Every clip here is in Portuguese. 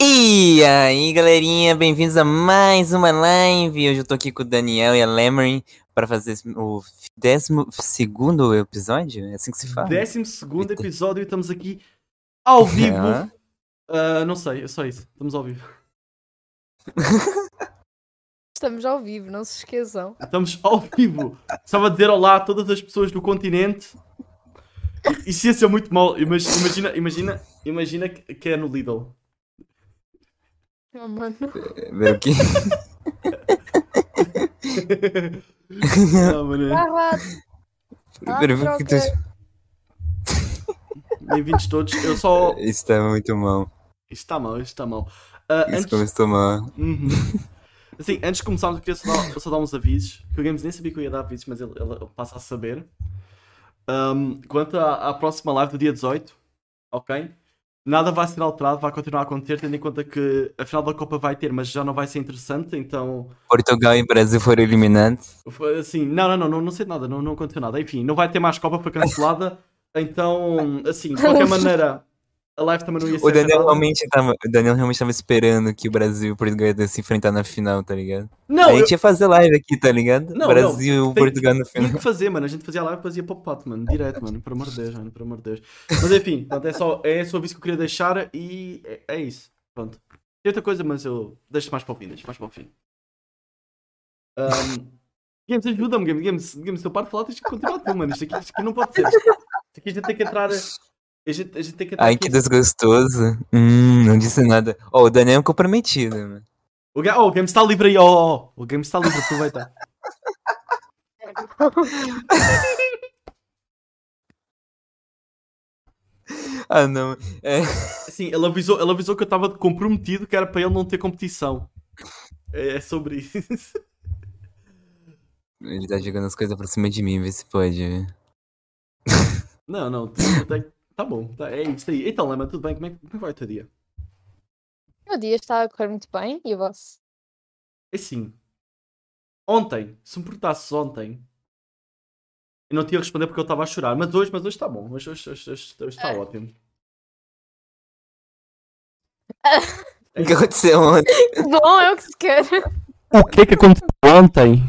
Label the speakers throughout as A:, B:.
A: E aí, galerinha, bem-vindos a mais uma live. Hoje eu tô aqui com o Daniel e a Lemery para fazer o 12 episódio? É assim que se fala?
B: 12 segundo episódio e estamos aqui
A: É.
B: ao vivo. Ah, não sei, é só isso. Estamos ao vivo.
C: Estamos ao vivo, não se esqueçam.
B: Estamos ao vivo. Estava a dizer olá a todas as pessoas do continente. I- Isso ia ser muito mal. Imag- Imagina, imagina, imagina que que é no Lidl.
C: Oh, mano.
A: Ver o quê?
B: Ah, mano.
C: Ah, Ah,
A: Ver o que tu-
C: troca.
B: Bem-vindos todos. Eu só. Isto
A: Isso tá muito mal.
B: está mal, isto está mal. Ah,
A: Isso
B: antes...
A: começou mal.
B: Uhum. Assim, antes de começarmos, eu queria só dar, só dar uns avisos. Que o Games nem sabia que eu ia dar avisos, mas ele, ele passa a saber. Ahm, quanto à, à próxima live do dia 18, ok? Nada vai ser alterado, vai continuar a acontecer, tendo em conta que a final da Copa vai ter, mas já não vai ser interessante, então.
A: Portugal e Brasil foram eliminados.
B: foi Assim, não, não, não, não, não sei de nada, não, não aconteceu nada. Enfim, não vai ter mais Copa, foi cancelada. Então, assim, de qualquer maneira, a live também não ia ser.
A: O Daniel,
B: alterada.
A: realmente tava, o Daniel realmente tava esperando que o Brasil e o Portugal iam se enfrentar na final, tá ligado?
B: Não,
A: a
B: eu-
A: gente ia fazer live aqui, tá ligado?
B: Não,
A: Brasil
B: não,
A: e
B: tem-
A: Portugal na
B: Tinha
A: final.
B: que fazer, mano. A gente fazia live e fazia pop-up, mano. Direto, mano. Pelo amor de Deus, mano. Pelo amor de Deus. Mas enfim, pronto, é só, é só o aviso que eu queria deixar e é, é isso. Pronto. Tem outra coisa, mas eu deixo mais para o fim. Deixo mais para o fim. Ahm, games, ajuda-me, Games. Games, games, se eu paro de falar, tens que continuar tu, mano. Isto aqui, isto aqui não pode ser. Isto aqui a gente tem que entrar. A gente, a gente tem que entrar.
A: Ai,
B: aqui.
A: que desgostoso. Hum, não disse nada. Ó, o Daniel é comprometido, mano.
B: O, ga- oh, o Games está livre aí, ó. ó, ó. O Games está livre, aproveita.
A: Ah, não. É,
B: Assim, ele avisou, ele avisou que eu estava comprometido, que era para ele não ter competição. É, é sobre isso.
A: ele tá jogando as coisas pra cima de mim, vê se pode. né?
B: Não, não, tu- tu tem- tá bom, tá- é isso aí. Então, Lema, tudo bem? Como é, que- como é que vai o teu dia?
C: O meu dia está a correr muito bem e o vosso?
B: É Assim, ontem, se me perguntasses ontem, eu não tinha responder porque eu estava a chorar, mas hoje, mas hoje está bom, hoje está hoje, hoje, hoje tá ótimo.
A: O que aconteceu ontem?
C: Bom, é o que se quer.
B: O que é que aconteceu ontem?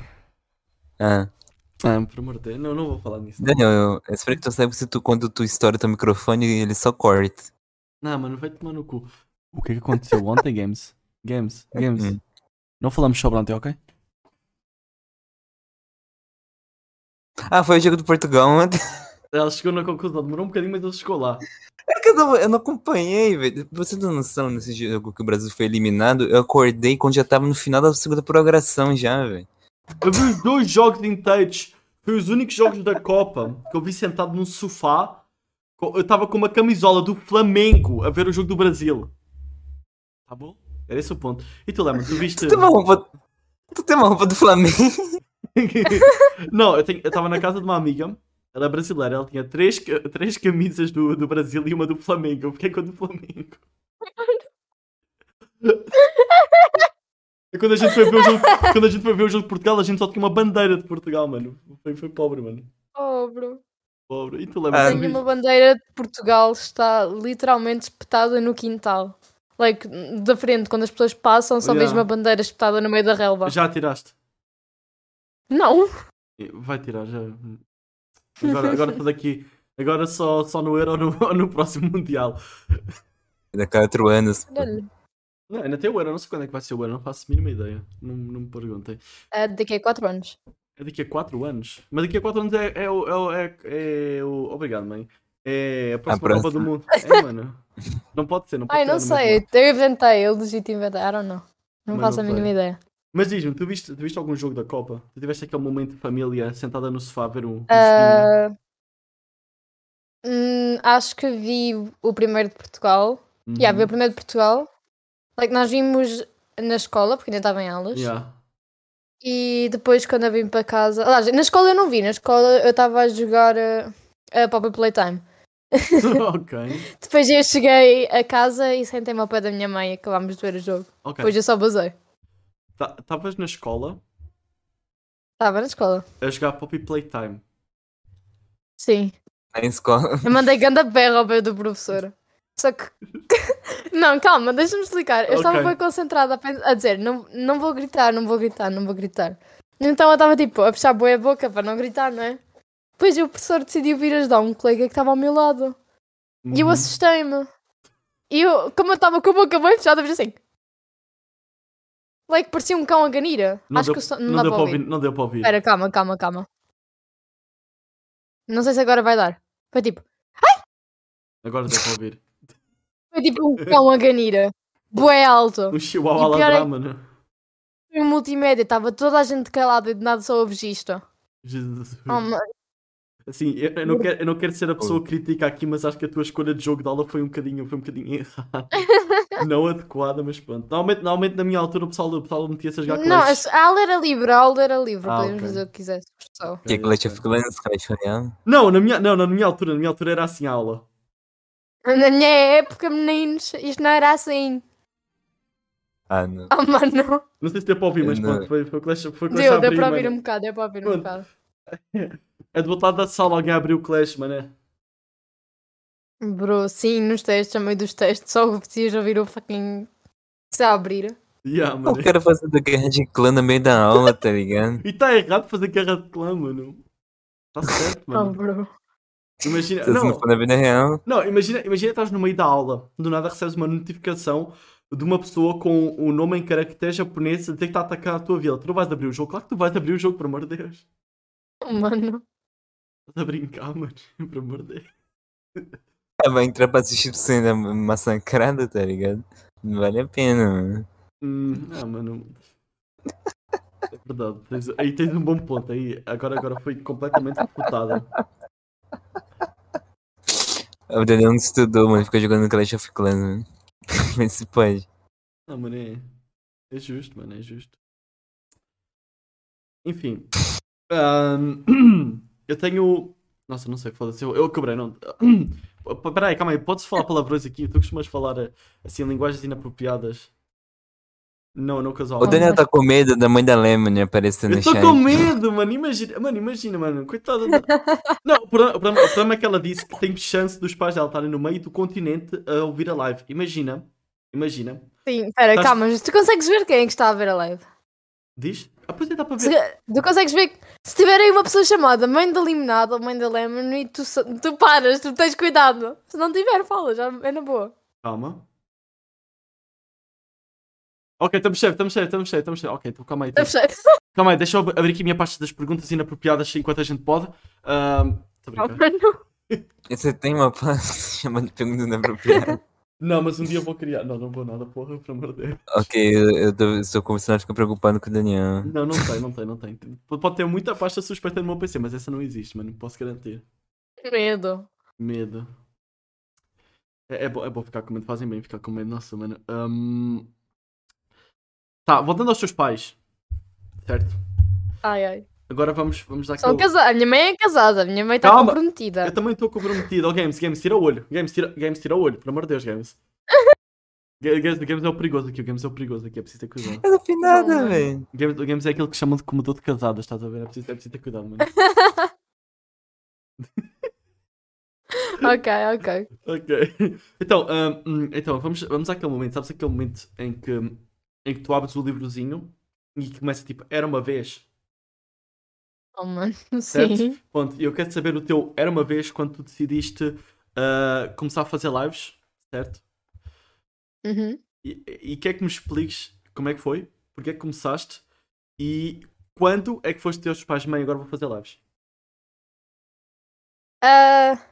A: Ah,
B: Ah, por amor de Deus, não, não vou falar nisso.
A: Daniel, eu- eu espero que tu saiba se tu, quando tu estoura teu microfone, ele só corta.
B: Não, mano, vai tomar no cu. O que é que aconteceu ontem, Games? Games, Games.
A: Hum.
B: Não falamos sobre ontem, ok?
A: Ah, foi o jogo do Portugal ontem.
B: Ela chegou na conclusão, demorou um bocadinho, mas ele chegou lá.
A: É que eu não, eu não acompanhei, velho. Pra Você tem noção nesse jogo que o Brasil foi eliminado? Eu acordei quando já tava no final da segunda prorrogação já, velho.
B: Eu vi os dois jogos inteiros. Foi os únicos jogos da Copa que eu vi sentado num sofá. Co- Eu tava com uma camisola do Flamengo a ver o jogo do Brasil. Tá bom? Era esse o ponto. E tu lembra, tu viste.
A: Tu tem uma roupa. Tu tem uma roupa do Flamengo?
B: Não, eu, tenho, eu tava na casa de uma amiga. Ela é brasileira, ela tinha três, ca- três camisas do, do Brasil e uma do Flamengo. Eu fiquei com a do Flamengo. E quando a gente foi ver o jogo, quando a gente foi ver o jogo de Portugal, a gente só tinha uma bandeira de Portugal, mano. Foi, foi pobre, mano.
C: Oh, bro.
B: Pobre. E tu
A: Ah,
B: lembra?
C: Tenho uma bandeira de Portugal, está literalmente espetada no quintal. Like, da frente, quando as pessoas passam, só
B: Yeah.
C: vejo uma bandeira espetada no meio da relva.
B: Já tiraste.
C: Não!
B: Vai tirar, já. Agora, agora está daqui. Agora só, só no Euro ou no, ou no próximo Mundial.
A: Daqui a quatro anos.
C: Olha,
B: Não, ainda tem o Euro, não sei quando é que vai ser o Euro, não faço a mínima ideia. Não, não me perguntem.
C: é daqui a 4 anos.
B: É daqui a 4 anos? Mas daqui a 4 anos é, é, o- é, o- é, é o. Obrigado, mãe. É a próxima Copa
A: próxima.
B: do Mundo. É, mano. Não pode ser, não pode
C: Ai,
B: ser
C: não
B: na mesma.
C: sei, eu inventei, eu legito inventei, I don't know. Não
B: Mas
C: faço
B: não
C: a
B: sei.
C: mínima ideia.
B: Mas diz-me, tu viste, tu viste algum jogo da Copa? Tu tiveste aquele momento de família sentada no sofá a ver um. um joguinho?
C: Ah, hum, acho que vi o primeiro de Portugal.
B: Uhum.
C: Yeah, vi o primeiro de Portugal. Like, nós vimos na escola, porque ainda estava em aulas.
B: Yeah.
C: E depois, quando eu vim para casa. Aliás, na escola eu não vi, na escola eu estava a jogar eh, a Pop Playtime.
B: ok.
C: Depois eu cheguei a casa e sentei-me ao pé da minha mãe e acabámos de ver o jogo.
B: Ok.
C: Depois eu só basei.
B: Tá- Estavas na escola
C: Estava na escola.
B: a jogar Poppy Playtime.
C: Sim.
A: Na escola.
C: Eu mandei ganda berra ao pé do professor. Só que Não, calma, deixa-me explicar. Eu estava
B: Ok.
C: bem concentrada a, pen- a dizer, não, não vou gritar, não vou gritar, não vou gritar. Então eu estava tipo a fechar boi a boca para não gritar, não é? Depois o professor decidiu vir ajudar um colega que estava ao meu lado. E eu
B: Uhum.
C: assustei-me. E eu, como eu estava com a boca bem fechada, eu fiz assim. Like, parecia um cão a ganira.
B: Não
C: Acho
B: deu-
C: que o som-
B: não, deu para ouvir. Não deu para ouvir.
C: Espera, calma, calma, calma. Não sei se agora vai dar. Foi tipo,
B: Agora deu para ouvir.
C: foi tipo um cão a ganira. Bué alto.
B: Um
C: E o
B: chihuahua né?
C: pior é
B: lá
C: que-
B: mano.
C: Em multimédia, estava toda a gente calada e de nada só ouves isto.
B: Jesus.
C: Oh, ma-
B: Assim, eu, eu não quero, eu não quero ser a pessoa crítica aqui, mas acho que a tua escolha de jogo de aula foi um bocadinho, foi um bocadinho errada. não adequada, mas pronto. Normalmente, normalmente na minha altura o pessoal, o pessoal metia-se a jogar
C: Não, é
B: Clash.
C: a aula era livre, a aula era livre,
B: Ah,
C: podíamos
B: ok.
C: fazer o que quiséssemos. só.
D: Que é Clash of Clans, Clash Royale.
B: Não, na minha, não, na minha altura, na minha altura era assim a aula.
C: Na minha época, meninos, isto não era assim.
D: Ah, não.
C: Oh, mano.
B: Não sei se deu para ouvir, mas
D: Não.
B: pronto, foi, foi o Clash, foi o Clash a
C: Deu,
B: abrir,
C: deu para ouvir
B: mano.
C: um bocado, deu para ouvir um
B: Pronto.
C: bocado.
B: É do outro lado da sala alguém abriu o Clash, mano.
C: Bro, sim, nos testes, a meio dos testes, só precisas ouvir o fucking. se a abrir.
B: Yeah,
D: Eu
B: mano.
D: quero fazer da guerra de clã no meio da aula, tá ligado?
B: E está errado fazer guerra de clã, mano. Está certo,
C: Oh,
B: mano.
C: bro.
B: Imagina.
D: Se isso
B: Não,
D: não for na vida real,
B: Não, imagina, imagina estás no meio da aula, do nada recebes uma notificação de uma pessoa com o nome em caracteres japonês a dizer que está a atacar a tua vila. Tu não vais abrir o jogo? Claro que tu vais abrir o jogo, por amor de Deus.
C: Oh, Mano.
B: Estás a brincar, mano, por amor de Deus.
D: ah, vai entrar pra assistir sendo massacrada, tá ligado? Não vale a pena, mano.
B: Hum, ah, mano. É verdade, tens- aí tens um bom ponto. Aí, agora, agora foi completamente refutada.
D: O Daniel não estudou, mano. Ficou jogando Clash of Clans, mano. Mas se pode.
B: Ah, mano, é. É justo, mano, é justo. Enfim. Ahn, eu tenho. Nossa, não sei, foda-se, eu, eu quebrei, não. Peraí, calma aí, podes falar palavrões aqui? Tu costumas falar eh, assim, linguagens inapropriadas? Não, não casal.
D: O Daniel tá com medo da mãe da Lemon né, aparecendo
B: Eu
D: no
B: estou
D: chat.
B: com medo, mano, imagina, mano, imagina, mano, coitada. da- Não, o problema, o problema- o problema é que ela disse que tem chance dos pais dela estarem no meio do continente a ouvir a live. Imagina, imagina,
C: Sim, espera,
B: Estás-
C: calma, mas tu consegues ver quem é que está a ver a live?
B: diz. Ah, pois é, dá para ver.
C: Se, tu consegues ver que se tiver aí uma pessoa chamada mãe da limonada ou mãe da lemon e tu, sa- tu paras, tu tens cuidado. Se não tiver, fala, já é na boa.
B: Calma. Ok, estamos cheio, estamos cheio, estamos cheio, estamos cheio. Ok, então calma aí.
C: Eu fechei.
B: Calma aí, deixa eu ab- abrir aqui a minha pasta das perguntas inapropriadas enquanto a gente pode. Ahm, tá tô a brincar.
D: E Você tem uma pasta chamada pergunta inapropriada?
B: Não, mas um dia eu vou criar. Não, não vou nada, porra, pelo amor de Deus.
D: ok, eu, eu tô, estou começando a ficar preocupado com o Daniel.
B: Não, não tem, não tem, não tem. P- Pode ter muita pasta suspeita no meu PC, mas essa não existe, mano, posso garantir.
C: Medo.
B: Medo. É, é, bom, é bom ficar com medo, fazem bem ficar com medo, nossa, mano. Ahm, Tá, voltando aos teus pais. Certo?
C: Ai, ai.
B: Agora vamos, vamos dar
C: São
B: aquele-
C: casa... A minha mãe é casada, a minha mãe está
B: Calma.
C: comprometida.
B: Eu também estou comprometido. Oh, Games, Games, tira o olho. Games, tira, games, tira o olho. Pelo amor de Deus, Games. Ga- Games, games é o perigoso aqui. O Games é o perigoso aqui. É preciso ter cuidado.
D: Eu não fiz
C: Não,
D: nada,
C: mano.
D: velho.
B: O Games, o games é aquele que chamam de comedor de casadas, estás a ver? É preciso, é preciso ter cuidado, mano.
C: Ok, ok.
B: ok. Então, hum, hum, então vamos, vamos àquele momento. Sabes aquele momento em que, em que tu abres o livrozinho e que começa tipo, era uma vez.
C: Oh, mano,
B: Certo?
C: sim.
B: Pronto, e eu quero saber o teu era uma vez quando tu decidiste ah, começar a fazer lives, certo?
C: Uhum.
B: E, e quer que me expliques como é que foi, porque é que começaste e quando é que foste ter os pais, mãe, agora vou fazer lives.
C: Ah,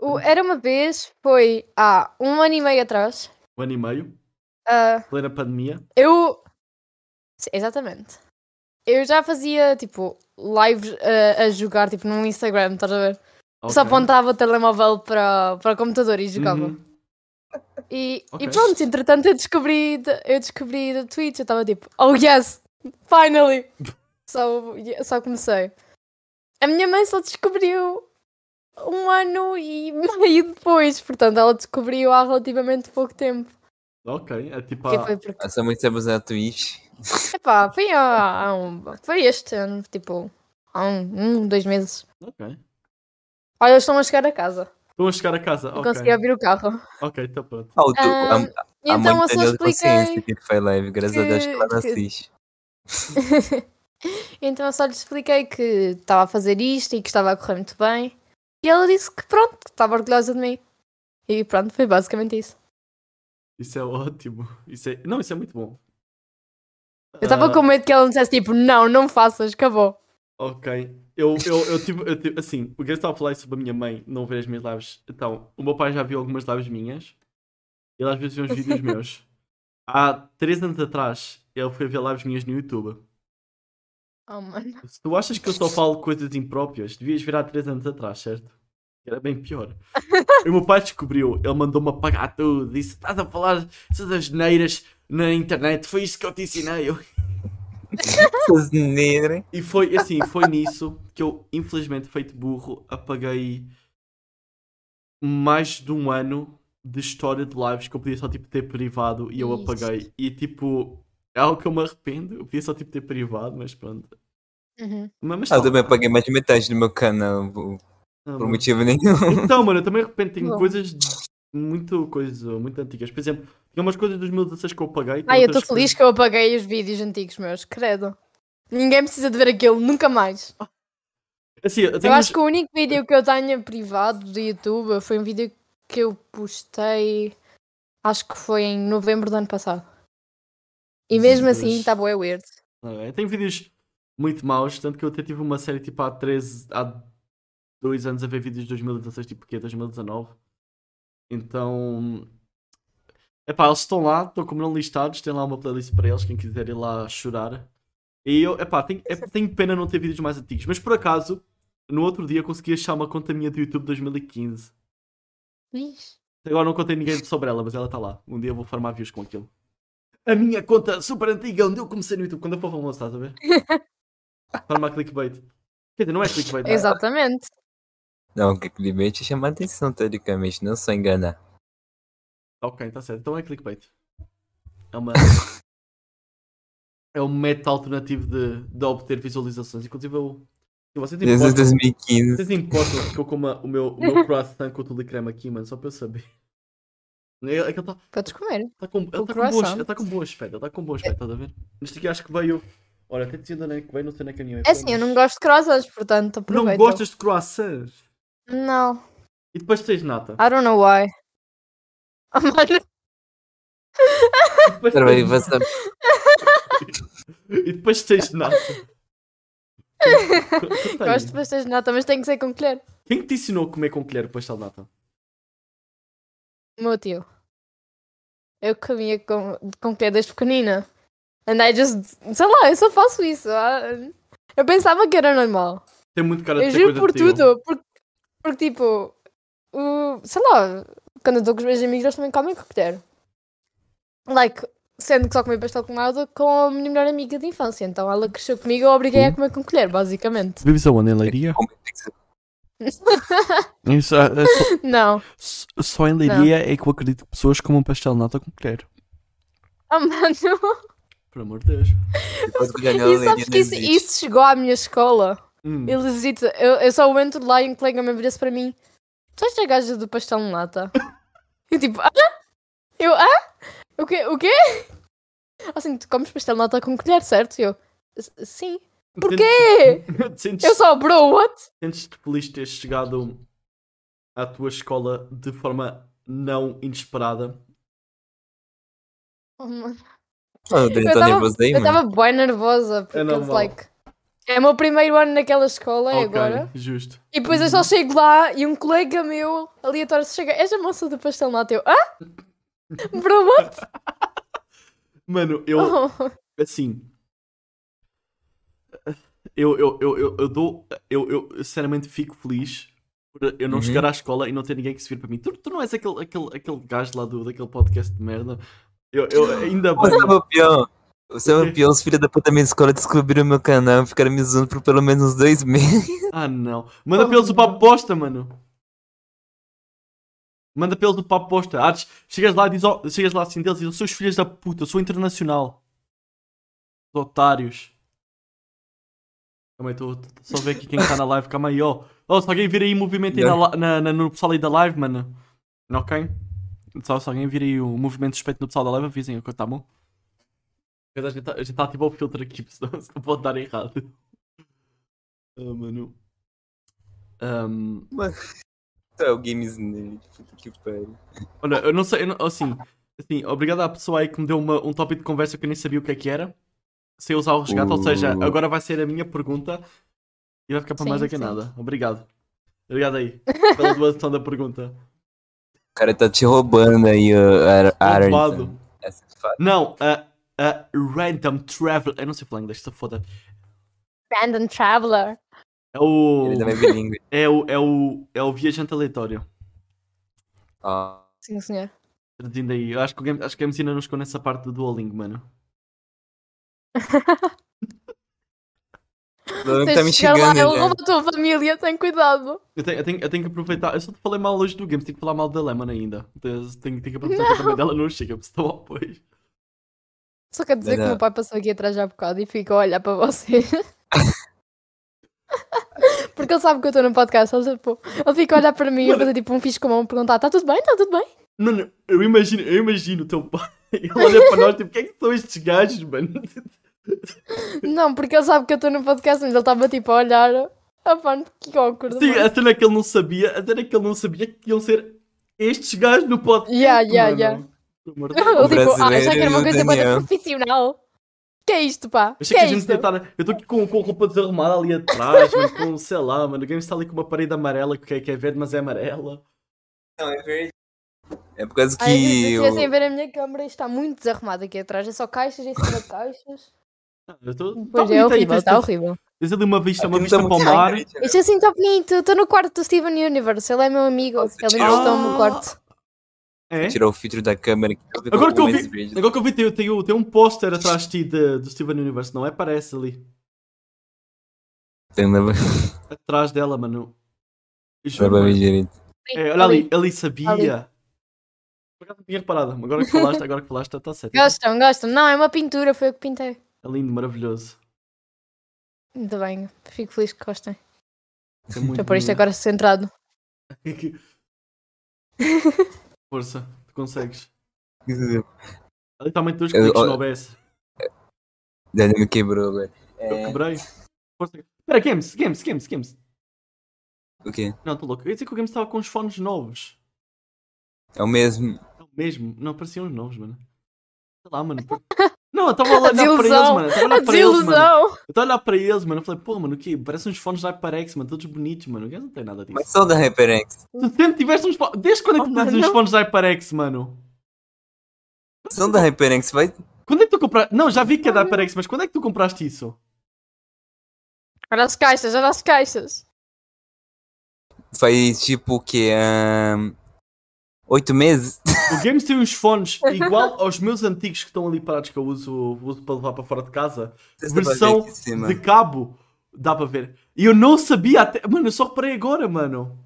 C: o Era uma vez, foi há um ano e meio atrás.
B: Um ano e meio,
C: Ah,
B: plena pandemia.
C: Eu. Sim, exatamente. Eu já fazia, tipo, lives eh, a jogar, tipo, no Instagram, estás a ver?
B: Ok.
C: Só apontava o telemóvel para, para o computador e jogava.
B: Uhum.
C: E,
B: Ok.
C: e pronto, entretanto eu descobri, de- eu descobri da Twitch, eu estava tipo, oh yes, finally! só, só comecei. A minha mãe só descobriu um ano e meio depois, portanto ela descobriu há relativamente pouco tempo.
B: Ok, é tipo
C: Que
B: há-
C: foi porque
D: Eu sou muito abusado da Twitch.
C: Epá, foi, há, há um, foi este ano, tipo, há um, um, dois meses.
B: Ok.
C: Olha, eles estão a chegar a casa.
B: Estão a chegar a casa.
C: Não
B: ok,
C: consegui abrir o carro.
B: ok, está pronto.
D: Ah, o tu- a-
C: Ahm,
D: a,
C: E então eu só
D: deu consciência
C: expliquei.
D: que foi leve, graças a Deus que ela não
C: que-
D: assiste.
C: Então eu só lhe expliquei que estava a fazer isto e que estava a correr muito bem. E ela disse que pronto, que estava orgulhosa de mim. E pronto, foi basicamente isso.
B: Isso é ótimo. Isso é... Não, isso é muito bom.
C: Eu estava
B: Ah,
C: com medo que ela me dissesse tipo, não, não faças, acabou.
B: Ok. Eu, eu, eu, tive, eu tive- Assim, o Grace estava a falar isso sobre a minha mãe não ver as minhas lives. Então, o meu pai já viu algumas lives minhas. Ele às vezes vê uns vídeos meus. Há três anos atrás, ele foi ver lives minhas no YouTube.
C: Oh, mano.
B: Se tu achas que eu só falo coisas impróprias, devias vir há 3 anos atrás, certo? Era bem pior. e o meu pai descobriu, ele mandou-me apagar tudo, disse: estás a falar essas asneiras na internet, foi isso que eu te ensinei. Eu-
D: Essas negras.
B: E foi assim, foi nisso que eu, infelizmente, feito burro, apaguei mais de um ano de história de lives que eu podia só tipo ter privado e eu
C: Isso.
B: apaguei. E tipo, é algo que eu me arrependo, eu podia só tipo ter privado, mas pronto.
C: Uhum.
B: Mas, mas
D: Ah, eu
B: tá
D: também
B: lá.
D: paguei mais de metade do meu canal por
B: Ah,
D: por
B: mas-
D: motivo nenhum.
B: Então, mano, eu também de repente tenho
C: Bom.
B: coisas muito coisas muito antigas. Por exemplo, tinha umas coisas de 2016 que eu paguei.
C: Ai, eu estou feliz que eu apaguei os vídeos antigos meus, credo. Ninguém precisa de ver aquilo, nunca mais.
B: Assim, eu
C: Eu
B: tenho
C: acho que o único vídeo que eu tenho privado do YouTube foi um vídeo que eu postei, acho que foi em novembro do ano passado. E mesmo
B: Jesus.
C: assim, está bué weird.
B: uns- Ah, eu tenho vídeos muito maus, tanto que eu até tive uma série tipo há 13, há 2 anos a ver vídeos de 2016, tipo que 2019. Então. Epá, eles estão lá, estão como não listados, tem lá uma playlist para eles, quem quiser ir lá chorar. E eu, epá, tenho, é- tenho pena não ter vídeos mais antigos, mas por acaso, no outro dia consegui achar uma conta minha do YouTube 2015.
C: Ixi.
B: Agora não contei ninguém sobre ela, mas ela está lá. Um dia eu vou farmar views com aquilo. A minha conta super antiga, onde eu comecei no YouTube, quando eu for famoso, estás a ver? farmar clickbait. Quer dizer, não é clickbait. não é?
C: Exatamente.
D: Não, o clickbait é chamar atenção, teoricamente, não só enganar.
B: Ok, está certo. Então é clickbait. É uma. é um método alternativo de, de obter visualizações. Inclusive eu. Se vocês
D: Jesus
B: importam,
D: 2015.
B: vocês importam que eu coma o meu, o meu croissant com tudo e creme aqui, mano, só para eu saber. É, é que ele tá-
C: Podes comer.
B: Tá com, ele
C: O
B: tá com boas,
C: croissant. É.
B: ele tá com boas férias, ele tá com boas férias, estás a ver? Neste aqui acho que veio. Olha, até dizendo onde é que veio, não sei na caminhão.
C: É assim, eu não gosto de croissants, portanto, aproveito.
B: Não gostas de croissants?
C: Não.
B: E depois tens nata.
C: I don't know why. Oh, mano.
B: E depois
D: Espera aí,
B: tens,
D: você-
B: e depois tens nata. Quem- quem tá aí?
C: Gosto bastante de nata, mas tem que ser com colher.
B: Quem te ensinou a comer com colher pastel de nata?
C: O Meu tio. Eu comia com, com colher desde pequenina. And I just. Sei lá, eu só faço isso. Ah, Eu pensava que era normal.
B: Tem muito cara de
C: Eu
B: ser
C: juro
B: coisa
C: por
B: de tio.
C: tudo. Porque, porque tipo. O, sei lá, quando eu estou com os meus amigos, eles também comem com colher. Like, sendo que só comi pastel com nada com a minha melhor amiga de infância. Então ela cresceu comigo e eu obriguei
B: Uhum.
C: a comer com colher, basicamente.
B: Vives aonde? Em Leiria?
D: é
B: Isso, é,
C: Não.
B: só, em
C: Leiria
B: é que eu acredito que pessoas comam pastel de nata com colher.
C: Ah, mano.
B: Por amor de Deus.
D: Depois do Daniel
C: E sabes
D: Leria,
C: que isso,
D: não existe.
C: isso chegou à minha escola.
B: Hum.
C: E legit, eu, eu só entro lá e um colega me vira-se para mim. Tu és a gaja do pastel de nata? Eu tipo, ah? Eu, ah? O quê? O quê? Assim, tu comes pastel de nata com colher, certo? E eu, "S- sim.
B: Porquê?
C: É, eu só, bro, what?
B: Sentes-te feliz de teres chegado à tua escola de forma não inesperada?
C: Oh, mano.
D: Ah, o Daniel
C: Eu
D: tá
C: tava-
D: nervoso daí,
C: Eu
D: mano.
C: estava bem nervosa, porque,
B: normal.
C: like, é o meu primeiro ano naquela escola, é
B: Ok, Uhum.
C: agora.
B: justo.
C: E depois eu só chego lá e um colega meu aleatório se chega, és a moça do pastel de nata? Eu, ah? Bro, what?
B: Mano, eu,
C: Oh.
B: assim. Eu, eu, eu, eu, eu dou. Eu, eu, eu sinceramente fico feliz por eu não
D: Uhum.
B: chegar à escola e não ter ninguém que se vire para mim. Tu, tu não és aquele, aquele, aquele gajo lá do, daquele podcast de merda. Eu, eu ainda
D: Pô,
B: bem.
D: sabe o pior? Sabe
B: quê?
D: o pior? é Os filhos da puta da minha escola descobriram meu canal e ficaram me usando por pelo menos uns dois meses.
B: Ah, não. Manda para eles o papo posta, mano. Manda para eles o papo posta. Ah, chegas lá, e diz, ao- chegas lá assim deles e dizes, seus filhos da puta, eu sou internacional. Os otários. Também estou só ver aqui quem está na tá live, calma aí, ó. Oh, se alguém vir aí movimento aí na,
A: Yeah.
B: li- na, na- no pessoal aí da live, mano. Ok? Só se alguém vir aí o movimento suspeito no pessoal da live, avisem o que tá bom. Mas A gente tá, a gente tá ativar o filtro aqui, senão senão pode dar errado. Ah, mano. Ahm,
A: Tu é o Games Nerd, puta que pariu.
B: olha, eu não sei, eu não- assim, assim, obrigado à pessoa aí que me deu uma- um tópico de conversa que eu nem sabia o que é que era. Sem usar o resgate, ou seja,
A: Uh.
B: agora vai ser a minha pergunta e vai ficar para
C: Sim,
B: mais do que
C: sim.
B: nada. Obrigado. Obrigado aí pela doação da pergunta.
A: O cara tá te roubando aí, o Ar
B: Roubado.
A: Arrington. Essa é foda.
B: Não, a, a Random Travel. Eu não sei falar inglês, se foda.
C: Random Traveler.
B: É o.
A: Ele também é bilíngue.
B: É o, é o, é o viajante aleatório.
A: Ó,
C: Sim, senhor.
B: Traduzindo aí. Eu acho que, o game, acho que a Messina nos ficou nessa parte do Duolingo, mano.
A: O Duolingo
C: Tens
A: tá
C: de
A: me
C: chegar lá,
A: xingando
C: ele
A: já.
C: rouba a tua família, tem cuidado.
B: Eu tenho, eu, tenho, eu tenho que aproveitar. Eu só te falei mal hoje do Games, tenho que falar mal da Lemon ainda. Então, eu Tenho, tenho que aproveitar que também dela não chega, porque senão apoio.
C: Só quero dizer
A: Não,
C: que o
A: não.
C: meu pai passou aqui atrás já há bocado e fica a olhar para vocês. Porque ele sabe que eu estou no podcast, ele, tipo, ele fica a olhar para mim e fazer tipo um fixe com a mão perguntar: está tudo bem? Está tudo bem?
B: Mano, eu imagino, eu imagino o teu pai. Ele olha para nós, tipo, quem é que são estes gajos, mano?
C: Não, porque ele sabe que eu estou no podcast, mas ele estava tipo a olhar. Ah, pá, que awkward.
B: Sim,
C: mano."
B: a cena que ele não sabia, a cena que ele não sabia que iam ser estes gajos no podcast.
C: Yeah, yeah,
B: mano.
C: yeah.
B: Pelo amor de Deus.
C: Ele tipo, ah,
A: é tipo, brasileiro
C: já que era
A: e o
C: uma coisa
A: Daniel."
C: muito profissional. Que é isto, pá?
B: Eu
C: Que
B: sei que a
C: é
B: gente
C: isto?
B: tá. na- Eu tô aqui com, com a roupa desarrumada ali atrás, mas com, sei lá, mano. O game está ali com uma parede amarela que é, que é verde, mas é amarela.
A: Não, é verde. É por causa que.
C: Ai, se
A: o-
C: vocês ver a minha câmera está muito desarrumada aqui atrás, é só caixas em cima de caixas.
B: Ah, Eu tô.
C: Pois
B: tá bonito
C: é,
B: aí,
C: horrível,
B: tens-
C: está
B: tens-
C: horrível.
B: Tens ali uma vista, uma
A: Aquilo
B: vista
A: tá
B: para o
A: muito
B: mar.
A: sangue, né?
C: Isto assim está bonito, eu estou no quarto do Steven Universe, ele é meu amigo,
A: Nossa,
C: ele
A: tirou.
C: emprestou-me o
B: Ah.
C: quarto.
B: É?
A: Tirar o filtro da câmera. que ficou
B: Agora que eu
A: mais
B: vi-
A: verde.
B: Agora que eu vi, tem, tem, tem um póster atrás de ti de- do Steven Universe, não é? Parece ali.
A: Tem na-
B: Atrás dela, mano.
A: na
B: Eu juro, mano.
A: barba direita.
B: É, olha ali, ali sabia.
C: Ali.
B: Por acaso não tinha reparado. Agora que falaste, agora que falaste, tá- tá certo.
C: Gostam, gostam. Não, é uma pintura, foi eu que pintei.
B: É lindo, maravilhoso.
C: Muito bem, fico feliz que gostem.
B: É muito
C: Vou pôr isto
B: bonito.
C: agora centrado.
B: Força, tu consegues.
A: Ele
B: Ali está muito dois
A: Eu-
B: cliques
A: olha-
B: no OBS.
A: me quebrou agora.
B: Eu
A: É...
B: quebrei. Força. Pera, Games, Games, Games, Games.
A: O quê?
B: Não, estou louco. Eu ia dizer que o Games estava com os fones novos.
A: É o mesmo.
B: Não, mesmo. Não, pareciam os novos, mano. Sei lá, mano. Não, eu estava a olhar para eles,
C: Desilusão.
B: mano. Eu Estava a
C: A
B: olhar para eles, Tá mano.
C: desilusão!
B: Eu estava a olhar para eles, mano. Eu falei, pô, mano, o quê? Parecem uns fones da HyperX, mano. Todos bonitos, mano. O Games não tem nada disso.
A: Mas só da HyperX.
B: Tu sempre tiveste uns fones. Desde quando é que tu
C: Oh,
B: tens uns
C: não.
B: fones da HyperX, mano?
A: São da HyperX. Vai...
B: Quando é que tu compraste. Não, já vi que é da HyperX, mas quando é que tu compraste isso?
C: Olha as caixas, olha as caixas.
A: Faz tipo o quê? Ahn, Oito meses?
B: O Games tem uns fones igual aos meus antigos que estão ali parados que eu uso, uso para levar para fora de casa,
A: Vocês estão pra ver
B: Versão
A: aqui em cima.
B: de cabo, dá para ver. E eu não sabia até. Mano, eu só reparei agora, mano.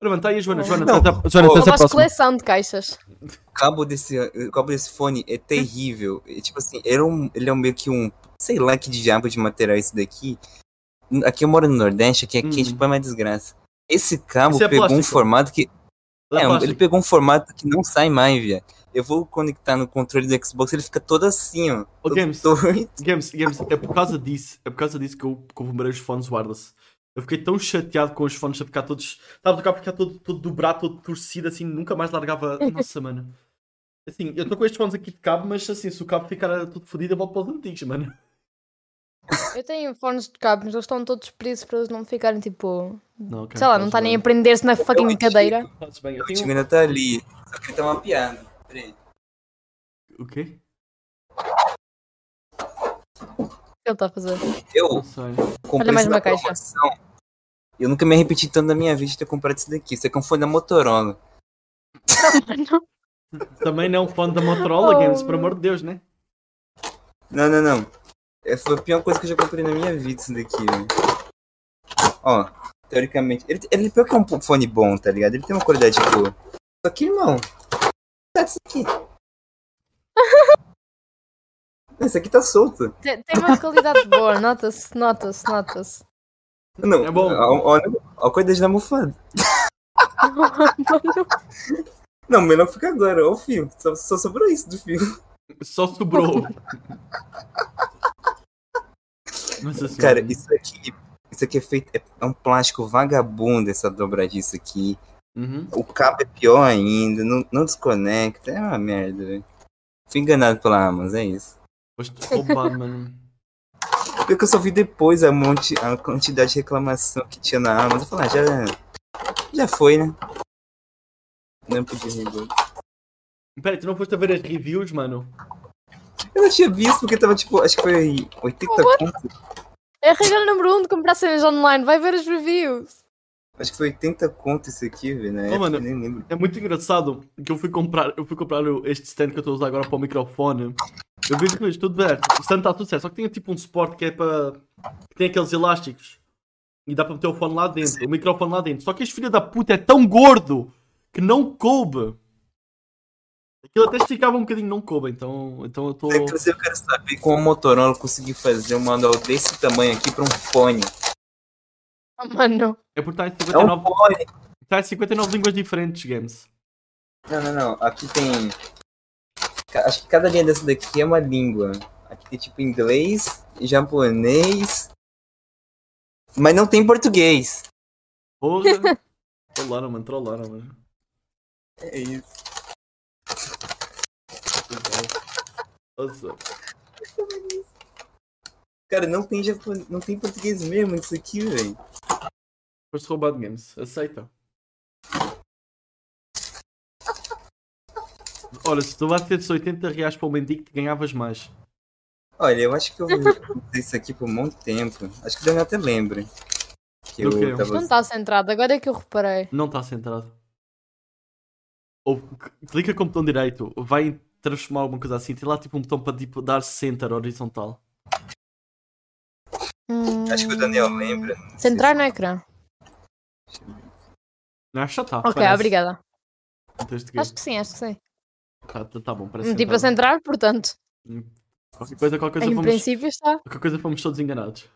B: Ora, mano, tá aí a Joana. Joana,
A: Não.
B: tá, tá- Joana,
A: Oh.
B: tá
C: Eu
B: a
C: faço
B: próxima.
C: coleção de caixas.
A: O cabo desse, o cabo desse fone é terrível. É, tipo assim, era um, ele é um meio que um. Sei lá que diabo de material é esse daqui. N- Aqui eu moro no Nordeste, aqui é
B: Hum.
A: quente, tipo, é uma desgraça. Esse cabo
B: Esse é
A: pegou um
B: plástico.
A: formato que.
B: Dá
A: É,
B: pra-
A: ele pegou um formato que não sai mais, via. Eu vou conectar no controle do Xbox, ele fica todo assim, ó.
B: Ô,
A: todo
B: tá, Games.
A: torto.
B: Games, Games, é por causa disso, é por causa disso que eu comprei os fones wireless. Eu fiquei tão chateado com os fones a ficar todos. Estava a ficar, ficar todo, todo dobrado, todo torcido, assim, nunca mais largava. Nossa, mano. Assim, eu estou com estes fones aqui de cabo, mas assim, se o cabo ficar tudo fodido, eu volto para os antigos, mano.
C: Eu tenho fones de cabo, mas eles estão todos presos para eles não ficarem tipo.
B: Não, ok, então
C: Sei lá, não está nem a prender-se na fucking
B: é
A: antigo.
C: cadeira.
B: Fazes bem. Eu
A: O
B: tenho...
A: time ainda tá ali. Só que ele tá mapeado. Peraí.
B: O quê?
C: O que ele está a fazer?
B: Não
A: Eu
B: sei.
A: comprei
C: mais
A: isso
C: uma
A: na
C: caixa.
A: promoção. Eu nunca me arrependi tanto da minha vida de ter comprado isso daqui. Isso aqui é um fone da Motorola.
B: Também não, fone da Motorola
C: Oh,
B: Games, por
C: meu.
B: amor de Deus, né?
A: Não, não, não. É, foi a pior coisa que eu já comprei na minha vida isso daqui, velho. Ó, teoricamente. Ele, ele pior que é um po- fone bom, tá ligado? Ele tem uma qualidade boa. Só que, irmão. Tá isso aqui. Esse aqui tá solto. tá
C: Tem tem uma qualidade boa, nota-se, nota-se, nota-se.
A: Não,
B: É bom.
A: Olha a coisa da mofada. Não, melhor fica agora, ó o filme. Só, só sobrou isso do filme.
B: Só sobrou. Nossa senhora.
A: Cara, isso aqui. Isso aqui é feito. É, é um plástico vagabundo essa dobradiça aqui.
B: Uhum.
A: O cabo é pior ainda, não, não desconecta. É uma merda, velho. Fui enganado pela Amazon, é isso.
B: Foste roubado, mano.
A: Porque eu só vi depois a, monte, a quantidade de reclamação que tinha na Amazon. Eu falei, ah, já, já foi, né? Não podia reboot.
B: Pera, tu não foste a ver as reviews, mano?
A: Eu não tinha visto porque tava tipo, acho que foi 80 conto.
C: É a regra número 1 um de comprar cenas online. Vai ver as reviews.
A: Acho que foi 80 conto isso aqui, velho. Né?
B: Ô, mano.
A: Eu nem lembro.
B: É muito engraçado que eu fui comprar, eu fui comprar o- este stand que eu estou a usar agora para o microfone. Eu vi que tudo certo. O stand está tudo certo, só que tem tipo um suporte que é para. que tem aqueles elásticos. E dá para meter o fone lá dentro, o microfone lá dentro. Só que este filho da puta é tão gordo que não coube. Aquilo até esticava um bocadinho, não coube, então, então eu estou.
A: É, Inclusive, eu quero saber como a Motorola conseguiu fazer um manual desse tamanho aqui pra um fone.
C: Oh, mano.
B: É por estar em
A: É um
B: 59,
A: fone!
B: tá em 59 línguas diferentes, games.
A: Não, não, não. Aqui tem. Ca- Acho que cada linha dessa daqui é uma língua. Aqui tem tipo inglês, japonês. Mas não tem português.
B: Porra. trollaram, mano, trollaram, mano.
A: É isso.
B: Nossa.
A: Cara, não tem japonês. Não tem português mesmo isso aqui, velho.
B: Foste roubado, games. Aceita. Olha, se tu batesses 80 reais para o mendigo, te ganhavas mais.
A: Olha, eu acho que eu vou fazer isso aqui por um monte de tempo. Acho que o Daniel até lembra. Que eu
B: Do quê?
A: tava.
C: Não está centrado. Agora é que eu reparei.
B: Não está centrado. Ou c- clica com o botão direito, vai em transformar alguma coisa assim. Tem lá tipo um botão para tipo, dar center horizontal.
A: Acho que o Daniel lembra.
C: Hum.
A: não sei
C: Centrar no
B: é
C: ecrã.
A: se-
B: Não, acho que já está.
C: Ok,
B: parece. um
C: obrigada.
B: Desde que-
C: Acho que sim, acho que sim.
B: Tá, tá, tá bom, parece
C: tipo, a
B: centrado.
C: centrar, portanto.
B: Qualquer coisa, qualquer coisa,
C: Em
B: fomos,
C: princípio está.
B: qualquer coisa fomos todos enganados.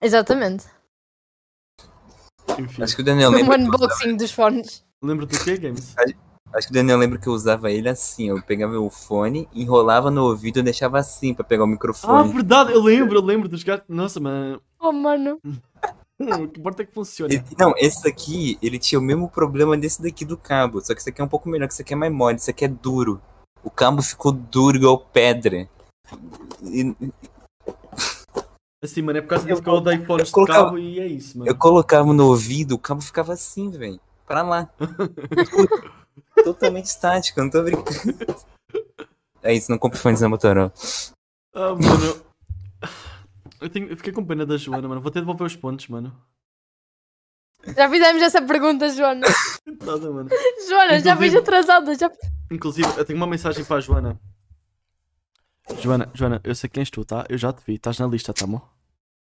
C: Exatamente.
B: Enfim.
A: Acho que o Daniel
B: é
C: Um
A: lembra.
C: unboxing dos fones.
B: Lembra-te do quê, Games?
A: Acho que o Daniel lembra que eu usava ele assim. Eu pegava o fone, enrolava no ouvido e deixava assim pra pegar o
B: Ah,
A: microfone.
B: verdade, eu lembro, eu lembro dos gatos. Nossa, mas.
C: Oh, mano.
B: Hum, o que importa é que funciona.
A: E- não, esse daqui, ele tinha o mesmo problema desse daqui do cabo. Só que esse aqui é um pouco melhor, que esse aqui é mais mole, esse aqui é duro. O cabo ficou duro igual pedra. E
B: Assim, mano, é por causa
A: Eu
B: disso que eu odeio fones de
A: colocava-
B: cabo e é isso, mano.
A: eu colocava no ouvido, o cabo ficava assim, velho. Pra lá. Totalmente estático, eu não tô brincando. É isso, não compre fones na Motorola.
B: Ah, mano. eu- Eu, tenho... eu fiquei com pena da Joana, mano. Vou ter de devolver os pontos, mano.
C: Já fizemos essa pergunta, Joana.
B: Nada, mano.
C: Joana, já
B: Inclusive-
C: vens atrasada. Já...
B: Inclusive, eu tenho uma mensagem para a Joana. Joana, Joana, eu sei quem és tu, tá? Eu já te vi. Estás na lista, tá bom?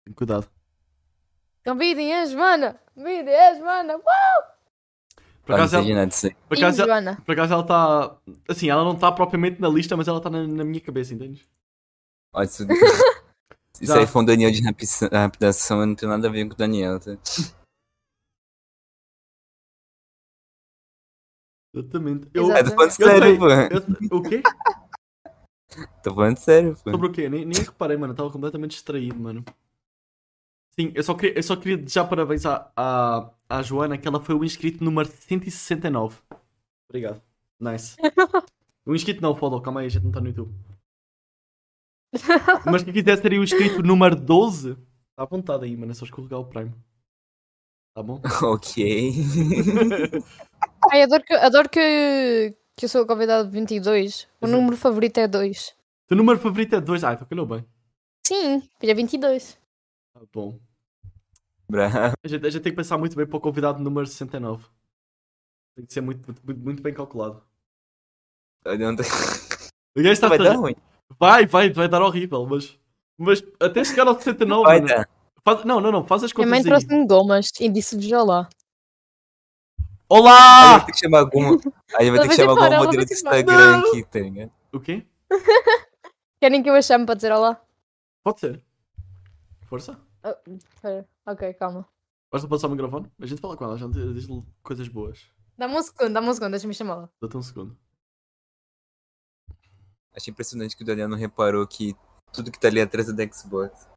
B: Tem cuidado.
C: Convidem a Joana. Convidem a Joana. Uau!
B: Por
A: Pra não
B: acaso, é um
A: entendi
B: ela,
A: nada disso aí.
B: por acaso, ela-
C: Joana.
B: por acaso ela está. Assim, ela não está propriamente na lista, mas ela está na, na minha cabeça, entendes?
A: Olha, isso, isso
B: Já.
A: aí foi um Daniel de rapiça- rapidação, não tem nada a ver com o Daniel, tá?
B: Exatamente.
A: É,
C: Exato.
B: Eu...
A: tô falando
B: Tá, Eu
A: sério,
B: sei.
A: pô.
B: eu- O quê?
A: Tô falando sério, pô.
B: Sobre o quê? Nem, nem reparei, mano. Tava completamente distraído, mano. Sim, eu só queria, eu só queria desejar parabéns à, à, à Joana, que ela foi o inscrito número 169. Obrigado. Nice. O inscrito não, follow, calma aí, a gente não tá no YouTube. Mas quem quiser ser o inscrito número 12, tá apontado aí, mano. É só escorregar o Prime. Tá bom?
A: Ok.
C: Ai, adoro que, adoro que, que eu sou a convidada de 22.
B: Exato.
C: O número favorito é 2.
B: Teu número favorito é 2. Ah, então calhou bem.
C: Sim, filha 22.
B: Tá bom.
A: Bravo.
B: A gente, a gente tem que pensar muito bem para o convidado número 69. Tem que ser muito, muito, muito- muito bem calculado.
A: Não tá-
B: O gajo
D: Tá
B: está
A: Vai dar
B: vai,
A: ruim.
B: vai, vai, vai dar horrível, mas, mas até chegar ao 69.
A: Vai
B: né?
A: dar.
B: Faz- não, não, não, faz as
C: Minha mãe
B: contas aí.
C: trouxe-me gomas e disse-lhe já lá.
D: Ah!
A: Aí vai
B: Olá!
A: ter que chamar algum. Aí vai ter
C: Ela
A: que chamar
C: vai se embora,
A: algum
C: ela
A: modelo
C: vai
A: do
C: se embora.
A: Instagram
B: Não.
A: aqui, tá ligado?
B: O quê?
C: Querem que eu a chame para dizer olá?
B: Pode ser. Força.
C: Ah, espera. ok, calma.
B: Vais-lhe passar o microfone? A gente fala com ela, a gente diz-lhe coisas boas.
C: Dá-me um segundo, dá-me um segundo, deixa-me chamá-la.
B: Dá-te um segundo.
D: Achei impressionante que o Daniel não reparou que tudo que tá ali atrás é da Xbox.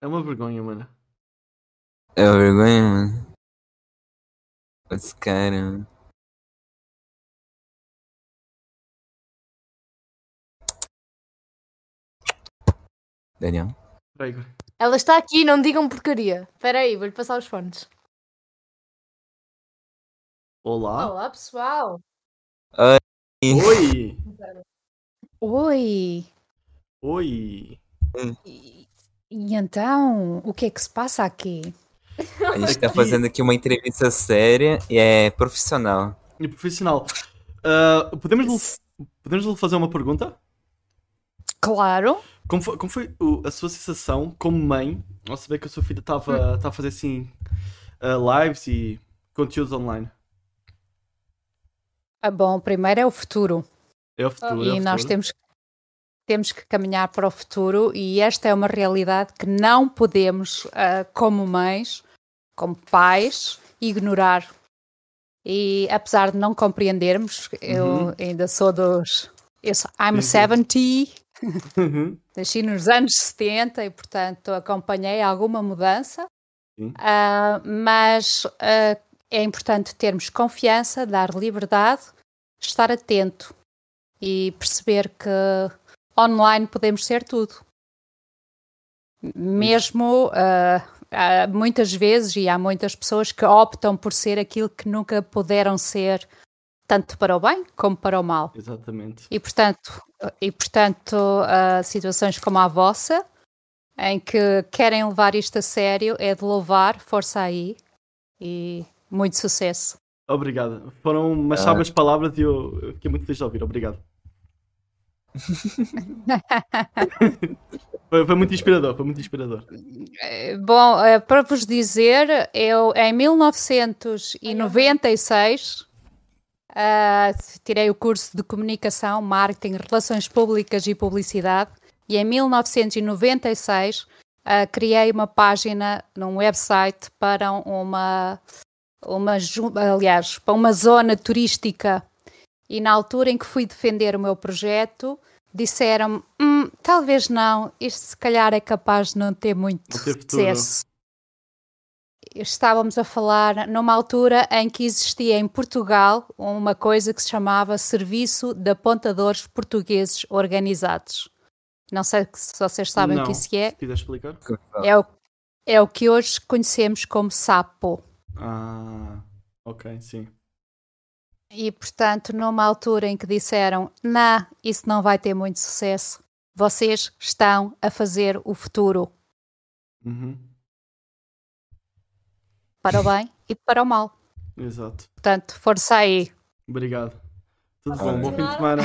B: É uma vergonha, mano.
D: É uma vergonha, mano. Os caras, mano. Daniel?
B: Vai, Igor.
C: Ela está aqui, não digam porcaria. Espera aí, vou-lhe passar os fones.
B: Olá.
C: Olá, pessoal.
B: Oi.
E: Oi!
B: Oi.
E: E, e então, o que é que se passa aqui?
D: A gente tá
B: Aqui.
D: fazendo aqui uma entrevista séria e é profissional.
B: E profissional. Ah, podemos, lhe, podemos lhe fazer uma pergunta?
E: Claro,
B: Como foi, como foi o- a sua sensação como mãe ao saber que a sua filha
E: Hum.
B: estava a fazer assim ah, lives e conteúdos online?
E: ah, bom, primeiro é o futuro
B: É o futuro. é o
E: e nós
B: futuro.
E: temos, temos que caminhar para o futuro e esta é uma realidade que não podemos, ah, como mães, como pais, ignorar. E apesar de não compreendermos,
B: Uhum.
E: eu ainda sou dos... Eu sou, I'm
B: Sim, sim.
E: 70,
B: Uhum.
E: Nasci nos anos 70 e, portanto, acompanhei alguma mudança,
B: Sim.
E: Ah, mas ah, é importante termos confiança, dar liberdade, estar atento e perceber que online podemos ser tudo. Mesmo ah, há muitas vezes, e há muitas pessoas que optam por ser aquilo que nunca puderam ser, tanto para o bem como para o mal.
B: Exatamente.
E: E portanto, e, portanto ah, situações como a vossa, em que querem levar isto a sério, é de louvar, força aí e muito sucesso.
B: Obrigado. Foram umas
D: Ah.
B: sábias palavras e eu eu fiquei muito feliz de ouvir. Obrigado. foi, foi muito inspirador, foi muito inspirador.
E: Eh, Bom, eh, para vos dizer, eu em 1996 ah, tirei o curso de Comunicação, Marketing, Relações Públicas e Publicidade e em 1996 ah, criei uma página num website para uma, uma ju- aliás, para uma zona turística e na altura em que fui defender o meu projeto disseram-me, "Hum, talvez não, isto se calhar é capaz de não ter muito
B: Não ter futuro.
E: sucesso. Estávamos a falar numa altura em que existia em Portugal uma coisa que se chamava Serviço de Apontadores Portugueses Organizados. Não sei se vocês sabem o
B: Não.
E: que isso é.
B: Se quiser explicar.
E: É o, é o que hoje conhecemos como SAPO.
B: Ah, ok, sim.
E: E, portanto, numa altura em que disseram, não, isso não vai ter muito sucesso, vocês estão a fazer o futuro
B: Uhum.
E: para o bem e para o mal.
B: Exato.
E: Portanto, força aí.
B: Obrigado. Tudo
D: Ah,
B: bom, bom fim de
C: nada.
B: semana.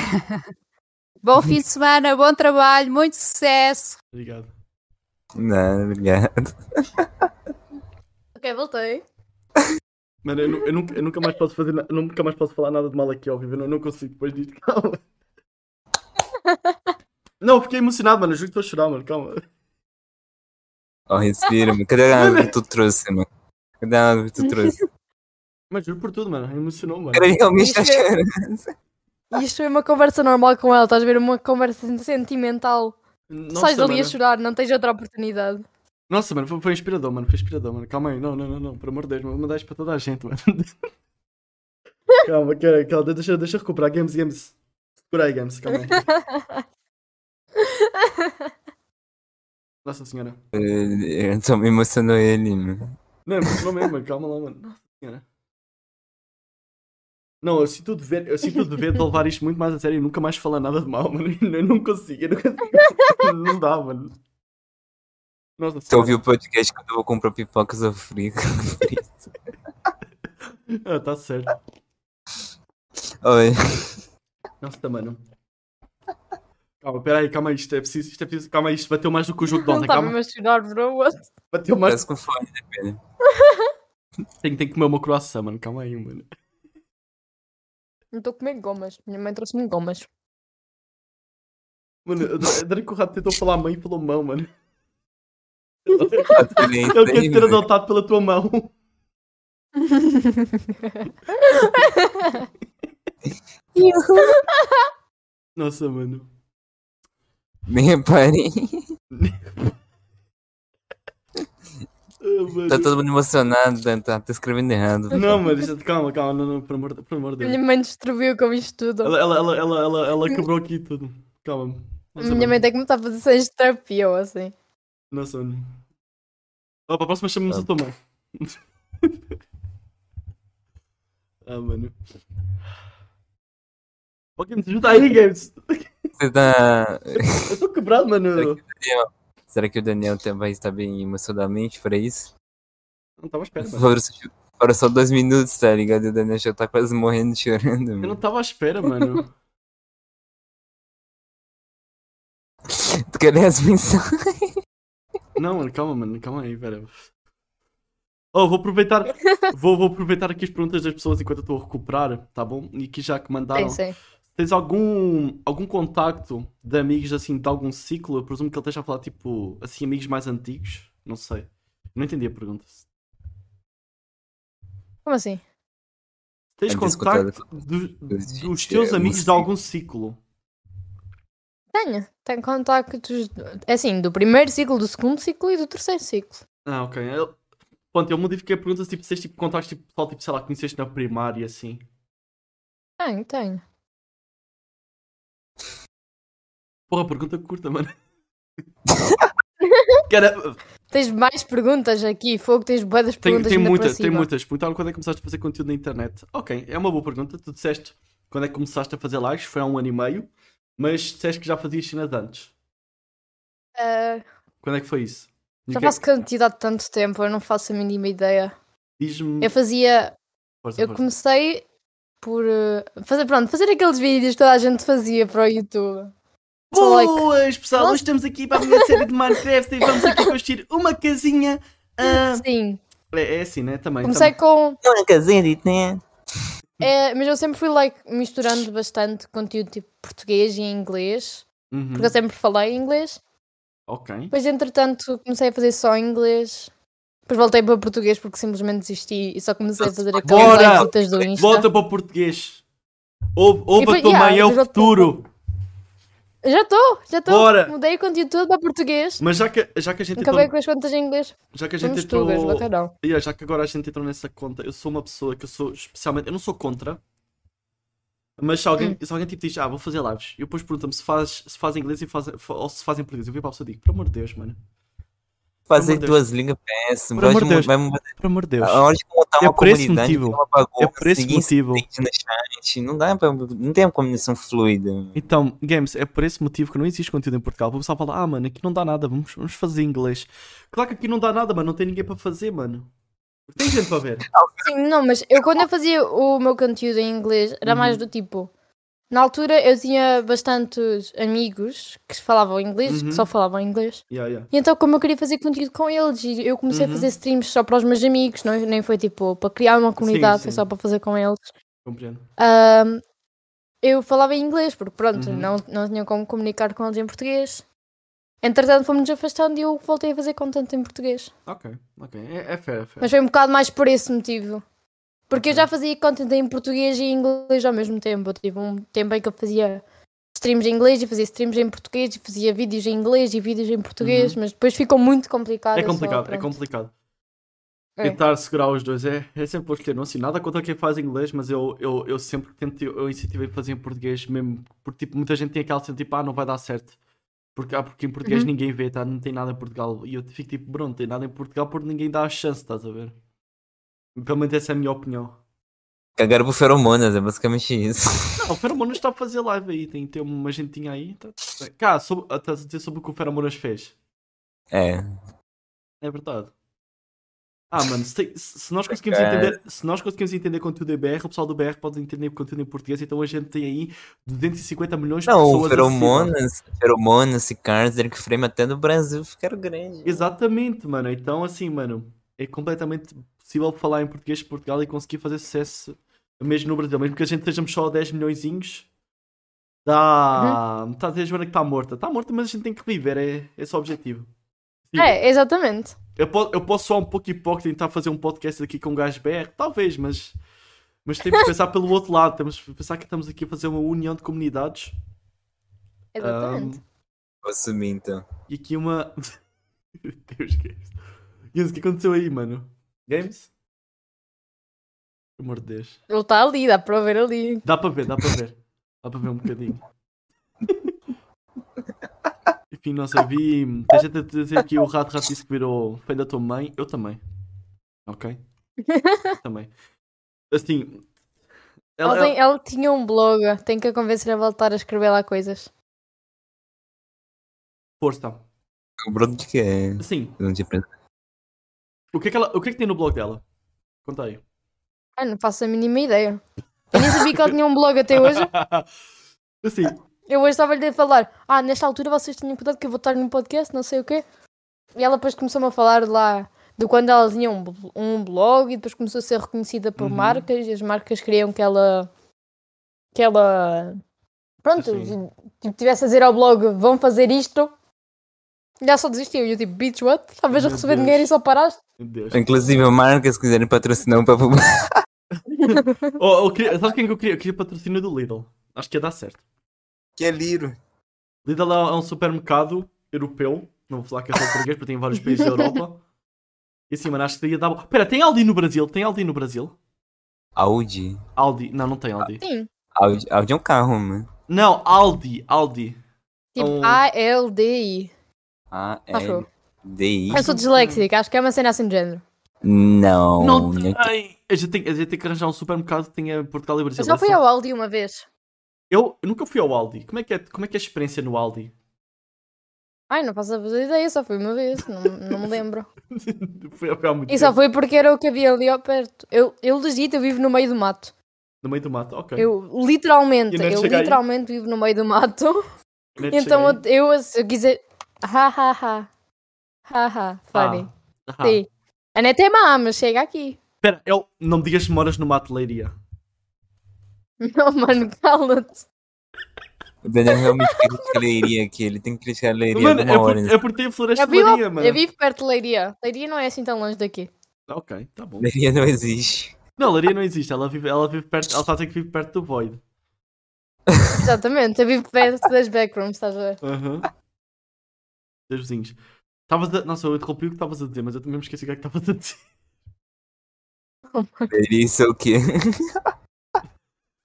E: Bom fim de semana, bom trabalho, muito sucesso.
B: Obrigado.
D: Não, obrigado.
C: Ok, voltei.
B: Mano, eu, nu- eu nunca, eu nunca mais posso fazer na- nunca mais posso falar nada de mal aqui ao vivo. Eu não, não consigo depois disto, calma. Não, eu fiquei emocionado, mano. Eu juro que estou a chorar, mano. Calma.
D: Ó, respira, mano. Cadê a água que tu trouxe, mano? Cadê a água que tu trouxe?
B: Mas juro por tudo, mano. Emocionou, mano.
D: O cara realmente tá
C: Isso é-
D: chorando.
C: Isto foi uma conversa normal com ela, estás a ver? Uma conversa sentimental.
B: Nossa,
C: Sais ali a
B: mano.
C: chorar, não tens outra oportunidade.
B: Nossa, mano, foi, foi inspirador, mano. Foi inspirador, mano. Calma aí. Não, não, não, não. Por amor de Deus, mano. Mandar isto para toda a gente, mano. calma, cara, calma. Deixa, deixa eu recuperar. Games, games. Segura aí, games. Calma aí. Nossa senhora.
D: Eu só me emocionou ele, mano.
B: Não, mas não mesmo, mano. calma lá, mano. Nossa senhora. Não, eu sinto o dever, eu sinto o dever de levar isto muito mais a sério e nunca mais falar nada de mal, mano. Eu não consigo, eu não consigo. Não dá, mano. Nossa
D: Tu
B: senhora.
D: ouviu o podcast quando eu vou comprar pipocas ao frio?
B: Ah, tá certo.
D: Olha,
B: Nossa, mano. Calma, peraí, calma aí, isto é preciso, isto é preciso, calma aí, isto bateu mais do que o jogo de
C: Não
B: ontem,
C: estava
B: calma.
C: mesmo a chorar, bro.
B: Bateu mais.
D: parece com fome, né, Pedro?
B: Tenho, tenho que comer uma croissant, mano, calma aí, mano.
C: Não estou a comer gomas. Minha mãe trouxe-me gomas.
B: Mano, a Dani Conrado tentou falar mãe e falou mão, mano.
D: que nem tem,
B: Ele quer ter
D: mano.
B: adotado pela tua mão. Nossa, mano.
D: Nem reparem.
B: Ah, mano.
D: Tá todo mundo emocionado, tá, tá, tá escrevendo errado.
B: Não, mano, deixa- calma, calma, não, não, pelo amor, de- pelo amor de
C: Minha
B: Deus.
C: mãe destruiu com isto tudo.
B: Ela, ela, ela, ela, ela, ela quebrou aqui tudo. Calma. Nossa,
C: Minha
B: mano.
C: mãe tem que começar a fazer sessões de terapia ou assim.
B: Nossa, mano. Ó, pra próxima chamamos a tua mãe. ah, mano. Ó, Games, ajuda aí, Games.
D: Você tá.
B: Eu tô quebrado, mano.
D: Será que o Daniel tá- vai estar bem emocionalmente pra isso?
B: Não tava à espera, mano.
D: Foram só, foram só dois minutos, tá ligado? E o Daniel já tá quase morrendo chorando.
B: Eu
D: mano.
B: não tava à espera, mano.
D: Tu quer ler as mensagens?
B: Não, mano, calma, mano, calma aí, pera. Oh, vou aproveitar, vou, vou aproveitar aqui as perguntas das pessoas enquanto eu estou a recuperar, tá bom? E aqui já que mandaram.
C: Sim, sim.
B: Tens algum, algum contacto de amigos, assim, de algum ciclo? Eu presumo que ele esteja a falar, tipo, assim, amigos mais antigos? Não sei. Não entendi a pergunta.
C: Como assim?
B: Tens
D: Antes de
B: contacto
D: escutar
B: dos,
D: Gente,
B: dos teus
D: é um
B: amigos de
D: ciclo.
B: algum ciclo?
C: Tenho. Tenho contactos, é assim, do primeiro ciclo, do segundo ciclo e do terceiro ciclo.
B: Ah, ok. Eu, pronto, eu modifiquei a pergunta, tipo, se tens, tipo, contactos, tipo, pessoal, tipo, sei lá, conheceste na primária, assim.
C: Tenho, tenho.
B: Porra, pergunta curta, mano. Cara,
C: Tens mais perguntas aqui, Fogo, tens boas das
B: Tem,
C: perguntas
B: tem,
C: ainda
B: muita,
C: para
B: tem
C: cima.
B: muitas. Perguntaram quando é que começaste a fazer conteúdo na internet. Ok, é uma boa pergunta. Tu disseste quando é que começaste a fazer lives, foi há um ano e meio, mas disseste que já fazias cenas antes.
C: Ah,
B: Quando é que foi isso? E o
C: já
B: que é
C: faço quantidade de tanto tempo, eu não faço a mínima ideia.
B: que- Diz-me.
C: Eu fazia,
B: Força,
C: eu
B: força.
C: comecei por eh, fazer, pronto, fazer aqueles vídeos que toda a gente fazia para o YouTube. Só like,
B: Boas, pessoal!
C: Nossa.
B: Hoje estamos aqui para a minha série de Minecraft e vamos aqui construir uma casinha. ah,
C: sim.
B: É, é assim, né? Também.
C: Comecei
B: também.
C: com.
D: Uma casinha de né?
C: eh, mas eu sempre fui like misturando bastante conteúdo tipo português e inglês,
B: Uhum.
C: porque eu sempre falei inglês.
B: Ok.
C: Depois, entretanto, comecei a fazer só inglês. Depois voltei para português porque simplesmente desisti e só comecei a fazer aquelas
B: Bora!
C: livezitas do Insta.
B: Volta para o português. Ouve, ouve
C: depois-
B: a tua
C: yeah,
B: mãe, é o
C: depois volta-
B: futuro.
C: Já estou, já
B: Bora!
C: estou. Mudei o conteúdo todo para português.
B: Mas já que, já que a gente então
C: Acabei
B: entrou,
C: com as contas em inglês.
B: já que a gente
C: Vamos tugas,
B: entrou,
C: bacalhau.
B: Yeah, já que agora a gente entrou nessa conta, eu sou uma pessoa que eu sou especialmente. Eu não sou contra. Mas se alguém, se alguém tipo diz, ah, vou fazer lives, e eu depois pergunta-me se faz, se faz em inglês e faz, fa- ou se faz em português. Eu vi para a pessoa e digo, pelo amor de Deus, mano.
D: Fazer
B: Pelo amor de
D: duas línguas péssimo.
B: Pelo
D: Vai,
B: amor de
D: mu-
B: Deus.
D: vai mudar
B: Pelo amor de Deus.
A: Ah,
D: A hora de montar
B: É
D: uma
B: por esse
D: comunidade
B: motivo.
D: é uma bagunça,
A: oh,
B: É por esse
D: ninguém se
B: motivo.
D: entende no chat, não dá pra, não tem uma comunicação fluida.
B: Então, games, é por esse motivo que não existe conteúdo em Portugal. O pessoal fala, ah, mano, aqui não dá nada, vamos, vamos fazer em inglês. Claro que aqui não dá nada, mano, não tem ninguém para fazer, mano. Tem gente para ver.
C: Sim, não, mas eu quando eu fazia o meu conteúdo em inglês
B: Uhum.
C: era mais do tipo. Na altura eu tinha bastantes amigos que falavam inglês,
B: Uhum.
C: que só falavam inglês.
B: Yeah, yeah.
C: E então, como eu queria fazer conteúdo com eles, e eu comecei
B: Uhum.
C: a fazer streams só para os meus amigos, não, nem foi tipo para criar uma comunidade, foi
B: sim.
C: só para fazer com eles.
B: Compreendo.
C: Ahm, eu falava em inglês, porque pronto,
B: Uhum.
C: não, não tinha como comunicar com eles em português. Entretanto, fomos-nos afastando e eu voltei a fazer conteúdo em português.
B: Ok, ok. É, é fair, é fair.
C: Mas foi um bocado mais por esse motivo. Porque eu
B: Ok.
C: já fazia conteúdo em português e em inglês ao mesmo tempo. Eu tive um tempo em que eu fazia streams em inglês e fazia streams em português e fazia vídeos em inglês e vídeos em português, mas depois ficou muito complicado.
B: Uhum. É
C: eu só,
B: complicado, é
C: pronto.
B: complicado.
C: É.
B: Tentar segurar os dois é, é sempre por ter, não assim, nada contra quem faz inglês, mas eu, eu, eu sempre tento, eu incentivei a fazer em português mesmo, porque tipo, muita gente tem aquela cena tipo, ah, não vai dar certo, porque, ah, porque em português
C: Uhum.
B: ninguém vê, tá? não tem nada em Portugal, e eu fico tipo, bro, não tem nada em Portugal porque ninguém dá a chance, estás a ver? Pelo menos essa é a minha opinião.
D: Cagaram por feromonas, é basicamente isso.
B: Não, o Feromonas está a fazer live aí, tem, tem uma gentinha aí, tá? Cá, sobre- estás a dizer sobre o que o Feromonas fez?
D: É.
B: É verdade. Ah, mano, se, tem- se- se nós conseguimos
D: Cara.
B: entender, se nós conseguimos entender conteúdo em BR, o pessoal do BR pode entender conteúdo em português, então a gente tem aí 250 milhões de
D: Não, o
B: pessoas.
A: um
B: acessíveis.
D: feromonas, feromonas e Cars, Eric Frame até no Brasil ficaram grandes.
B: Exatamente, mano. Então, assim, mano, é completamente possível falar em português de Portugal e conseguir fazer sucesso mesmo no Brasil, mesmo que a gente estejamos só a 10 milhõeszinhos. Dá. Está a dizer a Joana que está morta. Está morta, mas a gente tem que viver, é esse o objetivo. Sim.
C: É, exatamente.
B: Eu po- eu posso, só um pouco hipócrita e tentar fazer um podcast aqui com um gajo BR? Talvez, mas, mas temos que pensar pelo outro lado. Temos que pensar que estamos aqui a fazer uma união de comunidades.
C: Exatamente.
B: Ahm,
D: Vou assumir então.
B: e aqui uma. Meu Deus, Games. Games, o que aconteceu aí, mano? Games? Pelo amor de Deus.
C: Ele está ali, dá para ver ali.
B: Dá para ver, dá para ver. Dá para ver um bocadinho. Enfim, nossa, vi. Tem gente a dizer aqui o rato rato disse que virou pai da tua mãe. Eu também. Ok? também. Assim. Ela,
C: Ela,
B: é-
C: tem- ela tinha um blog, tem que a convencer a voltar a escrever lá coisas.
B: Força.
D: O Bruno de que é? Eu
B: Assim,
D: não tinha pensado.
B: o que, é que ela, o que é que tem no blog dela? Conta aí.
C: Ah, não faço a mínima ideia. Eu nem sabia que ela tinha um blog até hoje.
B: assim,
C: Eu hoje estava-lhe a falar, ah, nesta altura vocês tinham cuidado que eu vou estar num podcast, não sei o quê. E ela depois começou-me a falar lá de quando ela tinha um, bl- um blog e depois começou a ser reconhecida por
B: Uhum.
C: marcas e as marcas queriam que ela. que ela. pronto,
B: Assim.
C: tipo, tivesse a dizer ao blog, vão fazer isto. E ela só desistiu. E eu tipo, bitch, what? Estavas a
B: Meu
C: receber
B: Deus.
C: dinheiro e só paraste?
B: meu Deus.
D: Inclusive, a marca, se quiserem patrocinar para publicar.
B: Oh, eu queria, sabe quem que eu queria? Eu queria patrocínio do Lidl. Acho que ia dar certo.
D: Que é Liro.
B: Lidl é é um supermercado europeu. Não vou falar que é só português, porque tem em vários países da Europa. E assim, mano, acho que ia dar. bo- Pera, tem Aldi no Brasil? Tem Aldi no Brasil?
D: Audi.
B: Aldi. Não, não tem Aldi.
C: Sim.
D: Audi, Audi é um carro, mano.
B: Não, Aldi. Aldi.
C: Tipo,
B: Um-
C: ALDI.
D: A,
C: Acho eu.
D: L, D, I.
C: Eu sou disléxica, acho que é uma cena assim de género.
D: Não.
B: não
D: né?
B: tem. A gente tem, a gente tem que arranjar um supermercado que tenha Portugal e Brasil.
C: Eu só fui
B: Essa-
C: ao Aldi uma vez.
B: eu, eu nunca fui ao Aldi. Como é, que é, como é que é a experiência no Aldi?
C: Ai, não faço a ideia, só fui uma vez, não, não me lembro.
B: Foi há muito
C: E só
B: tempo.
C: foi porque era o que havia ali ao perto. Eu, eu legito, eu vivo no meio do mato.
B: No meio do mato, ok.
C: Eu
B: E
C: literalmente,
B: não é de
C: eu
B: chegar aí?
C: literalmente vivo no meio do mato.
B: Como é que
C: Então
B: chega aí?
C: eu, eu, se eu quiser. Ha ha ha. Ha ha, funny.
B: Ah, ah.
C: Sim. A neta é má, mas chega aqui.
B: Pera, eu, não me digas que moras numa ateleria.
C: Não, mano, cala-te.
D: O Daniel realmente tem que criticar a leiria aqui. Ele tem que criticar a leiria
B: Mano,
D: alguma
B: é,
D: hora.
B: por,
D: né?
B: é porque tem floresta
C: Eu vivo,
B: Leiria, mano.
C: eu vivo perto de Leiria. Leiria não é assim tão longe daqui.
B: Ok, tá bom.
D: Leiria não existe.
B: Não, Leiria não existe. Ela vive, ela vive perto. Ela está a dizer que vive perto do Void.
C: Exatamente, eu vivo perto das backrooms, estás a ver?
B: Aham. Dos vizinhos. Estavas a... Nossa, eu interrompi o que estavas a dizer, mas eu também me esqueci o que é que estavas a dizer.
D: Leiria, isso é o quê?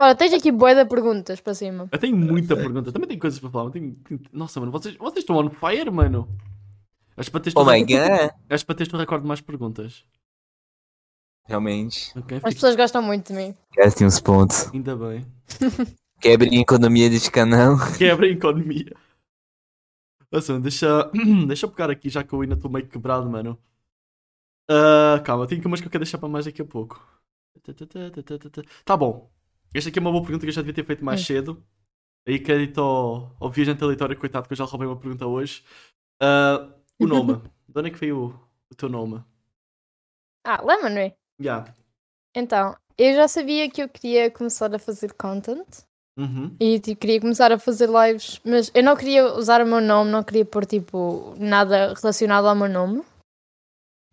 C: Ora, tens aqui boia de perguntas para cima.
B: Eu tenho muita pergunta. Também tenho coisas para falar. mas Tenho... tenho- Nossa, mano, vocês, vocês estão on fire, mano. Acho para teres
D: Oh
B: um
D: my
B: recorde-
D: god.
B: acho para teres um recorde de mais perguntas.
D: Realmente.
B: Ok,
C: As
B: fixe.
C: pessoas gostam muito de mim.
D: Gastem uns pontos.
B: Ainda bem.
D: Quebrem a economia deste canal.
B: Quebra a economia. Nossa, deixa, deixa eu pegar aqui, já que eu ainda estou meio quebrado, mano. Ah, calma, tenho aqui umas que eu quero deixar para mais daqui a pouco. Tá bom. Esta aqui é uma boa pergunta que eu já devia ter feito mais
C: Hum.
B: cedo. Aí crédito ao, ao viajante aleatório, coitado, que eu já roubei uma pergunta hoje. Ah, o nome. De onde é que veio o, o teu nome?
C: Ah, lembra-me?
B: Yeah.
C: Então, eu já sabia que eu queria começar a fazer content
B: Uhum.
C: e tipo, queria começar a fazer lives, mas eu não queria usar o meu nome, não queria pôr tipo nada relacionado ao meu nome.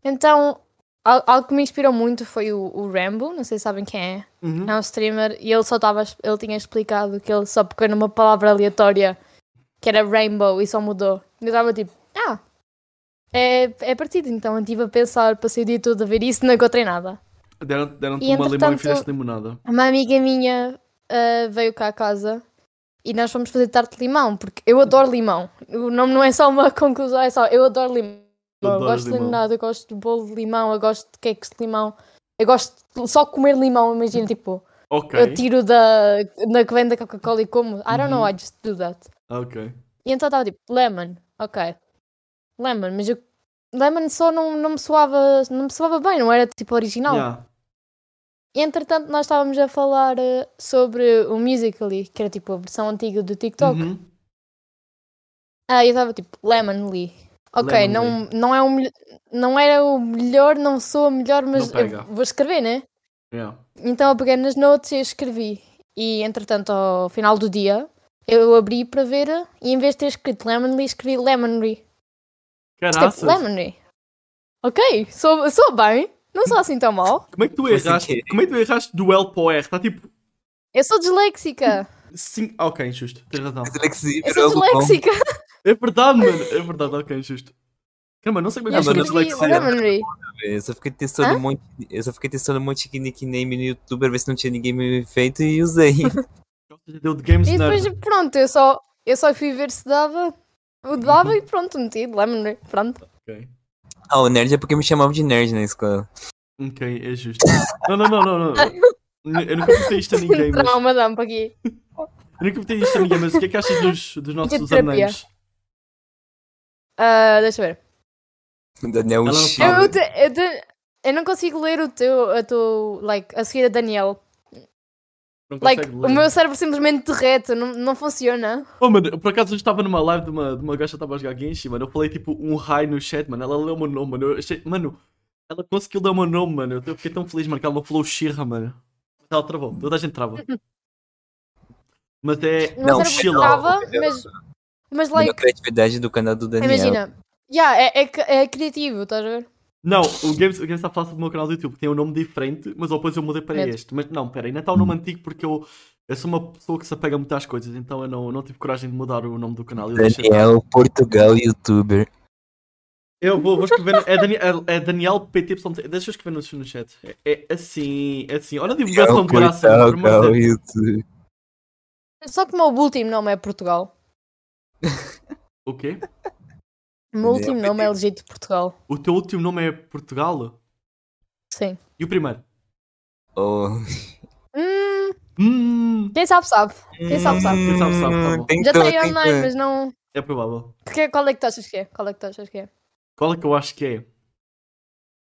C: Então, al- algo que me inspirou muito foi o, o Rambo, não sei se sabem quem é,
B: Uhum.
C: é um streamer e ele só estava, a ex- ele tinha explicado que ele só pegou numa palavra aleatória que era Rainbow e só mudou. E eu estava tipo, ah, é, é partido, então eu estive a pensar, passei o dia todo a ver isso e não encontrei nada.
B: Deram- Deram-te
C: E,
B: uma limão e
C: entretanto-
B: fizeste limonada.
C: Uma amiga minha ah, veio cá a casa e nós fomos fazer tarte de limão, porque eu adoro limão. O nome não é só uma conclusão, é só eu adoro limão. Eu,
B: Adoras
C: gosto de
B: limão.
C: limonada, eu gosto de bolo de limão, eu gosto de cakes de limão. Eu gosto de só comer limão, imagina, tipo,
B: Ok.
C: eu tiro da, da que vem da Coca-Cola e como. I don't know,
B: Uhum.
C: I just do that.
B: Ok.
C: E então estava tipo, lemon, ok. Lemon, mas eu, lemon só não, não me soava, não me soava bem, não era tipo original.
B: Yeah.
C: Entretanto, nós estávamos a falar eh, sobre o Musical.ly, que era tipo a versão antiga do TikTok.
B: Uhum.
C: Ah, eu estava tipo, Lemon.ly. Ok,
B: Lemon
C: não, não, é o, mel- não era o melhor, não sou a melhor, mas
B: Não pega.
C: eu vou escrever, né?
B: Yeah.
C: Então eu peguei nas notes e escrevi. E entretanto, ao final do dia, Eu abri para ver e em vez de ter escrito Lemonly, escrevi Lemonry.
B: Caraças,
C: Tipo, Lemonry. Ok, sou, sou bem, não sou assim tão mal.
B: como é que tu
D: Você
B: erraste?
D: quer-
B: Como é que tu erraste do L para o R? Está tipo.
C: Eu sou disléxica.
B: Sim, ok, justo, tens razão.
D: Dislexia
C: Eu
D: virou
C: sou
D: algo bom.
C: disléxica.
B: É verdade, mano, é verdade, ok, justo. Caramba, não sei como
C: Eu
B: é
D: mas
B: que eu
D: não
C: escrevi
B: dislexia.
C: Lemonry.
D: Eu só fiquei testando
C: Hã?
D: um monte. Eu só fiquei testando um monte de nickname no YouTube pra ver se não tinha ninguém me feito e usei.
B: Deu de Games
C: E
B: Nerd.
C: depois, pronto, eu só, eu só fui ver se dava. O dava e pronto, meti Lemonry. Pronto.
B: Ok.
D: Ah, o nerd é porque me chamavam de nerd na escola.
B: Ok, é justo. Não, não, não, não, não. Eu nunca contei isto a ninguém, mas.
C: Trauma, dá-me para aqui.
B: Eu nunca contei isto a ninguém, mas o que é que achas dos, dos nossos
C: De terapia.
B: usernames?
C: Ah, deixa eu ver.
D: Daniel
B: Ela não
D: Uchi.
B: sabe.
C: Eu, eu te- eu te- eu não consigo ler o teu, a teu, like, a seguir a Daniel.
B: Não consegue
C: Like,
B: ler.
C: o meu cérebro simplesmente derrete, não, não funciona.
B: Oh, mano, eu por acaso hoje estava numa live de uma, de uma gaja que estava a jogar Genshin, mano. Eu falei tipo um raio no chat, mano. Ela leu o meu nome, mano. Eu achei... Mano, ela conseguiu ler o meu nome, mano. Eu fiquei tão feliz, mano, que ela não falou Shira, mano. Ela travou, toda a gente trava. Mas é.
C: O meu
D: Não,
C: cérebro
B: Sheila.
C: trava, mas, mas
D: Mudou a
C: like,
D: criatividade do canal do Daniel.
C: imagina. Yeah, é, é, cri- é criativo, estás a ver?
B: Não, o Games, o Games está a falar sobre o meu canal do YouTube, que tem um nome diferente, mas depois eu mudei para
C: Medo.
B: este. Mas não, pera, ainda está o nome antigo porque eu, eu sou uma pessoa que se apega muito às coisas, então eu não, não tive coragem de mudar o nome do canal. Eu, deixei-
D: Daniel, Portugal, youtuber.
B: eu vou, vou escrever. É, Dani, é, é Daniel PT. Deixa eu escrever no, no chat. É, é assim, é assim. Olha a divulgação
D: Daniel,
B: de graça. mano, por amor de
D: Portugal,
B: Deus.
D: youtuber.
C: Só que o meu último nome é Portugal.
B: O quê?
C: O
D: Daniel
C: meu último nome é
D: Pedro.
C: legítimo Portugal.
B: O teu último nome é Portugal?
C: Sim.
B: E o primeiro?
D: Oh.
C: Hum,
B: Hum,
C: quem sabe, sabe. Quem sabe, sabe.
B: Quem sabe, sabe, tá bom.
C: Já
A: Então,
D: Tentou,
C: tem online,
D: tentou.
C: mas não.
B: é provável.
C: Porque, qual é que tu achas que é? Qual é que tu achas que é?
B: Qual é que eu acho que é?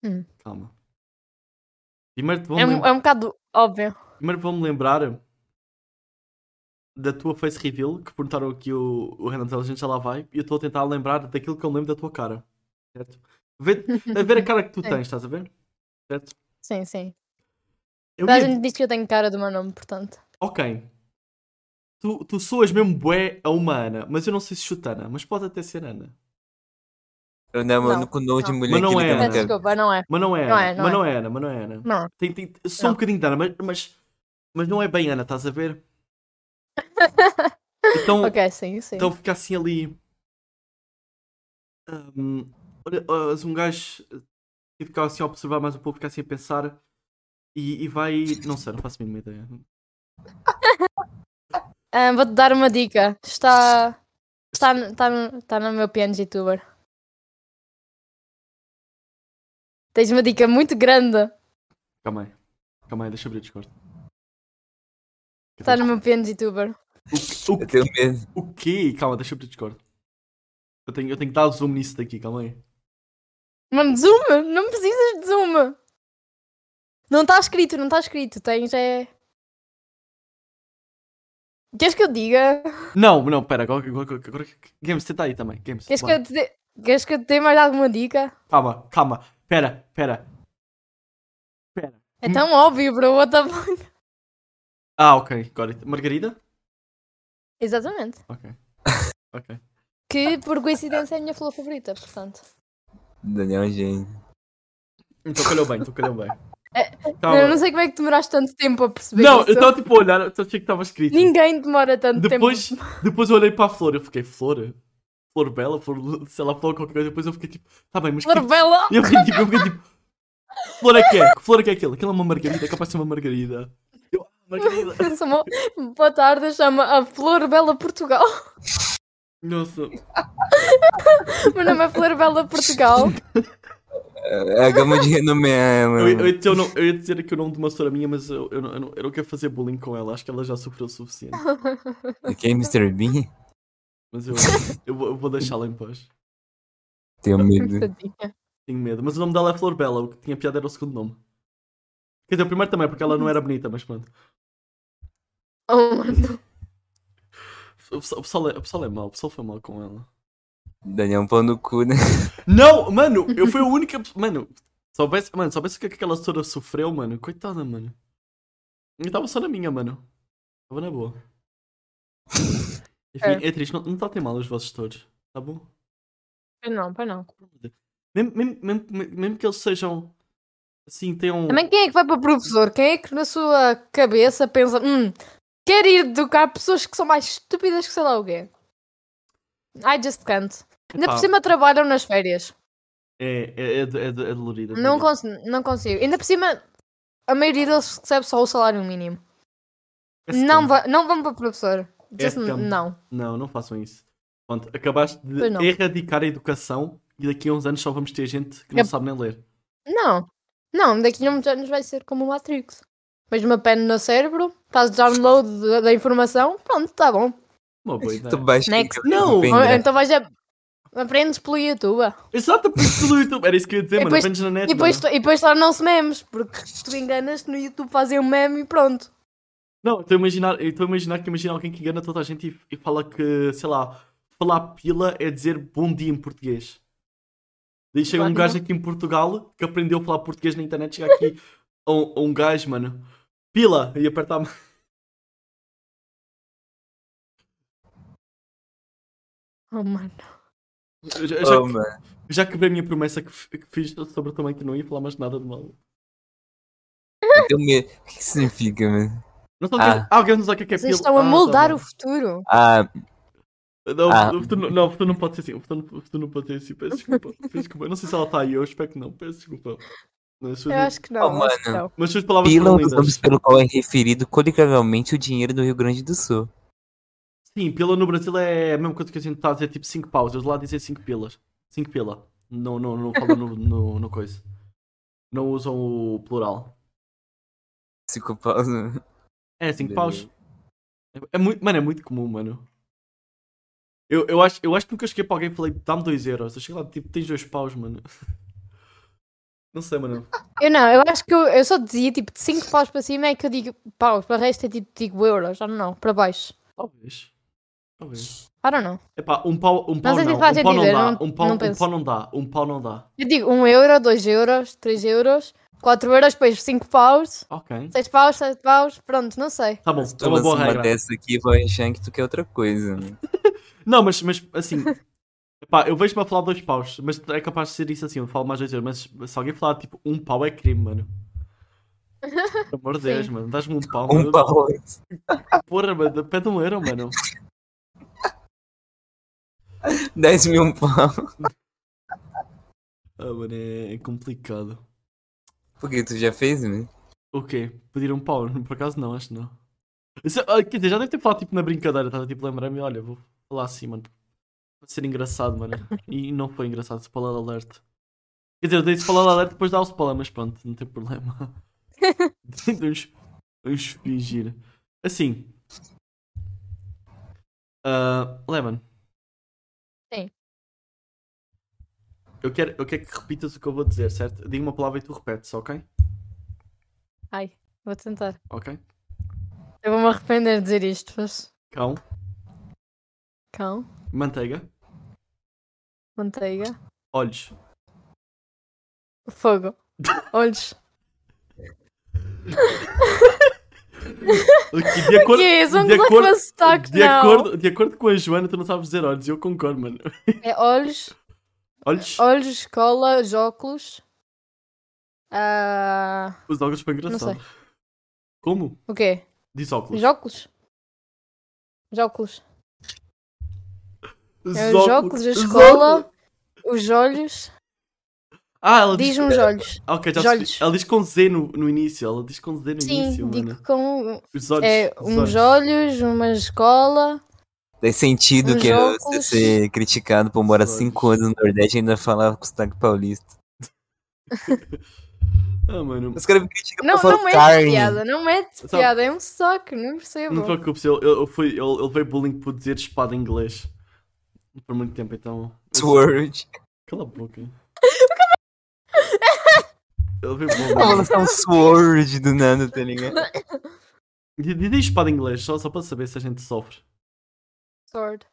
C: Hum.
B: Calma. Primeiro te vou
C: É, um- é um bocado óbvio.
B: Primeiro vou-me lembrar da tua face reveal, que perguntaram aqui o, o Random Tell, a gente já lá vai, e eu estou a tentar lembrar daquilo que eu lembro da tua cara. Certo? Vê, a ver a cara que tu
C: Sim.
B: tens, estás a ver? Certo?
C: Sim, sim.
B: Eu
C: Toda a
B: ia-
C: gente diz que eu tenho cara do meu nome, portanto.
B: Ok. Tu, tu soas mesmo bué a uma Ana, mas eu não sei se chuta Ana, mas pode até ser Ana.
D: Eu não, mano,
C: Não,
D: com nojo de
C: não.
D: mulher
B: Mas
D: que
B: não
D: ele
B: é,
D: tá
C: Peço
B: né?
D: matando.
C: desculpa, não é.
B: Mas não é
C: Não
B: Ana,
C: é, não
B: mas
C: é.
B: não é Ana, mas não é Ana.
C: Não.
B: Tem, tem, só um
C: Não.
B: bocadinho de Ana, mas, mas, mas não é bem Ana, estás a ver? Então,
C: Ok, sim, sim.
B: Então fica assim ali. Hum, olha, olha, se um gajo que ficar assim a observar mais um pouco, ficar assim a pensar e, e vai. Não sei, não faço a mínima ideia.
C: Ah, Vou-te dar uma dica. Está. Está, no- está, no- está no meu piano youtuber. Tens uma dica muito grande.
B: Calma aí. Calma aí, deixa eu abrir o Discord.
C: Está no meu piano youtuber.
B: O,
D: Eu tenho medo.
B: o quê? Calma, deixa eu abrir o Discord. Eu tenho, eu tenho que dar zoom nisso daqui, calma aí.
C: Mano, zoom! Não precisas de zoom! Não está escrito, não está escrito. Tens é. Queres que eu diga?
B: Não, não, pera, agora, agora, agora- Games, tenta aí também. Games,
C: Queres que
B: bora.
C: eu te dê- Queres que eu te dê mais alguma dica?
B: Calma, calma. Pera, pera. Pera.
C: É tão óbvio, bro. What the fuck?
B: Ah, ok, agora. Margarida?
C: Exatamente.
B: Ok. Ok.
C: Que por coincidência é a minha flor favorita, portanto.
D: Daniel, é um gente.
B: Então calhou bem, então calhou bem.
C: É,
B: Calma.
C: Eu não sei como é que demoraste tanto tempo a perceber
B: Tá Não,
C: isso.
B: eu estava tipo a olhar, eu só achei que estava escrito.
C: Ninguém demora tanto
B: Depois,
C: tempo.
B: depois eu olhei para a flor, eu fiquei, flor? Flor bela? Flor, sei lá, flor qualquer coisa. Depois eu fiquei tipo, tá bem, mas. que-
C: Flor bela!
B: Eu fiquei tipo, eu fiquei tipo, flor é que é? Que flor é que é aquilo? Aquilo é uma margarida, é capaz de ser uma margarida. Eu, ah, margarida.
C: Sou uma- Boa tarde, chama a Flor Bela Portugal.
B: Nossa,
C: O meu nome é Flor Bela Portugal.
D: É a gama de renome é,
B: eu, eu,
D: mano.
B: ia dizer o nome- eu ia dizer aqui o nome de uma senhora minha, mas eu, eu, não- eu, não, eu não quero fazer bullying com ela, acho que ela já sofreu o suficiente.
D: Quem é Mr. Bean?
B: Mas eu, eu, vou- eu vou deixá-la em paz.
D: Tenho medo.
C: Tadinha.
B: Tenho medo. Mas o nome dela é Flor Bela, o que tinha piada era o segundo nome. Quer dizer, o primeiro também, porque ela não era bonita, mas pronto.
C: Oh, mano.
B: O pessoal, o pessoal é, o pessoal é mau, o pessoal foi mal com ela.
D: Daniel é um pau no cu, né?
B: Não, mano, eu fui a única pessoa. Mano, soubesse, mano, soubesse o que é que aquela senhora sofreu, mano. Coitada, mano. Eu tava só na minha, mano. Tava na boa. Enfim, é, triste, não, não tratem mal os vossos todos, tá bom?
C: Pois não, pois não.
B: Mesmo, mesmo, mesmo, mesmo que eles sejam assim, tenham.
C: Também quem é que vai para professor? Quem é que na sua cabeça pensa, hum, quero ir educar pessoas que são mais estúpidas que sei lá o quê? I just can't. Ainda
B: Epá.
C: por cima trabalham nas férias.
B: É, é, é, do- é, do- é dolorido. é
C: Não,
B: dolorido.
C: cons não consigo. Ainda por cima, a maioria deles recebe só o salário mínimo.
B: É
C: Não,
B: scam.
C: va não vão para professor. Just
B: scam.
C: não.
B: Não, não façam isso. Pronto, acabaste de
C: Pois não.
B: erradicar a educação e daqui a uns anos só vamos ter gente que não
C: É-
B: sabe nem ler.
C: Não. Não, daqui a uns anos vai ser como o Matrix. Mas uma pen no cérebro, faz download da- da informação, pronto, está bom.
B: Uma boa ideia.
D: Tu baixas
C: Next.
D: e eu né?
B: Não,
D: vou
C: Ou
D: pendrive.
C: Então vais a... aprendes pelo YouTube.
B: Exato, aprendes pelo YouTube. Era isso que eu ia dizer,
C: E
B: mano.
C: depois-
B: Aprendes na net.
C: E depois,
B: mano.
C: tu- e depois tornam-se memes, porque se tu enganas no YouTube fazem um meme e pronto.
B: Não, eu estou a imaginar, eu estou a imaginar que imagina alguém que engana toda a gente e, e fala que, sei lá, falar pila é dizer bom dia em português. Daí chega um
C: Claro,
B: gajo
C: não.
B: aqui em Portugal que aprendeu a falar português na internet, chega aqui a um, a um gajo, mano, pila, e apertar a
C: Oh, mano.
B: Eu já, eu já,
D: Oh, mano.
B: já quebrei a minha promessa que, f- que fiz sobre também que não ia falar mais nada de mal.
D: Então, me- O que que significa, mano?
B: Não sabe o que é-
D: Ah.
B: ah, alguém não sabe o que é que é pila.
C: Vocês estão a
B: Ah, tá
C: moldar
B: bom.
C: o futuro.
D: Ah,
B: Não,
D: Ah.
B: o futuro, não- não, o futuro não pode ser assim. O futuro, o futuro não pode ser assim. Peço desculpa. Peço desculpa. Eu não sei se ela está aí, eu espero que não. Peço desculpa. Mas
C: Eu acho que não.
D: Oh,
C: acho que não.
B: Mas suas palavras
D: pila é
B: foram
D: um dos nomes
B: lindas.
D: pelo qual é referido coloquialmente o dinheiro do Rio Grande do Sul.
B: Sim, pila no Brasil é a mesma coisa que a gente está a dizer, tipo 5 paus. Eles lá dizem 5 pilas. 5 pila. Não, não, não falam no, no, no coisa. Não usam o plural.
D: Cinco paus. mano.
B: É 5 paus. É, é muito, mano, é muito comum, mano. Eu, eu, acho, eu acho que nunca cheguei para alguém e falei, dá-me 2 euros. Eu cheguei lá, tipo, tens 2 paus, mano. Não sei, mano.
C: Eu não, eu acho que eu, eu só dizia tipo de 5 paus para cima é que eu digo paus, para o resto é tipo digo euros, I don't know, para baixo.
B: Talvez. Talvez.
C: I don't know.
B: Epá, um pau, um pau
C: sei
B: não,
C: se
B: um
C: faz
B: pau não
C: sentido, eu
B: dá,
C: não-
B: um pau,
C: não
B: um
C: penso.
B: pau não dá, um pau não dá.
C: Eu digo 1 um euro, 2 euros, 3 euros, 4 euros, depois 5 paus,
B: Ok.
C: 6 paus, 7 paus, pronto, não sei.
B: Tá bom,
D: Se
B: é
D: tu
B: uma
D: lança
B: boa Tá
D: uma
B: regra.
D: dessa aqui, vai achar que tu quer outra coisa, mano.
B: Não, mas, mas assim, epá, eu vejo-me a falar dois paus, mas é capaz de ser isso assim, eu falo mais dois euros, mas se alguém falar tipo um pau é crime, mano. Pelo amor de
C: Sim.
B: Deus, mano, dás-me um pau,
D: Um
B: mano.
D: pau.
B: Porra, mano, pede um euro, mano.
D: 10 mil pau.
B: Ah, mano, é, é complicado.
D: Porque tu já fez, mano?
B: O quê? Pedir um pau? Por acaso não, acho que não. Se- ah, quer dizer, já deve ter falado tipo na brincadeira, estava tipo lembrar-me, olha, vou falar assim, mano. Vai ser engraçado, mano. E não foi engraçado, spoiler alert. Quer dizer, eu dei spoiler alert depois dá o spoiler, mas pronto, não tem problema. Vamos vamos fingir. Assim. Ah, Lemon.
C: Sim.
B: Eu quero, eu quero que repitas o que eu vou dizer, certo? Diga uma palavra e tu repetes, ok?
C: Ai, vou tentar.
B: Ok?
C: Eu vou-me arrepender de dizer isto, mas
B: Cão,
C: cão,
B: manteiga,
C: manteiga,
B: olhos.
C: fogo, olhos.
B: Ok, De acordo,
C: que é isso? Não
B: de
C: coloque
B: acordo,
C: meu sotaque,
B: de,
C: não.
B: acordo, de acordo com a Joana, tu não sabes dizer olhos, eu concordo, mano.
C: É olhos,
B: Olhos,
C: olhos, escola, óculos. Ah,
B: os óculos foi engraçado. Como?
C: o quê?
B: Diz óculos.
C: Jóculos? Jóculos.
B: Os
C: É os óculos, a
B: os
C: escola,
B: óculos.
C: os olhos.
B: Ah, ela diz.
C: Diz uns olhos.
B: Ok, já
C: os
B: percebi.
C: olhos.
B: Ela diz com Z no, no início. Ela diz com Z no início,
C: Sim, digo
B: É mano.
C: com.
B: Os olhos.
C: É
B: os
C: uns olhos, uma escola.
D: Tem sentido
C: Uns
D: que eu- você
C: óculos.
D: ser criticado por morar
B: Olhos.
D: 5 anos no Nordeste e ainda falar com sotaque paulista.
B: Ah, mano.
D: Os caras me criticam
C: Não,
D: por falar
C: não é
D: carne.
C: piada, não é de
B: Só-
C: piada, é um soco, não
B: Não te
C: percebo.
B: preocupes, ele, ele, foi, ele, ele veio bullying por dizer espada em inglês. Por muito tempo, então. eu-
D: Sword.
B: Cala a boca. ele veio bullying.
D: Eu vou lançar um sword do nada, tá ligado?
B: Diz diz espada em inglês, só, só para saber se a gente sofre.
C: Sword.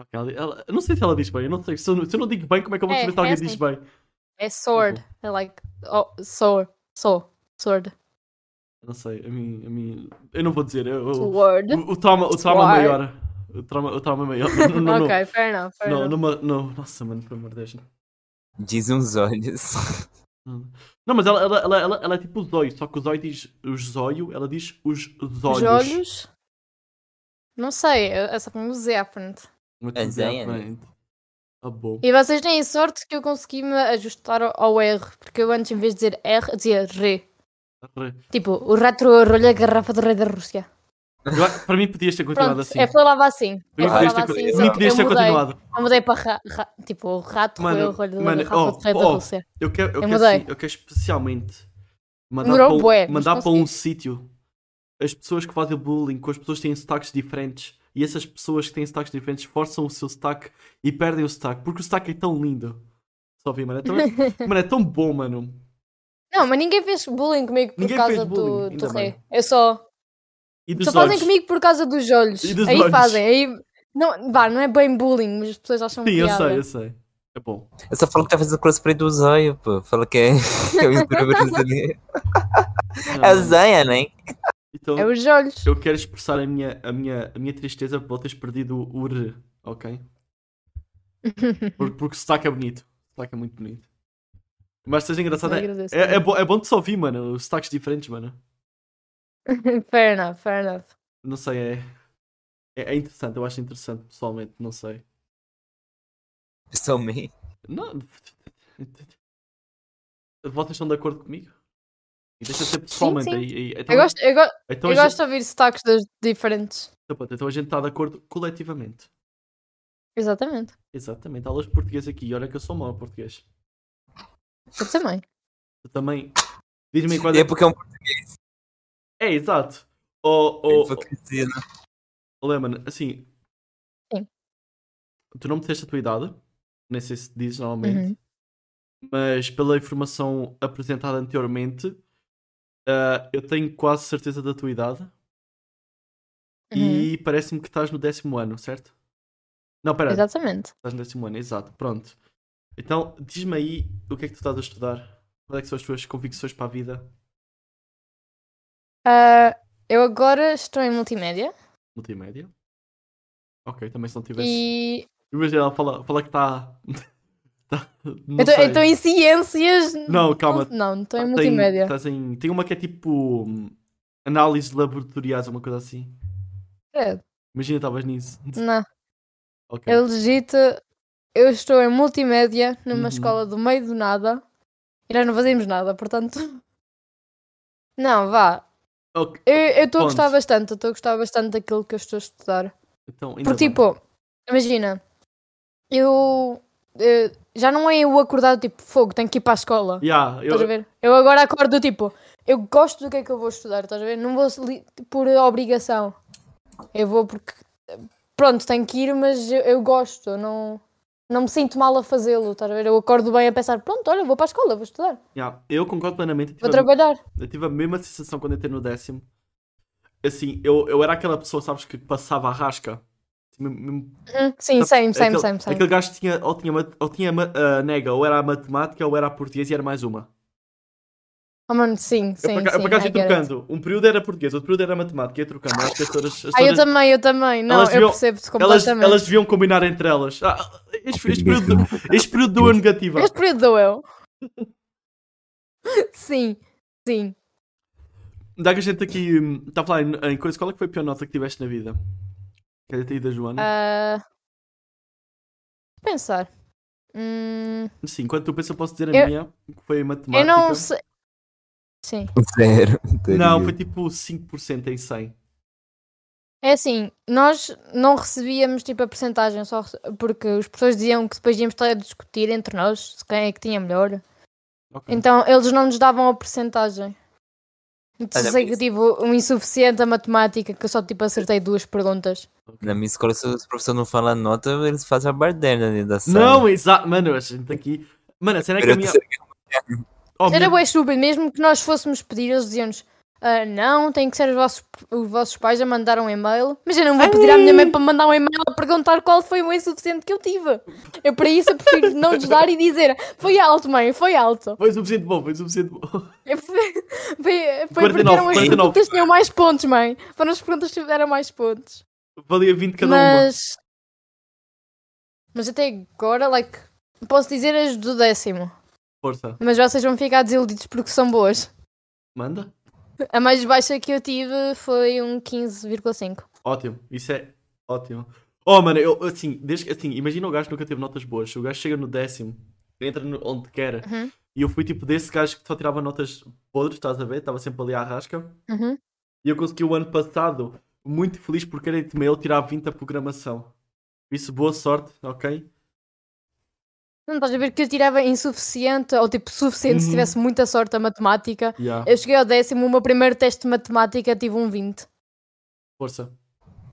B: Ok, ela- ela- eu não sei se ela diz bem, eu não sei. Se eu, não- se eu não digo bem, como é que eu vou
C: É,
B: saber se alguém
C: é
B: diz
C: assim.
B: bem?
C: É sword. É like. Oh, sword. So. Sword.
B: Eu não sei, a mim, a mim. Eu não vou dizer. Eu, eu-
C: Word.
B: o, o trauma, o trauma
C: Sword.
B: maior. O trauma, o trauma maior. Não, não, não.
C: ok, fair enough. Fair
B: Não,
C: enough.
B: numa- não, nossa, mano, pelo amor de Deus.
D: Dizem os olhos.
B: Não, mas ela, ela, ela, ela, ela é tipo zóio, só que o zóio diz os zóio, ela diz os zóios.
C: Os olhos. Não sei, eu eu só ponho o Z à frente.
B: Muito
D: É
B: bem à
D: zen, né?
B: frente. Ah, bom.
C: E vocês têm sorte que eu consegui me ajustar ao- ao R, porque eu antes, em vez de dizer R, eu dizia R. Tipo, o rato rolha a garrafa do rei da Rússia.
B: Eu acho- para mim podias ter
C: Pronto,
B: continuado assim. é
C: eu falava assim.
B: Para
C: Eu
B: mim podias ter,
C: falava
B: con-
C: assim,
B: para
C: só
B: mim
C: que
B: podias ter
C: eu mudei.
B: continuado.
C: Eu mudei para ra, ra- tipo, o rato
B: Mano,
C: roeu o rolho da
B: mano,
C: garrafa
B: oh,
C: do rei da
B: oh,
C: Rússia.
B: Eu quero, eu
C: Eu
B: quero,
C: mudei.
B: assim, eu quero especialmente mandar
C: Demorou
B: para um,
C: bué, mas
B: mandar para um
C: consegui.
B: sítio as pessoas que fazem bullying com as pessoas que têm sotaques diferentes e essas pessoas que têm sotaques diferentes forçam o seu sotaque e perdem o sotaque porque o sotaque é tão lindo. Só vi, mano. É tão, mano, é tão bom, mano.
C: Não, mas ninguém fez bullying comigo por
B: Ninguém
C: causa
B: fez bullying,
C: do, do
B: ainda
C: rei.
B: bem.
C: Eu só.
B: E dos
C: Só fazem
B: olhos.
C: comigo por causa dos olhos.
B: E dos
C: aí
B: olhos.
C: fazem, aí. Não, vá, não é bem bullying, mas as pessoas acham
B: Sim, eu
C: piada.
B: sei, eu sei. É bom.
D: Eu só falo que tá fazendo cosplay do zóio, pô. Fala que é, que é o youtuber brasileiro.
B: Não,
D: É o
B: mano.
D: zóio, né?
B: Então,
C: É os olhos.
B: eu quero expressar a minha, a minha, a minha tristeza por teres perdido o R, ok? Porque, porque o sotaque é bonito. O sotaque é muito bonito. Mas seja engraçado,
C: Eu
B: é,
C: agradeço.
B: é, é, bo- é bom de só ouvir, mano. Os sotaques diferentes, mano.
C: Fair enough, fair enough.
B: Não sei, é, é. é interessante, eu acho interessante, pessoalmente, não sei.
D: Pessoalmente.
B: Não. Vocês estão de acordo comigo? E deixa de ser pessoalmente
C: sim.
B: aí. aí- então,
C: Eu gosto, eu, go-
B: então
C: eu
B: a
C: gosto de ouvir sotaques das diferentes.
B: gente, pronto, então a gente está de acordo coletivamente.
C: Exatamente.
B: Exatamente. Aulas de português aqui. E olha que eu sou mau em português.
C: Eu também.
B: Eu também. Diz-me quais
D: E é porque é um
B: É, exato. Oh, oh,
D: hipocrisia, né?
B: oh, Lemon, assim.
C: Sim.
B: Tu não me disseste a tua idade, nem sei se dizes normalmente,
C: Uhum.
B: mas pela informação apresentada anteriormente, ah, eu tenho quase certeza da tua idade
C: Uhum.
B: e parece-me que estás no décimo ano, certo? Não, pera,
C: Exatamente.
B: estás no décimo ano, exato, pronto. Então, diz-me aí o que é que tu estás a estudar? Quais é que são as tuas convicções para a vida?
C: Ah, eu agora estou em multimédia
B: Multimédia? Ok, também se não tivesse.
C: e
B: Imagina, ela fala, fala que está. tá, não
C: eu tô- eu
B: sei.
C: estou em ciências.
B: Não, calma. Tá,
C: Não, não estou então é em
B: Tem-
C: multimédia.
B: estás em- Tem uma que é tipo. hum, Análise laboratoriais, uma coisa assim.
C: Credo.
B: Imagina, estavas nisso.
C: É, Não,
B: tá Ok.
C: Hum, eu legito. Eu estou em multimédia numa
B: Uhum.
C: escola do meio do nada e nós não fazemos nada, portanto. Não, vá.
B: Ok,
C: Eu eu estou a gostar
B: Ponto.
C: bastante, eu estou a gostar bastante daquilo que eu estou a estudar.
B: Então, ainda
C: Porque,
B: bem.
C: tipo, imagina, eu, eh, já não é eu acordar tipo fogo, tenho que ir para a escola.
B: Yeah, eu,
C: Estás a ver? Eu agora acordo tipo, eu gosto do que é que eu vou estudar, estás a ver? Não vou li- por obrigação. Eu vou porque, pronto, tenho que ir, mas eu, eu gosto, eu não, não me sinto mal a fazê-lo, estás a ver? Eu acordo bem a pensar, pronto, olha, vou para a escola, vou estudar,
B: yeah, eu concordo plenamente. eu
C: vou
B: tive a-
C: trabalhar.
B: Eu tive a mesma sensação quando entrei no décimo. Assim, eu, eu era aquela pessoa, sabes, que passava a rasca. Assim, mesmo- mesmo
C: Hum, Sim,
B: Sabe, é
C: same, same,
B: aquele,
C: same, same.
B: Aquele gajo tinha, ou tinha, mat- ou tinha ma- ah, nega, ou era a matemática, ou era a portuguesa e era mais uma.
C: Oh, mano, sim, sim,
B: eu para
C: sim.
B: cá
C: I
B: ia
C: get it.
B: trocando. Um período era português, outro período era matemática. Ia trocando. Acho que as todas. As
C: Ah, eu
B: todas-
C: também, eu também. Não,
B: Elas
C: eu
B: deviam-
C: percebo-te
B: elas,
C: completamente.
B: elas deviam combinar entre elas. Ah, este, este período, este período deu a negativa.
C: Este período dou eu. Sim, sim.
B: Dá que a gente aqui. hum, Está a falar em, em coisa. Qual é que foi a pior nota que tiveste na vida? é Quer ter ido a Joana?
C: Ah, pensar. Hum,
B: Sim, enquanto tu pensa, eu posso dizer a
C: eu-
B: minha, que foi em matemática.
C: eu não sei. Sim.
D: Zero. tá
B: Não, foi tipo 5% em 100.
C: É assim, nós não recebíamos tipo a percentagem, só rece- porque os professores diziam que depois íamos estar a discutir entre nós se quem é que tinha melhor.
B: Ok.
C: Então eles não nos davam a percentagem. Então,
D: Olha,
C: sei que
D: mas-
C: eu tive um insuficiente a matemática que eu só tipo acertei duas perguntas.
D: Na minha escola, se os professores não falam a nota, eles fazem a barderna ali da sala.
B: Não, exato. Mano, a gente aqui. Mano, a cena é que a minha.
D: Durante
B: Oh,
C: Era
B: minha-
C: bué estúpido, mesmo que nós fôssemos pedir, eles diziam-nos ah, não, tem que ser os vossos, os vossos pais a mandar um e-mail. Mas eu não vou pedir à minha mãe para me mandar um e-mail a perguntar qual foi o insuficiente que eu tive. Eu para isso eu prefiro não lhes dar e dizer foi alto, mãe, foi alto.
B: Foi suficiente bom, foi suficiente bom.
C: Eu- Foi, foi porque
B: 49,
C: eram as
B: 49.
C: perguntas que tinham mais pontos, mãe. Foram as perguntas que tiveram mais pontos.
B: Valia 20 cada uma.
C: mas... Mas até agora, like, posso dizer as do décimo.
B: Força.
C: Mas vocês vão ficar desiludidos porque são boas.
B: Manda.
C: A mais baixa que eu tive foi um 15,5.
B: Ótimo. Isso é ótimo. Oh, mano, eu, assim, desde, que- assim, imagina o gajo que nunca teve notas boas. O gajo chega no décimo, entra no- onde quer.
C: Uhum.
B: E eu fui tipo desse gajo que só tirava notas podres, estás a ver? Estava sempre ali à rasca.
C: Uhum.
B: E eu consegui o ano passado, muito feliz porque era de eu tirar 20 a programação. Isso, boa sorte, ok?
C: Não estás a ver que eu tirava insuficiente, ou tipo suficiente se
B: Uhum.
C: tivesse muita sorte a matemática.
B: Yeah.
C: Eu cheguei ao décimo, o meu primeiro teste de matemática tive um 20.
B: Força.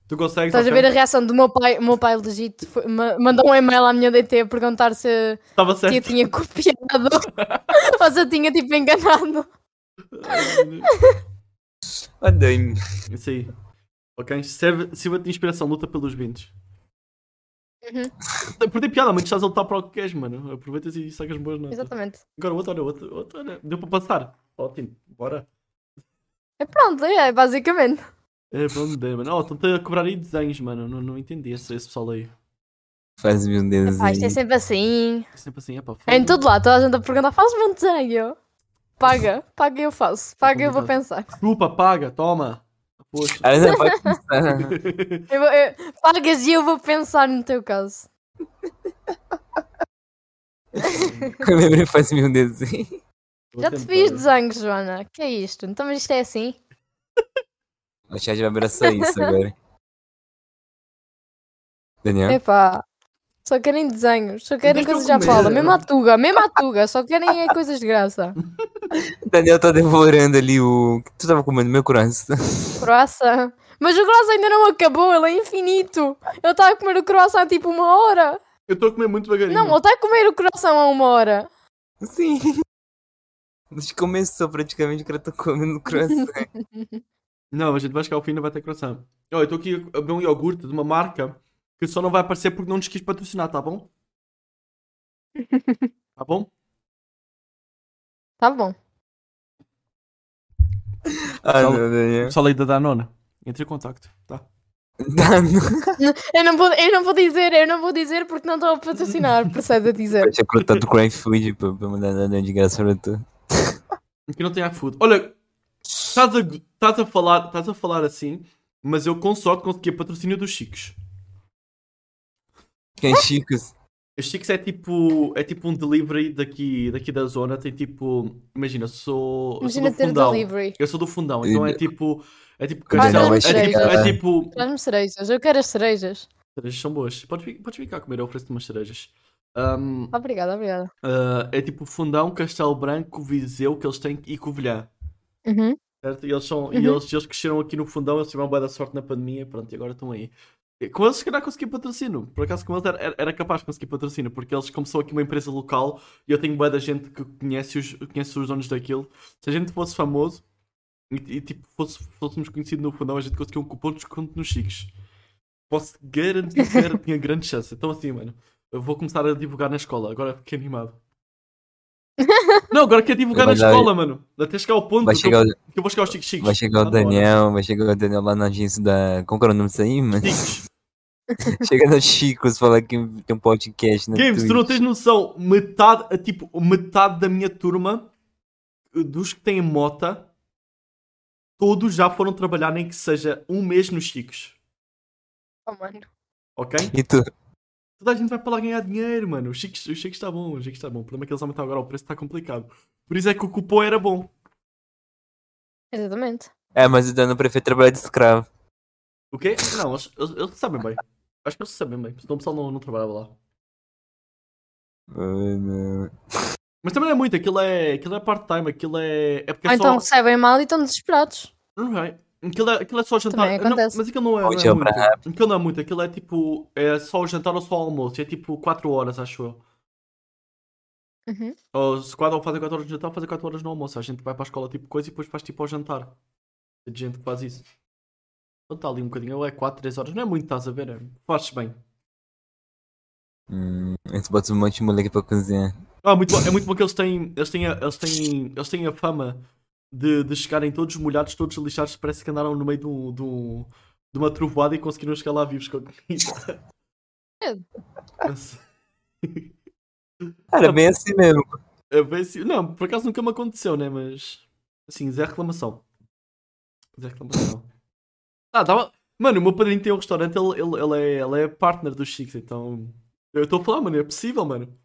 B: Tu consegues?
C: Estás a ver a reação do meu pai, o meu pai legítimo, foi- ma- mandou um e-mail à minha DT a perguntar se,
B: Estava
C: se eu
B: certo.
C: tinha copiado ou se eu tinha tipo enganado. Tipo,
D: Odeio-me.
B: Isso aí. Ok? Serve- Sirva-te de inspiração, luta pelos 20.
C: Uhum.
B: Perdi piada, mas estás a lutar para o que queres, mano. Aproveitas e sacas boas notas.
C: Exatamente.
B: Agora outro, olha, outro, outro, olha. Deu para passar. Ótimo, bora.
C: É pronto, é basicamente.
B: É, pronto, deu, mano. Oh, estão-te a cobrar aí desenhos, mano. Não, não entendi esse, esse pessoal aí.
D: Faz-me um desenho.
C: Pá, isto é sempre assim.
B: É sempre assim, é pá.
C: Em todo lado, toda a gente a perguntar, faz-me um desenho. Paga, paga e eu faço. Paga e eu vou pensar.
B: Desculpa, paga, toma. Poxa.
D: Ah, não, pode começar.
C: Eu vou- eu- pagas e eu vou pensar no teu caso.
D: Eu lembrei, faz-me um desenho.
B: Vou
C: Já te
B: tentar.
C: fiz desenhos, Joana. Que é isto? Então, mas isto é assim?
D: O chat vai abraçar isso agora.
A: É.
B: É.
D: Daniel?
C: Epá. Só querem desenhos, só
B: Mas
C: querem
B: é? não
C: coisas já
B: comer.
C: fala. Mesmo a Tuga, mesmo a Tuga, só querem é coisas de graça.
D: Daniel tá devorando ali o. Tu tava comendo meu coração.
C: Croissant. Mas o croissant ainda não acabou, ele é infinito. Ele está a comer o croissant há tipo uma hora.
B: Eu estou a comer muito devagarinho.
C: Não, ele está a comer o croissant há uma hora.
D: Sim. Mas começou praticamente que eu tô comendo coração.
B: Não, a gente vai chegar ao fim e não vai ter croissant. Ó, eu estou aqui a beber um iogurte de uma marca que só não vai aparecer porque não nos quis patrocinar, tá bom? tá bom?
C: Tá bom.
D: Ah, não, Daniel.
B: Só lei da Danone. Entre em contacto, tá?
D: Dá, não.
C: Eu não vou, eu não vou dizer, eu não vou dizer porque não estou a patrocinar, percebe a dizer.
D: Tinha cortado o Cry Food pra, pra mandar Daniel de graça pra tu.
B: Aqui não tem iFood. Olha, estás a, estás a falar, estás a falar assim, mas eu com sorte consegui a patrocínio dos Chicos.
D: Quem é Chicos?
B: Os Chicos é tipo, é tipo um delivery daqui, daqui da zona, tem tipo, imagina, sou, eu sou
C: Imagina
B: do
C: ter
B: fundão.
C: delivery.
B: Eu sou do fundão, então é tipo. É tipo
D: Vai,
B: castelo.
C: não,
B: é,
C: mas
B: tipo, é
D: chega.
B: tipo.
C: Traz-me cerejas, eu quero as cerejas.
B: Cerejas são boas. Podes, vir- podes vir cá comer, eu ofereço-te umas cerejas. Ahm,
C: Obrigada, obrigada.
B: ah, é tipo fundão, castelo branco, viseu que eles têm e covilhã.
C: Uhum.
B: Certo? E eles, são, e
C: Uhum.
B: eles, eles cresceram aqui no fundão, eles tiveram boa da sorte na pandemia, pronto, e agora estão aí. E Com eles, se calhar, consegui patrocínio. Por acaso, com eles, era, era- era capaz de conseguir patrocínio, porque eles, como são aqui uma empresa local, e eu tenho boa da gente que conhece os, conhece os donos daquilo. Se a gente fosse famoso e, e, tipo, fosse, fôssemos conhecidos no fundão, a gente conseguia um cupom de desconto nos Chiques. Posso garantir que era, tinha grande chance. Então, assim, mano, eu vou começar a divulgar na escola, agora fiquei animado. Não, agora quero divulgar na
D: Vai dar-
B: escola, mano. Até chegar ao ponto
D: Vai
B: que
D: chegar,
B: eu-
D: o-
B: que eu vou chegar aos Chiques Chiques.
D: vai chegar o
B: Tá na hora.
D: Daniel, né? vai chegar o Daniel lá na agência da. Como que era o nome disso aí, mano?
B: Chiques.
D: Chega no Chicos falar que tem um podcast na
B: Games, tu não
D: Twitch.
B: tens noção, metade, a, tipo, metade da minha turma, eh, dos que têm mota, todos já foram trabalhar nem que seja um mês nos Chiques,
C: Oh, mano.
B: ok?
D: E tu?
B: Toda a gente vai para lá ganhar dinheiro, mano. Os Chiques, os Chiques está bom, os Chiques está bom. O problema é que eles aumentaram agora, o preço está complicado. Por isso é que o cupom era bom.
C: Exatamente.
D: É, mas o Daniel prefere trabalhar de escravo.
B: O quê? Não, eles, eles, eles sabem bem. Acho que eles sabem bem, senão o pessoal não, não trabalhava lá.
D: Ah, não.
B: Mas também não é muito, aquilo é, aquilo é part-time, aquilo é... é porque é
C: Ou então
B: só...
C: recebem mal e estão desesperados.
B: Não é. Aquilo é, aquilo é só jantar.
C: Também
B: Não,
C: acontece.
B: mas aquilo não é,
D: Ou
B: não é
D: então
B: muito. Aquilo não é muito. Aquilo é tipo. É só o jantar ou só o almoço. É tipo 4 horas, acho eu.
C: Uhum.
B: Ou se quatro ou fazem 4 horas no jantar, fazem 4 horas no almoço. A gente vai para a escola tipo coisa e depois faz tipo ao jantar. de gente que faz isso. Então está ali um bocadinho, ou é 4, 3 horas, não é muito, estás a ver? é- Fazes bem.
A: Hum, a gente bota um monte de moleque pra cozinhar.
B: Ah, muito bom- é muito bom que eles têm, eles têm, a, eles têm, eles têm a fama de, de chegarem todos molhados, todos lixados, parece que andaram no meio de, um, de, um- de uma trovoada e conseguiram chegar lá vivos com a comida. Mas-
A: Cara, bem assim mesmo.
B: É bem assim- Não, por acaso nunca me aconteceu, né? Mas. Assim, zero reclamação. Zero reclamação. Ah, tava. Mano, o meu padrinho tem um restaurante, ele, ele, ele é, ele é partner do Chico, então. Eu estou a falar, mano, é possível, mano.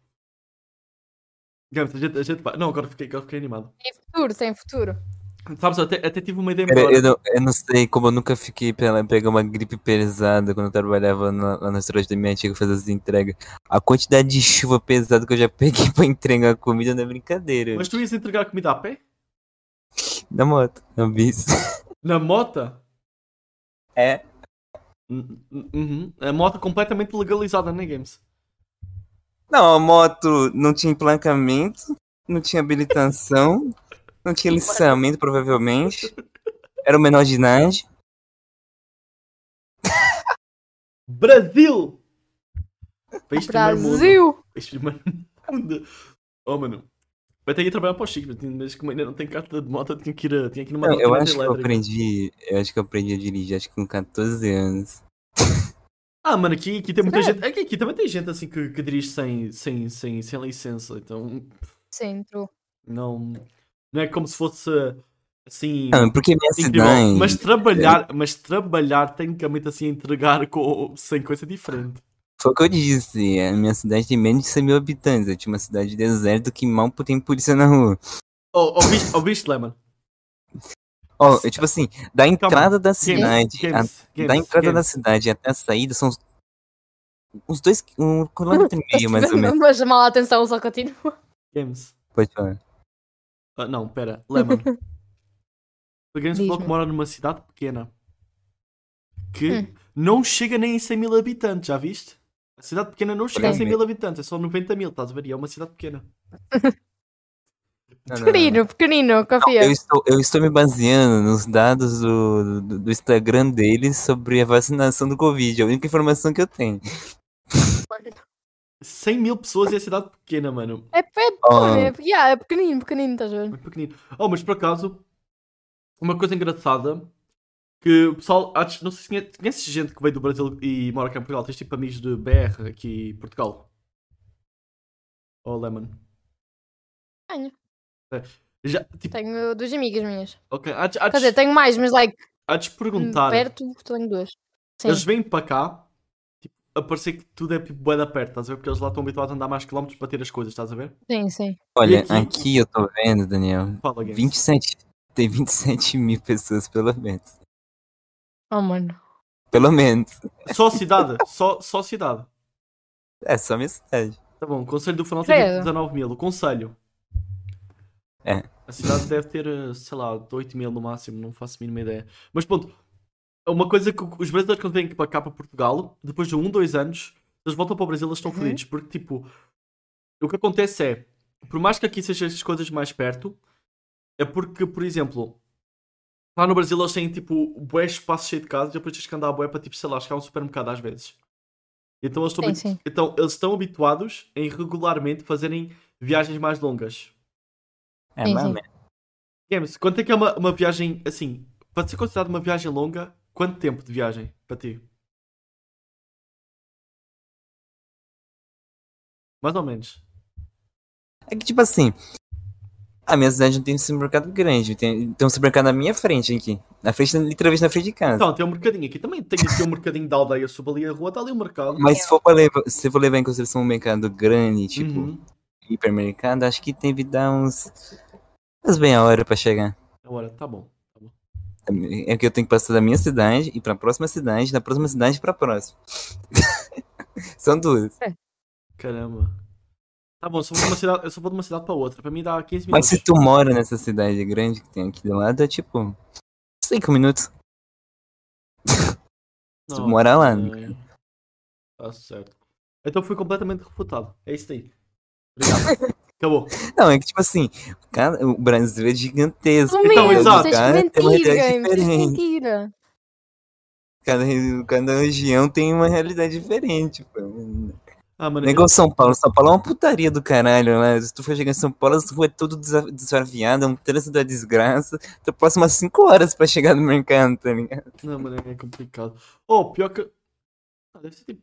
B: Games, a gente, a gente vai- Não, agora fiquei, agora fiquei animado.
C: Tem futuro, tem futuro.
B: Sabes, até, até tive uma ideia
A: Cara,
B: melhor.
A: eu não, eu não sei como eu nunca fiquei pra pegar uma gripe pesada quando eu trabalhava na, lá no restaurante da minha tia que fazia as entregas. A quantidade de chuva pesada que eu já peguei pra entregar comida não é brincadeira.
B: Mas tu ias entregar comida a pé?
A: Na moto, É um na bis.
B: Na mota?
D: É.
B: N- n- Uhum. A mota completamente legalizada, né, Games?
A: Não, a moto não tinha emplacamento, não tinha habilitação, não tinha licenciamento, provavelmente. Era o menor de idade.
B: Brasil! País primeiro mundo.
C: Brasil!
B: Este primeiro mundo. Oh, mano. Vai ter que ir trabalhar para o Chico, mas- mas como ainda não tem carta de moto, eu tinha que ir, a- tinha que é ir numa
A: Não, eu
B: trotinete
A: acho que eu
B: elétrica.
A: aprendi. Eu acho que eu aprendi a dirigir, acho que com 14 anos.
B: Ah, mano, aqui, aqui tem muita
C: Sério?
B: gente. Aqui, aqui também tem gente assim que, que dirige sem, sem, sem, sem licença, então
C: Sim, true.
B: não. Não é como se fosse assim.
A: Não, porque minha
B: incrível.
A: cidade.
B: Mas
A: é.
B: trabalhar, mas trabalhar tecnicamente assim, entregar com, sem coisa diferente.
A: Foi o que eu disse, a minha cidade tem menos de 100 mil habitantes. Eu tinha uma cidade deserta que mal tem polícia na rua.
B: Oh, ouviste, ouviste Lemon?
A: Ó, é tipo assim, da entrada da
B: Games,
A: cidade. a-
B: games, games,
A: da Ah, entrada da
B: games.
A: cidade até a saída são uns- uns dois. Um quilômetro e meio, mais ou menos.
C: Mas chamar a atenção, só continua.
B: games.
A: Pode falar.
B: Ah, não, pera, Lemon. O Games falou
C: Diz-me.
B: que mora numa cidade pequena que
C: Hum.
B: não chega nem a 100 mil habitantes, já viste? A cidade pequena não chega a
A: Olha
B: 100
A: aí.
B: mil habitantes, é só 90 mil, estás a ver? E é uma cidade pequena.
A: Não, não, não, não.
C: Pequenino, pequenino, confia.
A: Eu estou, eu estou me baseando nos dados do, do, do Instagram deles sobre a vacinação do Covid. É a única informação que eu tenho.
B: 100 mil pessoas e a cidade pequena, mano.
C: É, é,
A: Ah.
C: é, yeah, é pequenino, pequenino, estás a ver?
B: Muito pequenino. Oh, mas por acaso, uma coisa engraçada que o pessoal, acho- não sei se conhe- conheces gente que veio do Brasil e mora cá em Portugal, tens tipo amigos de BR aqui em Portugal. Oh, Lemon.
C: Tenho.
B: É, Já, tipo,
C: Tenho duas amigas minhas.
B: ok, há de- há de-
C: Quer dizer, tenho mais, mas like,
B: há de perguntar.
C: perto tenho duas. Sim.
B: Eles vêm para cá, tipo, a parecer que tudo é tipo bué da perto, estás a ver? Porque eles lá estão habituados a andar mais quilómetros para ter as coisas, estás a ver?
C: Sim, sim.
A: Olha,
B: aqui?
A: aqui eu tô vendo, Daniel.
B: Fala, Games.
A: 27. Tem 27 mil pessoas, pelo menos.
C: Oh, mano.
A: Pelo menos.
B: Só cidade, só, só cidade.
A: É só minha cidade.
B: Tá bom, o Conselho do Fanal tem
C: Credo.
B: 19 mil. O Conselho.
A: É.
B: A cidade deve ter, eh, sei lá, 8 mil no máximo, não faço a mínima ideia. Mas pronto, é uma coisa que os brasileiros quando vêm para cá para Portugal, depois de um, dois anos, eles voltam para o Brasil, eles estão
C: Uhum.
B: fodidos. Porque tipo, o que acontece é, por mais que aqui sejam as coisas mais perto, é porque, por exemplo, lá no Brasil eles têm tipo bué espaço cheio de casas e depois tens que andar bué para tipo, sei lá, chegar a um supermercado às vezes. Então eles estão
C: Sim,
B: habitu-
C: sim.
B: então, eles estão habituados em regularmente fazerem viagens mais longas.
A: É,
C: Sim,
A: mais ou
C: sim.
A: menos.
B: Games, quanto é que é uma, uma viagem, assim, para ser considerada uma viagem longa, quanto tempo de viagem para ti? Mais ou menos.
A: É que, tipo assim, a minha cidade não tem um supermercado grande. Tem, tem um supermercado na minha frente aqui. Na frente, literalmente na frente de casa.
B: Então, tem um mercadinho aqui também. Tem aqui um mercadinho da aldeia, subo ali a rua, está ali o mercado.
A: Mas se for, pra levar, se for levar em consideração um mercado grande, tipo,
B: Uhum.
A: hipermercado, acho que teve que dar uns. Uns bem a hora pra chegar.
B: Agora, tá bom. tá bom.
A: É que eu tenho que passar da minha cidade e pra próxima cidade, da próxima cidade pra próxima. São duas.
B: Caramba. Tá bom, só vou de uma cidade, eu só vou de uma cidade para outra. Para mim dá 15
A: Mas
B: minutos.
A: se tu mora nessa cidade grande que tem aqui do lado, é tipo. Cinco minutos. se tu morar lá,
B: Ok. Tá certo. Então fui completamente refutado. É isso aí. É Obrigado. Acabou.
A: Não, é que tipo assim, o cara- o Brasil é gigantesco. assim,
C: Pelo
B: Então,
C: menos,
B: exato.
C: vocês
A: Cada- tem uma realidade
C: mentirem, vocês
A: diferente.
C: mentiram.
A: Cada, cada região tem uma realidade diferente, pô.
B: Ah, mano,
A: Negócio São Paulo. São Paulo é uma putaria do caralho, né? Se tu for chegar em São Paulo, as ruas é tudo desa- desaviada, é um trânsito da desgraça. Tu passa umas 5 horas pra chegar no mercado, tá ligado?
B: eu- não, mano, é complicado. Oh, pior que. Ah, deve ser tipo.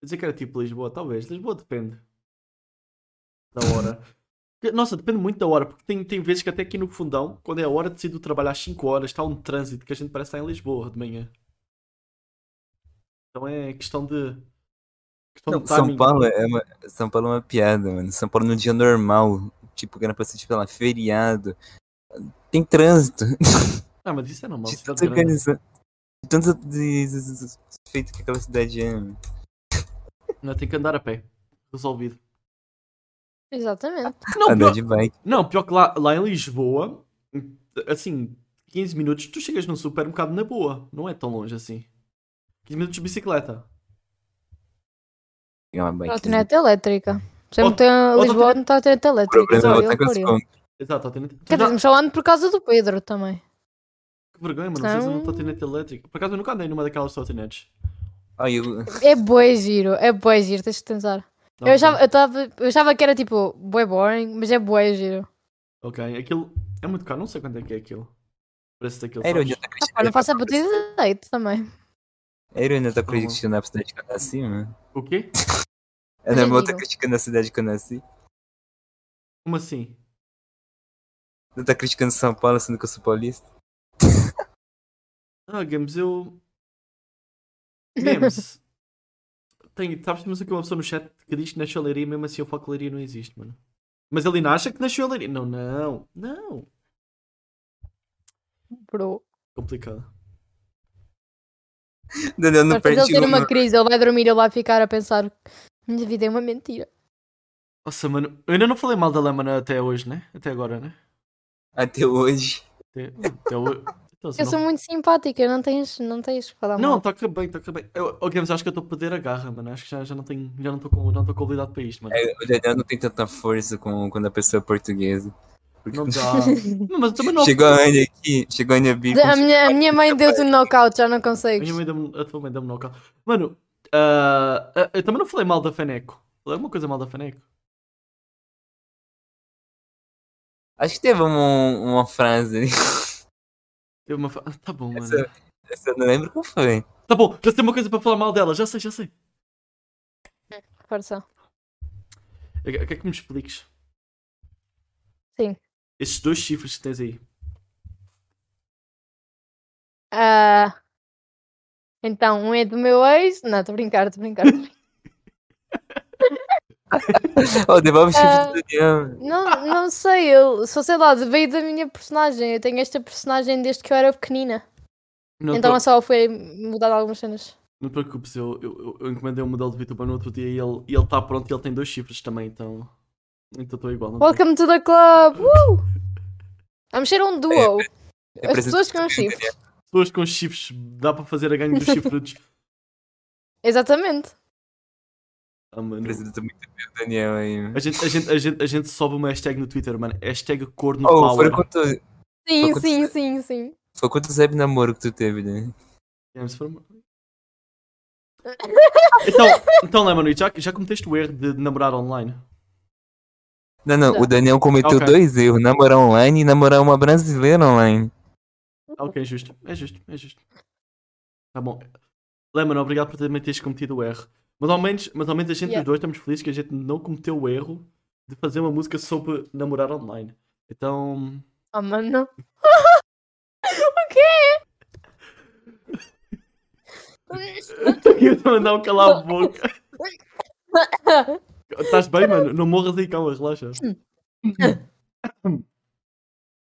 B: Quer dizer que era tipo Lisboa, talvez. Lisboa depende. Da hora. Porque, Nossa, depende muito da hora, porque tem, tem vezes que até aqui no fundão, quando é a hora, decido trabalhar às 5 horas, está um trânsito que a gente parece estar em Lisboa de manhã. Então é questão de. Questão
A: Não,
B: de
A: São
B: timing.
A: Paulo é uma, São Paulo é uma piada, mano. São Paulo no dia normal, tipo, que era pra ser, tipo, sei lá, feriado. Tem trânsito.
B: Ah, mas isso é normal.
A: de
B: cidade
A: tanto
B: grande.
A: organiza... de tanto de- de- de- de- feito que aquela cidade é. mano.
B: Não, tem que andar a pé. Resolvido.
C: Exatamente.
B: Não,
A: Andar
B: pior-
A: de bike.
B: Não, pior que lá, lá em Lisboa, assim, 15 minutos, tu chegas num supermercado na boa. Não é tão longe assim. 15 minutos de bicicleta.
A: É uma bike.
C: Trotinete elétrica. Já não
B: Ou-
C: tem
B: ou trotinete-
C: Lisboa, não está a trotinete
A: O
C: elétrica.
A: problema é
C: só eu
A: botar com as
C: faria.
A: compras.
B: Exato, tá trotinete. Tu
C: Quer
B: já-
C: dizer, mas só ando por causa do Pedro também.
B: Que vergonha, mano. Vocês andam
C: Então-
B: trotinete é elétrica. Por acaso eu nunca andei numa daquelas trotinetes.
A: Ah, eu-
C: É boi giro, é boi giro, tens de tentar.
B: Não,
C: eu, achava, eu, tava, eu achava que era tipo, boi boring, mas é boi giro.
B: Ok, aquilo é muito caro. Não sei quanto é que é aquilo. O preço daquilo.
A: Era
B: sabes?
A: onde eu tô
C: Ah, pá, não
A: acreditando.
C: faço a batida de leite também.
A: Era onde eu tô acreditando na tá cidade que eu nasci, mano.
B: O quê?
A: Era
C: Eu
A: uma outra
C: digo.
A: criticando a cidade que eu nasci.
B: Como assim?
A: Tu tá criticando São Paulo, sendo que eu sou paulista?
B: Ah, Games, eu. Games. Tem, sabes, temos aqui uma pessoa no chat que diz que nasceu em Leiria e mesmo assim o foco em Leiria não existe, mano. Mas ele ainda acha que nasceu em Leiria. Não, não, não.
C: Bro.
B: Complicado.
A: Daniel não
C: Depois ele
A: perde
C: ter
A: uma.
C: uma crise, ele vai dormir, ele vai ficar a pensar: minha vida é uma mentira.
B: Nossa, mano, eu ainda não falei mal da Lemana até hoje, né? Até agora, né?
A: Até hoje.
B: Até, até hoje. Então, se
C: Eu
B: não-
C: sou muito simpática, não tens, não tens que falar
B: Não, tá
C: mal.
B: toca bem, toca bem. Eu, oh, Games, acho que eu estou a perder a garra, mano. Acho que já, já não tenho. Já não estou com, não tô com habilidade para isto, mano.
A: É, O Daniel não tem tanta força com, quando a pessoa é portuguesa. Porque
B: Não dá. Não, mas eu também não.
A: Chegou a Anne aqui, chegou a Anne Bico.
C: A minha, a minha mãe deu-te um knockout, já não consegues.
B: Minha mãe deu-me- a tua mãe deu-me knockout. Mano, ah, ah, eu também não falei mal da Feneco. Falei alguma coisa mal da Feneco?
A: Acho que teve um- uma frase ali.
B: Teve uma. fa- Ah, tá bom, mano.
A: Essa- Essa eu não lembro qual foi.
B: Tá bom, já tem uma coisa pra falar mal dela, já sei, já sei.
C: Força.
B: Eu eu quero que me expliques.
C: Sim.
B: Esses dois chifres que tens aí.
C: Ah, então, um é do meu ex. Não, estou a brincar, estou a brincar.
A: Ó, devolve o chifre
C: Ah.
A: do Daniel.
C: Não, não sei, eu só sei lá, veio da minha personagem. Eu tenho esta personagem desde que eu era pequenina.
B: Não,
C: então assim-
B: tô-
C: eu só foi mudada algumas cenas.
B: não te preocupes, eu, eu, eu- eu encomendei um modelo de VTuber no outro dia e ele, e ele tá pronto e ele tem dois chifres também, então. Então estou igual. Não te
C: Welcome to the club! Woo! Vamos ser um duo.
B: É,
A: Eu
C: As
A: preciso-
C: pessoas com chifres.
B: preocupes. Pessoas com chifres, dá pra fazer a gangue dos chifrudos.
C: Exatamente.
B: Ah, mano.
A: Apresenta muito bem o Daniel aí, mano.
B: A gente, a, gente, a, gente, a gente sobe uma hashtag no Twitter, mano. Hashtag corno
A: Oh, foi
B: power.
A: quanto,
C: Sim,
A: Só quando-
C: sim, sim, sim.
A: foi quantos web namoro que tu teve, né?
B: James Farmer. então, então Lemon, já, já cometeste o erro de namorar online?
A: Não, não, o Daniel cometeu
B: Ok.
A: dois erros, namorar online e namorar uma brasileira online.
B: Ah, ok, é justo. É justo, é justo. Tá bom. Lemon, obrigado por também teres cometido o erro. Mas ao menos, mas ao menos a gente,
C: Yeah.
B: os dois, estamos felizes que a gente não cometeu o erro de fazer uma música sobre namorar online. Então.
C: Oh, mano. o
B: é
C: quê?
B: Eu estou a mandar um calar a boca. Estás bem, mano? Não morras aí, calma, relaxa.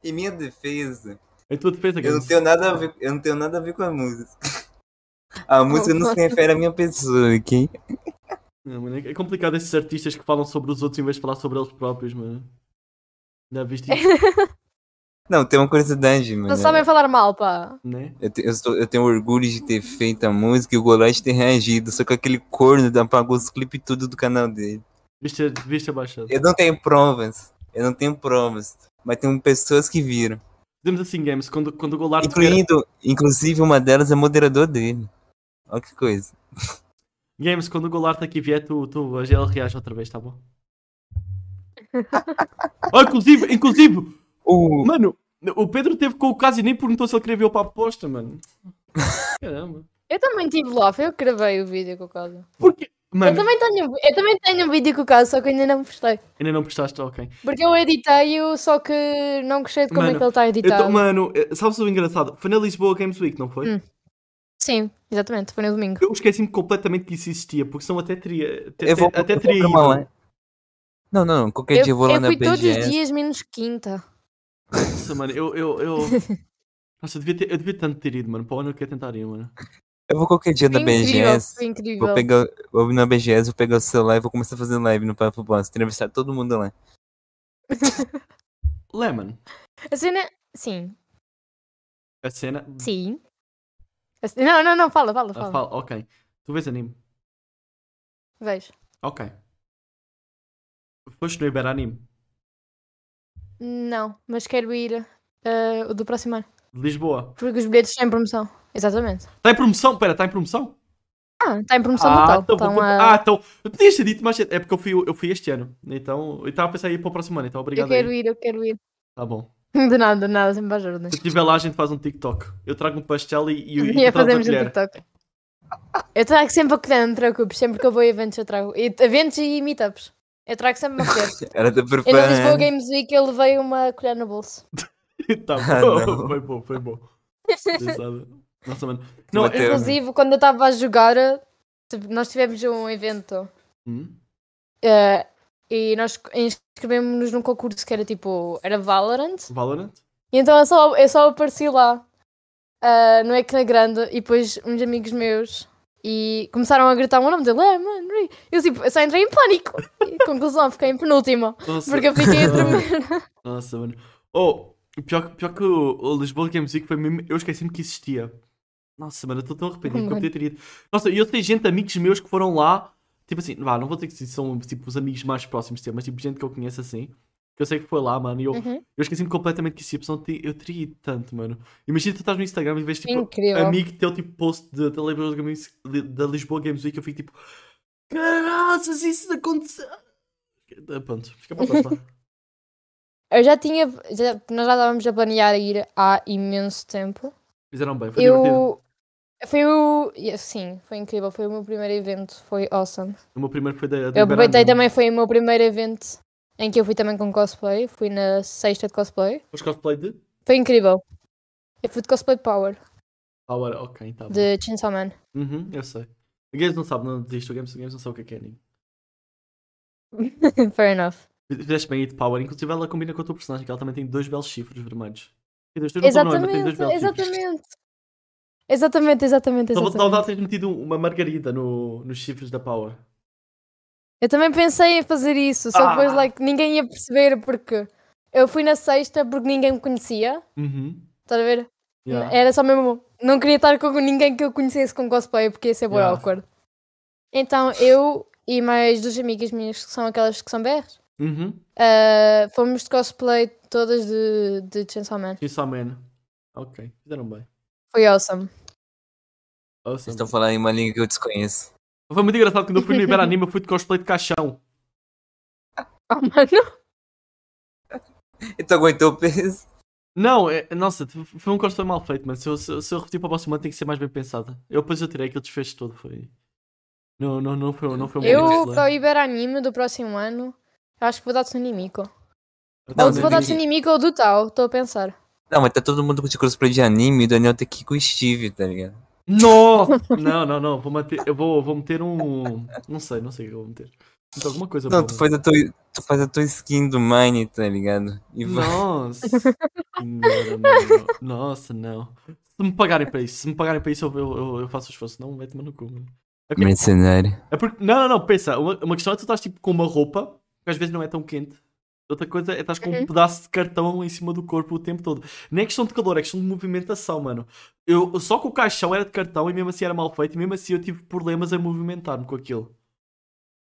D: Em minha defesa,
B: Em tua defesa,
D: eu não
B: Games.
D: tenho nada a ver, eu não tenho nada a ver com a música. A música não se refere à minha pessoa, ok?
B: Não, mano, é é complicado esses artistas que falam sobre os outros em vez de falar sobre eles próprios, mano. é Já viste isso,
A: Não, tem uma curiosidade, mano.
C: Não sabem falar mal, pá.
B: né?
A: Eu, te- eu sou- eu tenho orgulho de ter feito a música e o Golete ter reagido, só que aquele corno apagou os clipes tudo do canal dele.
B: Devias ter, devias ter baixado.
A: Eu não tenho provas. Eu não tenho provas. Mas tem pessoas que viram.
B: Fizemos assim, games, quando, quando o Goulart tiver,
A: Incluindo, inclusive, uma delas é moderador dele. Olha que coisa.
B: games, quando o Goulart aqui vier, tu, tu a GL reage outra vez, tá bom? oh, inclusive, inclusive,
A: O,
B: mano, o Pedro teve com o caso e nem perguntou se ele queria ver o papo posta, mano. Caramba.
C: Eu também estive lá, foi eu que gravei o vídeo com o caso.
B: Porque,
C: Eu
B: mano,
C: também, tenho, eu também tenho um vídeo com o caso, só que ainda não postei.
B: ainda não postaste, ok.
C: Porque eu editei-o, só que não gostei de como é
B: Mano,
C: que ele está
B: Eu
C: editado.
B: tô, mano, eh, sabes o engraçado? Foi na Lisboa Games Week, não foi?
C: Hum. Sim, exatamente, foi no domingo.
B: Eu esqueci-me completamente que isso existia, porque senão até teria. Até,
A: eu vou,
B: até
A: eu vou pra
B: teria ido.
A: uma live. Não, não, não. Qualquer
C: Eu,
A: dia eu vou lá
C: eu
A: na
C: fui todos os
A: BGS.
C: dias menos quinta.
B: Nossa, mano, eu. eu, eu... Nossa, eu devia, ter- eu devia tanto ter ido, mano. Para onde eu quero tentar ir, mano?
A: Eu vou qualquer dia na
C: Foi incrível,
A: BGS.
C: foi incrível.
A: Vou pegar, vou vir na BGS, vou pegar o celular e vou começar a fazer live no Papo Boss. Entrevistar todo mundo lá.
B: Lemon,
C: A cena. Sim,
B: a cena.
C: sim. A ce- Não, não, não, fala, fala,
B: Ah,
C: fala.
B: fala, ok. Tu vês anime?
C: Vejo.
B: Ok. Foste no Iber Anime?
C: Não, mas quero ir eh, o do próximo ano.
B: De Lisboa.
C: Porque os bilhetes estão em promoção. Exatamente.
B: Está em promoção? Pera, está em promoção?
C: Ah, está em promoção total.
B: então,
C: Estão
B: vou-
C: a-
B: ah, então. Eu podias ter dito mais cedo. É porque eu fui, eu fui este ano. Então. Eu estava a pensar em ir para o próximo ano, então
C: eu
B: obrigado. aí.
C: quero ir, eu quero ir.
B: Tá bom.
C: De nada, de nada, sempre para as ordens.
B: Se estiver lá, a gente faz um TikTok. Eu trago um pastel e, e, um e
C: E a
B: tu trazes a
C: fazemos no
B: colher.
C: TikTok. Eu trago sempre a colher, não te preocupes. Sempre que eu vou a eventos, eu trago. E- Eventos e meetups. Eu trago sempre uma colher.
A: Ela tá
C: Eu na é Lisboa
A: preparando.
C: Games Week eu levei uma colher no bolso. um
B: tá
A: Ah,
B: bom.
A: não.
B: foi bom, foi bom. Exato. Nossa, mano.
A: Tu
B: Não,
A: bateu.
B: é...
C: Inclusive, quando eu estava a jogar, tipo, nós tivemos um evento
B: Hum?
C: eh, e nós inscrevemos-nos num concurso que era tipo. Era Valorant.
B: Valorant?
C: E então eu só, eu só apareci lá, ah, no Ecrã Grande, e depois uns amigos meus e começaram a gritar o meu nome, dizer, ah, mano, Rui." eu, tipo, eu só entrei em pânico. E, conclusão, fiquei em penúltima,
B: Nossa,
C: porque eu fiquei a tremer.
B: nossa mano. Oh, pior, que- pior que o, o Lisboa Games Week foi mesmo. Eu esqueci-me que existia. Nossa, mano, eu estou tão arrependido que eu
C: Mano.
B: podia ter ido. Nossa, e eu tenho gente, amigos meus que foram lá. Tipo assim, vá, não vou dizer que se são tipo, os amigos mais próximos de mas tipo gente que eu conheço assim. Que eu sei que foi lá, mano. E eu,
C: Uhum.
B: eu esqueci-me completamente que existia, porque senão te- eu teria ido tanto, mano. Imagina tu estás no Instagram e vês tipo
C: Incrível.
B: amigo teu tipo post de- da Lisboa Games, da Lisboa Games Week, eu fico tipo, caraças, isso aconteceu. Eh, Pronto, fica para a próxima.
C: Eu já tinha, já- nós já estávamos a planear ir há imenso tempo.
B: Fizeram bem, foi divertido.
C: Eu, foi o, sim, foi incrível, foi o meu primeiro evento, foi awesome.
B: O meu primeiro foi da. da
C: Eu aproveitei
B: Iberândia.
C: também, foi o meu primeiro evento em que eu fui também com cosplay, fui na sexta de cosplay.
B: Os cosplay de.
C: Foi incrível. Eu fui de cosplay de Power,
B: Power, ok, tá bom.
C: de Chainsaw Man.
B: Uhum, eu sei. O Games não sabe, não desiste, o Games, o Games não sabe o que é que é anime.
C: Fair enough.
B: Fizeste bem aí de Power, inclusive ela combina com o teu personagem, que ela também tem dois belos chifres vermelhos. Meu Deus, tu não estás no ano, tem dois belos chifres.
C: exatamente. Exatamente, exatamente,
B: Só vou te Então dar o dado,
C: exatamente.
B: tens metido uma margarida no, nos chifres da Power.
C: Eu também pensei em fazer isso, só que depois
B: Ah.
C: like, ninguém ia perceber porque eu fui na sexta porque ninguém me conhecia.
B: Uhum.
C: Estás a ver?
B: Yeah.
C: Era só mesmo. Não queria estar com ninguém que eu conhecesse com cosplay porque ia ser boa
B: Yeah.
C: awkward. Então eu e mais duas amigas minhas que são aquelas que são BRs,
B: Uhum.
C: ah, fomos de cosplay todas de, de Chainsaw Man.
B: Chainsaw oh, Man. Ok, fizeram bem.
C: Foi awesome.
B: Awesome.
A: Vocês estão falando em uma língua que eu desconheço.
B: Então, Foi muito engraçado quando eu fui no Iberanime, eu fui de cosplay de caixão.
C: Oh, mano.
A: E tu Então aguentou o peso?
B: Não, é- nossa, foi um cosplay mal feito, mas se eu, se, eu- se eu repetir para o próximo ano tem que ser mais bem pensada. Eu depois eu tirei aquele desfecho todo, foi. Não, não, não foi, não foi um bom
C: Eu,
B: cosplay.
C: para o Iberanime do próximo ano, eu acho que vou dar Tsunimiko.
B: Não,
C: Ou
A: Não,
C: se
B: nem-
C: vou
A: não,
C: dar assim.
A: não.
C: Tsunimiko ou do Tal, estou a pensar.
A: Não, mas tá todo mundo de cosplay de anime e o Daniel tem que ir com o Steve, tá ligado?
B: Nossa! não, não, não, vou meter, eu vou, vou meter um. Não sei, não sei o que eu vou meter. Então, alguma coisa
A: Não,
B: boa.
A: tu faz a tua, tu faz a tua skin do Mine, tá ligado? E vai-
B: Nossa! Senhora, mano. Nossa, não. Se me pagarem para isso, se me pagarem para isso, eu, eu- eu, eu faço o esforço. Não, mete-me no cu, mano. Ok.
A: Mercenário.
B: É porque, não, não, não, pensa, uma, uma questão é tu estás tipo com uma roupa, que às vezes não é tão quente. Outra coisa é estás com um pedaço de cartão em cima do corpo o tempo todo. Nem é questão de calor, é questão de movimentação, mano. Eu, só que o caixão era de cartão e mesmo assim era mal feito e mesmo assim eu tive problemas a movimentar-me com aquilo.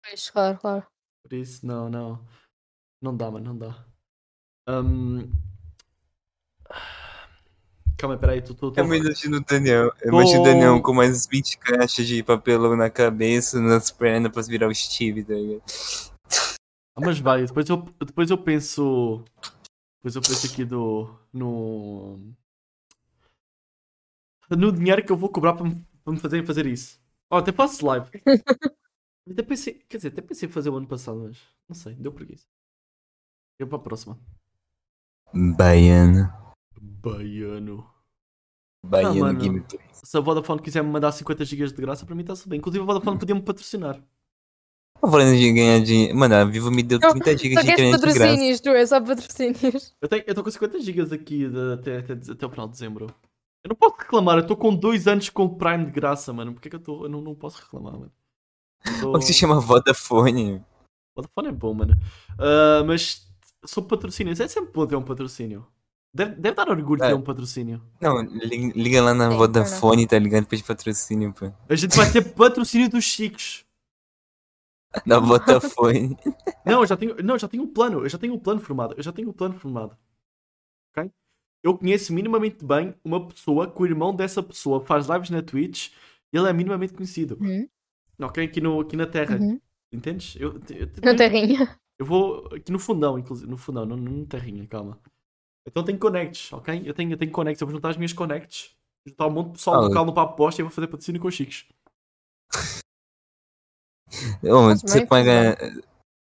C: Pois, claro, claro.
B: Por por isso, não, não. Não dá, mano, não dá. Ahm. Ah. Calma, aí, peraí, tu, tu, tu...
A: Eu me imagino o Daniel. Eu imagino o Daniel com mais 20 caixas de papelão na cabeça, nas pernas, pra virar o Steve, tá ligado?
B: Ah, mas vai, depois eu, depois eu penso. Depois eu penso aqui do. No. No dinheiro que eu vou cobrar para me, para me fazerem fazer isso. Ó, até faço live. até pensei, quer dizer, até pensei em fazer o ano passado, mas não sei, deu preguiça. Eu para a próxima.
A: Baiano.
B: Baiano.
A: Baiano
B: mano.
A: Gameplay.
B: Se a Vodafone quiser me mandar 50 GB de graça, para mim está-se bem. Inclusive a Vodafone podia me patrocinar.
A: Tô Tá falando de ganhar dinheiro. Mano, a Vivo me deu 30 GB
C: Só
A: de
C: queres
A: internet de graça.
C: patrocínios, tu é só patrocínios.
B: Eu tenho- eu estou com 50 GB aqui de- até, até, até o final de dezembro. Eu não posso reclamar, eu estou com dois anos com o Prime de graça, mano. Porquê que eu estou. Eu não, não posso reclamar, mano. Eu tô-
A: O que se chama Vodafone?
B: Vodafone é bom, mano. Ah, mas sobre patrocínios, é sempre bom ter um patrocínio. Deve, deve dar orgulho
A: É.
B: ter um patrocínio.
A: Não, li- liga lá na
C: Tem,
A: Vodafone, tá ligado? Depois de patrocínio, pô.
B: A gente vai ter patrocínio dos chicos.
A: Na Vodafone.
B: Não, eu já tenho, não, eu já tenho um plano. Eu já tenho um plano formado. Eu já tenho um plano formado. Ok? Eu conheço minimamente bem uma pessoa que o irmão dessa pessoa faz lives na Twitch e ele é minimamente conhecido.
C: Uhum.
B: Ok? Aqui, no, aqui na Terra.
C: Uhum.
B: Entendes? Eu, eu-
C: Não terrinha.
B: Eu vou aqui no fundão, inclusive. No fundão, não, não no terrinha, calma. Então tenho connects, ok? Eu tenho, eu tenho connects, eu vou juntar as minhas connects. Juntar um monte de pessoal
A: Ah,
B: local no papo posta e vou fazer patrocínio com os chicos.
A: Ô,
C: Nossa, então,
A: você
C: bem
A: paga.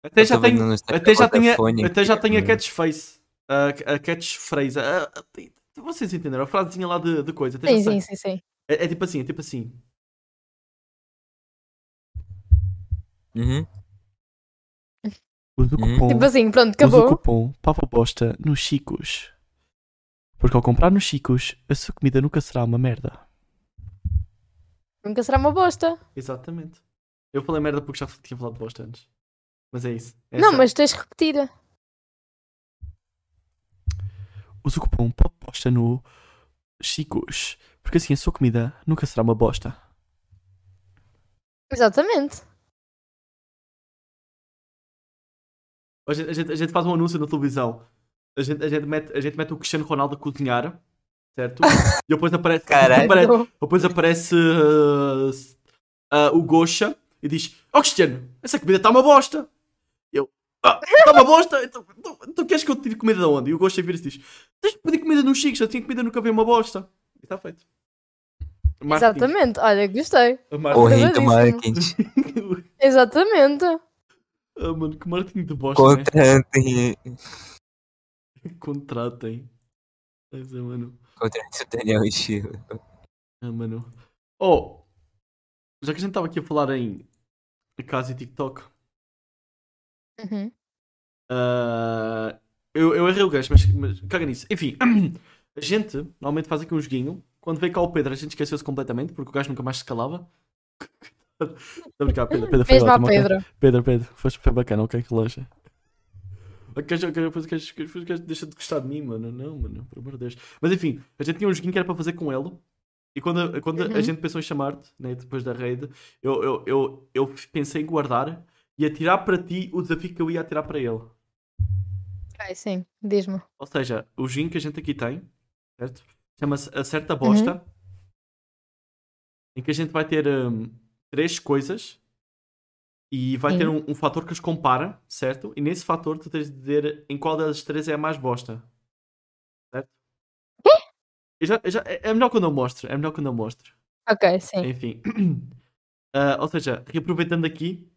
B: Até
A: eu
B: já
A: tô vendo
B: tenho,
A: no Instagram
B: até
A: da
B: já tenho,
A: Vodafone
B: até
A: aqui,
B: já tenho a
A: né?
B: catchphrase. A, a catchphrase. a- a- a- Ah, vocês entenderam? A frasezinha lá de, de coisa. Até já
C: Sim,
B: sei.
C: sim, sim, sim.
B: É, é tipo assim, é tipo assim.
A: Uhum.
B: Usa o
A: Hum.
B: cupom,
C: Tipo assim, pronto,
B: usa o
C: acabou.
B: cupom Papo Bosta nos chicos. Porque ao comprar nos chicos, a sua comida nunca será uma merda.
C: Nunca será uma bosta.
B: Exatamente. Eu falei merda porque já tinha falado bosta antes. Mas é isso. É
C: Não,
B: essa.
C: mas tens de repetir.
B: Usa o cupom pop bosta no Chicos. Porque assim a sua comida nunca será uma bosta.
C: Exatamente.
B: A gente, a gente- a gente faz um anúncio na televisão. A gente, a gente mete, a gente mete o Cristiano Ronaldo a cozinhar. Certo? E depois aparece.
A: Caralho.
B: Depois aparece, depois aparece, uh, uh, o Gocha e diz: Ó Cristiano, essa comida está uma bosta. Eu. Está uma bosta? Então, tu, tu queres que eu tire comida de onde? E o Gocha vira-se e diz: Tens de pedir comida nos Chicos, eu tinha comida nunca vi uma bosta. E está feito. Marketing.
C: Exatamente. Olha, gostei.
A: O
B: Marketing.
A: rei do
C: Pesadíssimo.
A: marketing.
C: né? Exatamente.
B: Ah, mano, que marketing de bosta, né?
A: Contratem.
B: Contratem. Mas é, mano.
A: Contratem o Daniel Chila.
B: Ah, mano. Oh! Já que a gente estava aqui a falar em caso e TikTok,
C: Uhum.
B: ah, eu, eu errei o gancho, mas, mas caga nisso. Enfim, a gente normalmente faz aqui um joguinho. Quando veio cá o Pedro, a gente esqueceu-se completamente porque o gajo nunca mais se calava. Tá brincar, Pedro, Pedro foi
C: Mesmo à
B: ótimo, ok?
C: Pedro.
B: Pedro, Pedro, foste foi bacana, ok? Relaxa. Ah, queres- queres- Depois queres- depois queres- deixa de gostar de mim, mano. Não, mano, pelo amor de Deus. Mas enfim, a gente tinha um joguinho que era para fazer com ele. E quando, a- quando a
C: Uhum.
B: gente pensou em chamar-te, né, depois da raid, eu, eu, eu, eu pensei em guardar e atirar para ti o desafio que eu ia atirar para ele.
C: Ok, sim, diz-me.
B: Ou seja, o joguinho que a gente aqui tem, certo? Chama-se Acerta a Bosta. Em que a gente vai ter hum, três coisas e vai ter um, um fator que as compara, certo? E nesse fator tu tens de dizer em qual das três é a mais bosta. Certo? Eu já- eu já- é é melhor quando eu mostro, é melhor quando eu mostro.
C: Ok, sim.
B: Enfim. Ah, ou seja, reaproveitando aqui,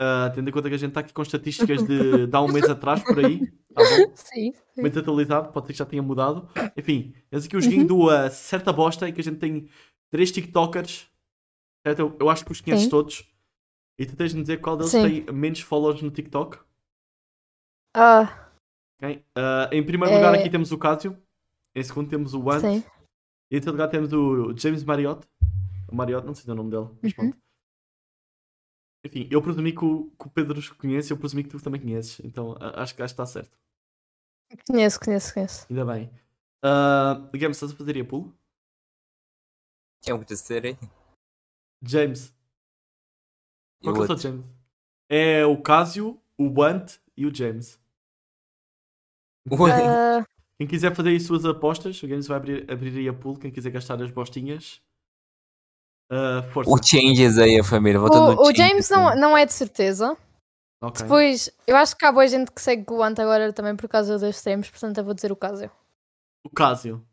B: ah, tendo em conta que a gente está aqui com estatísticas de, de há um mês atrás, por aí, tá bom?
C: Sim. sim.
B: muito atualizado, pode ser que já tenha mudado. Enfim, esse aqui é o
C: Uhum.
B: joguinho do uh, Certa Bosta, em que a gente tem três TikTokers, certo? Eu, eu acho que os conheces
C: Sim.
B: todos. E tu tens de me dizer qual deles
C: Sim.
B: tem menos followers no TikTok.
C: Ah,
B: ok? Ah, em primeiro
C: É.
B: lugar, aqui temos o Casio. Em segundo, temos o Ant.
C: sim.
B: Em terceiro lugar, temos o James Mariotte. O Mariotte, não sei o nome dele, mas
C: Uhum.
B: pronto. Enfim, eu presumi que o, que o Pedro os conhece, eu presumi que tu também conheces. Então, a- acho que acho que está certo.
C: Conheço, conheço, conheço.
B: Ainda bem. Uh, Games, estás a fazer a pulo?
A: Quem é o terceiro aí?
B: James.
A: E o
B: Qual que é o teu
A: outro?
B: James? É o Casio, o Bunt e o James.
A: Ué,
C: Ah,
B: Quem quiser fazer aí suas apostas, o Games vai abrir, abrir aí a pool. Quem quiser gastar as bostinhas, ah, força.
A: o Changes aí, a família. Voltando
C: o, o James
B: assim.
A: né?
C: não, não é de certeza.
B: Ok.
C: Depois, eu acho que há boa gente que segue o Ant agora também por causa dos extremos, portanto eu vou dizer o Casio.
B: O Casio.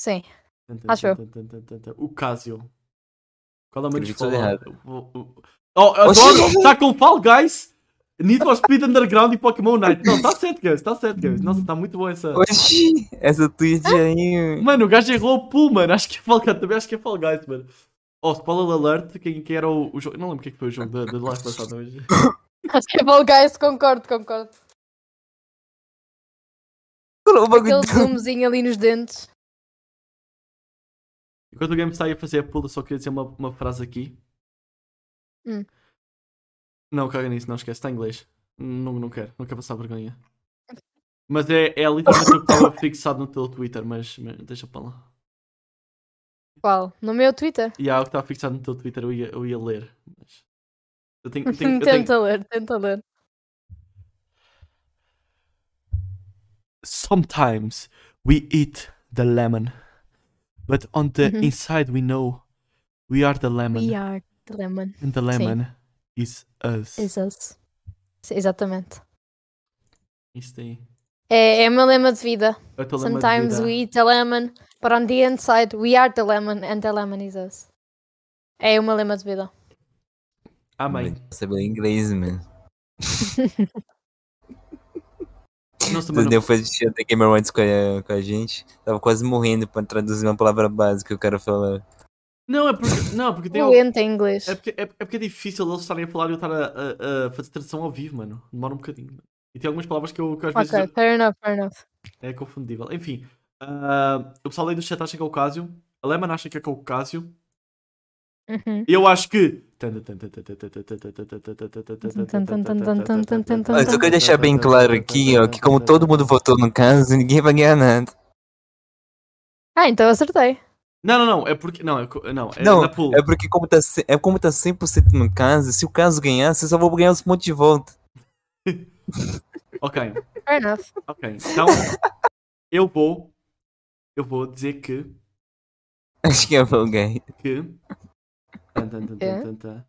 C: Sim. Acho eu.
B: O Casio. Qual é o menos
A: Acredito que
B: falado?
A: estou
B: O- o- Oh, adoro! Está com Fall Guys, Need for Speed Underground e Pokémon Night. Não, está certo, guys. Está certo, guys. Nossa, está muito boa essa.
A: Oxi, essa tweet aí.
B: Mano, o gajo errou o pull, mano. Acho que é Fall Guys. Também acho que é Fall Guys, mano. Oh, spoiler alert. Quem que era o, o jogo? Eu não lembro o que, é que foi o jogo da, da live passada hoje.
C: Acho que é Fall Guys, concordo, concordo.
A: Colou o bagulho.
C: Aquele zoomzinho ali nos dentes.
B: Enquanto o game está aí a fazer a pull, eu só queria dizer uma, uma frase aqui.
C: Hum.
B: Não, caga nisso, não esquece, está em inglês. Não, não quero, não quero passar vergonha. Mas é, é literalmente o que estava fixado no teu Twitter, mas, mas deixa para lá.
C: Qual? No meu Twitter?
B: E há o que estava fixado no teu Twitter, eu ia, eu ia ler. Mas... Eu tenho, eu tenho, eu tenho-
C: tenta ler, tenta ler.
B: Sometimes we eat the lemon, but on the
C: Mhm.
B: inside we know we are the lemon,
C: We are the lemon
B: and the lemon is us.
C: is us. Sim, exatamente.
B: Isso tem.
C: É, é o meu lema de vida.
B: É o teu lema de
C: Sometimes
B: vida.
C: we eat the lemon, but on the inside we are the lemon and the lemon is us. É o meu lema de vida.
B: Amém.
A: Sabia é inglês, mano.
B: Nossa, mano,
A: Entendeu? Foi assistir The Game Awards com a, com a gente. Tava quase morrendo pra traduzir uma palavra básica que o cara falou.
B: Não, é porque, não, é porque tem al-
C: Fluente em inglês.
B: é, porque, é, é porque é difícil eles estarem a falar e eu estar a, a- a fazer tradução ao vivo, mano. Demora um bocadinho. E tem algumas palavras que eu que às vezes
C: Ok, fair enough, fair enough.
B: é confundível. Enfim, ah, o pessoal aí do chat acha que é o Cásio. A Leman acha que é o Cásio.
C: Uhum.
B: Eu acho que.
A: Olha,
B: tá
A: só quero deixar bem claro aqui, ó, que como todo mundo votou no caso, ninguém vai ganhar nada.
C: Ah, então eu acertei.
B: Não, não, não. É porque. Não, é, co- não, é
A: Não,
B: na pool.
A: é porque como tá, ce- é como tá 100% no caso, se o caso ganhar, você só vou ganhar os pontos de volta.
B: Ok.
C: Fair enough.
B: Ok, então eu vou eu vou dizer que
A: Acho que é bom, guy.
B: que tan, tan, tan, tan,
C: É?
B: tan, tan.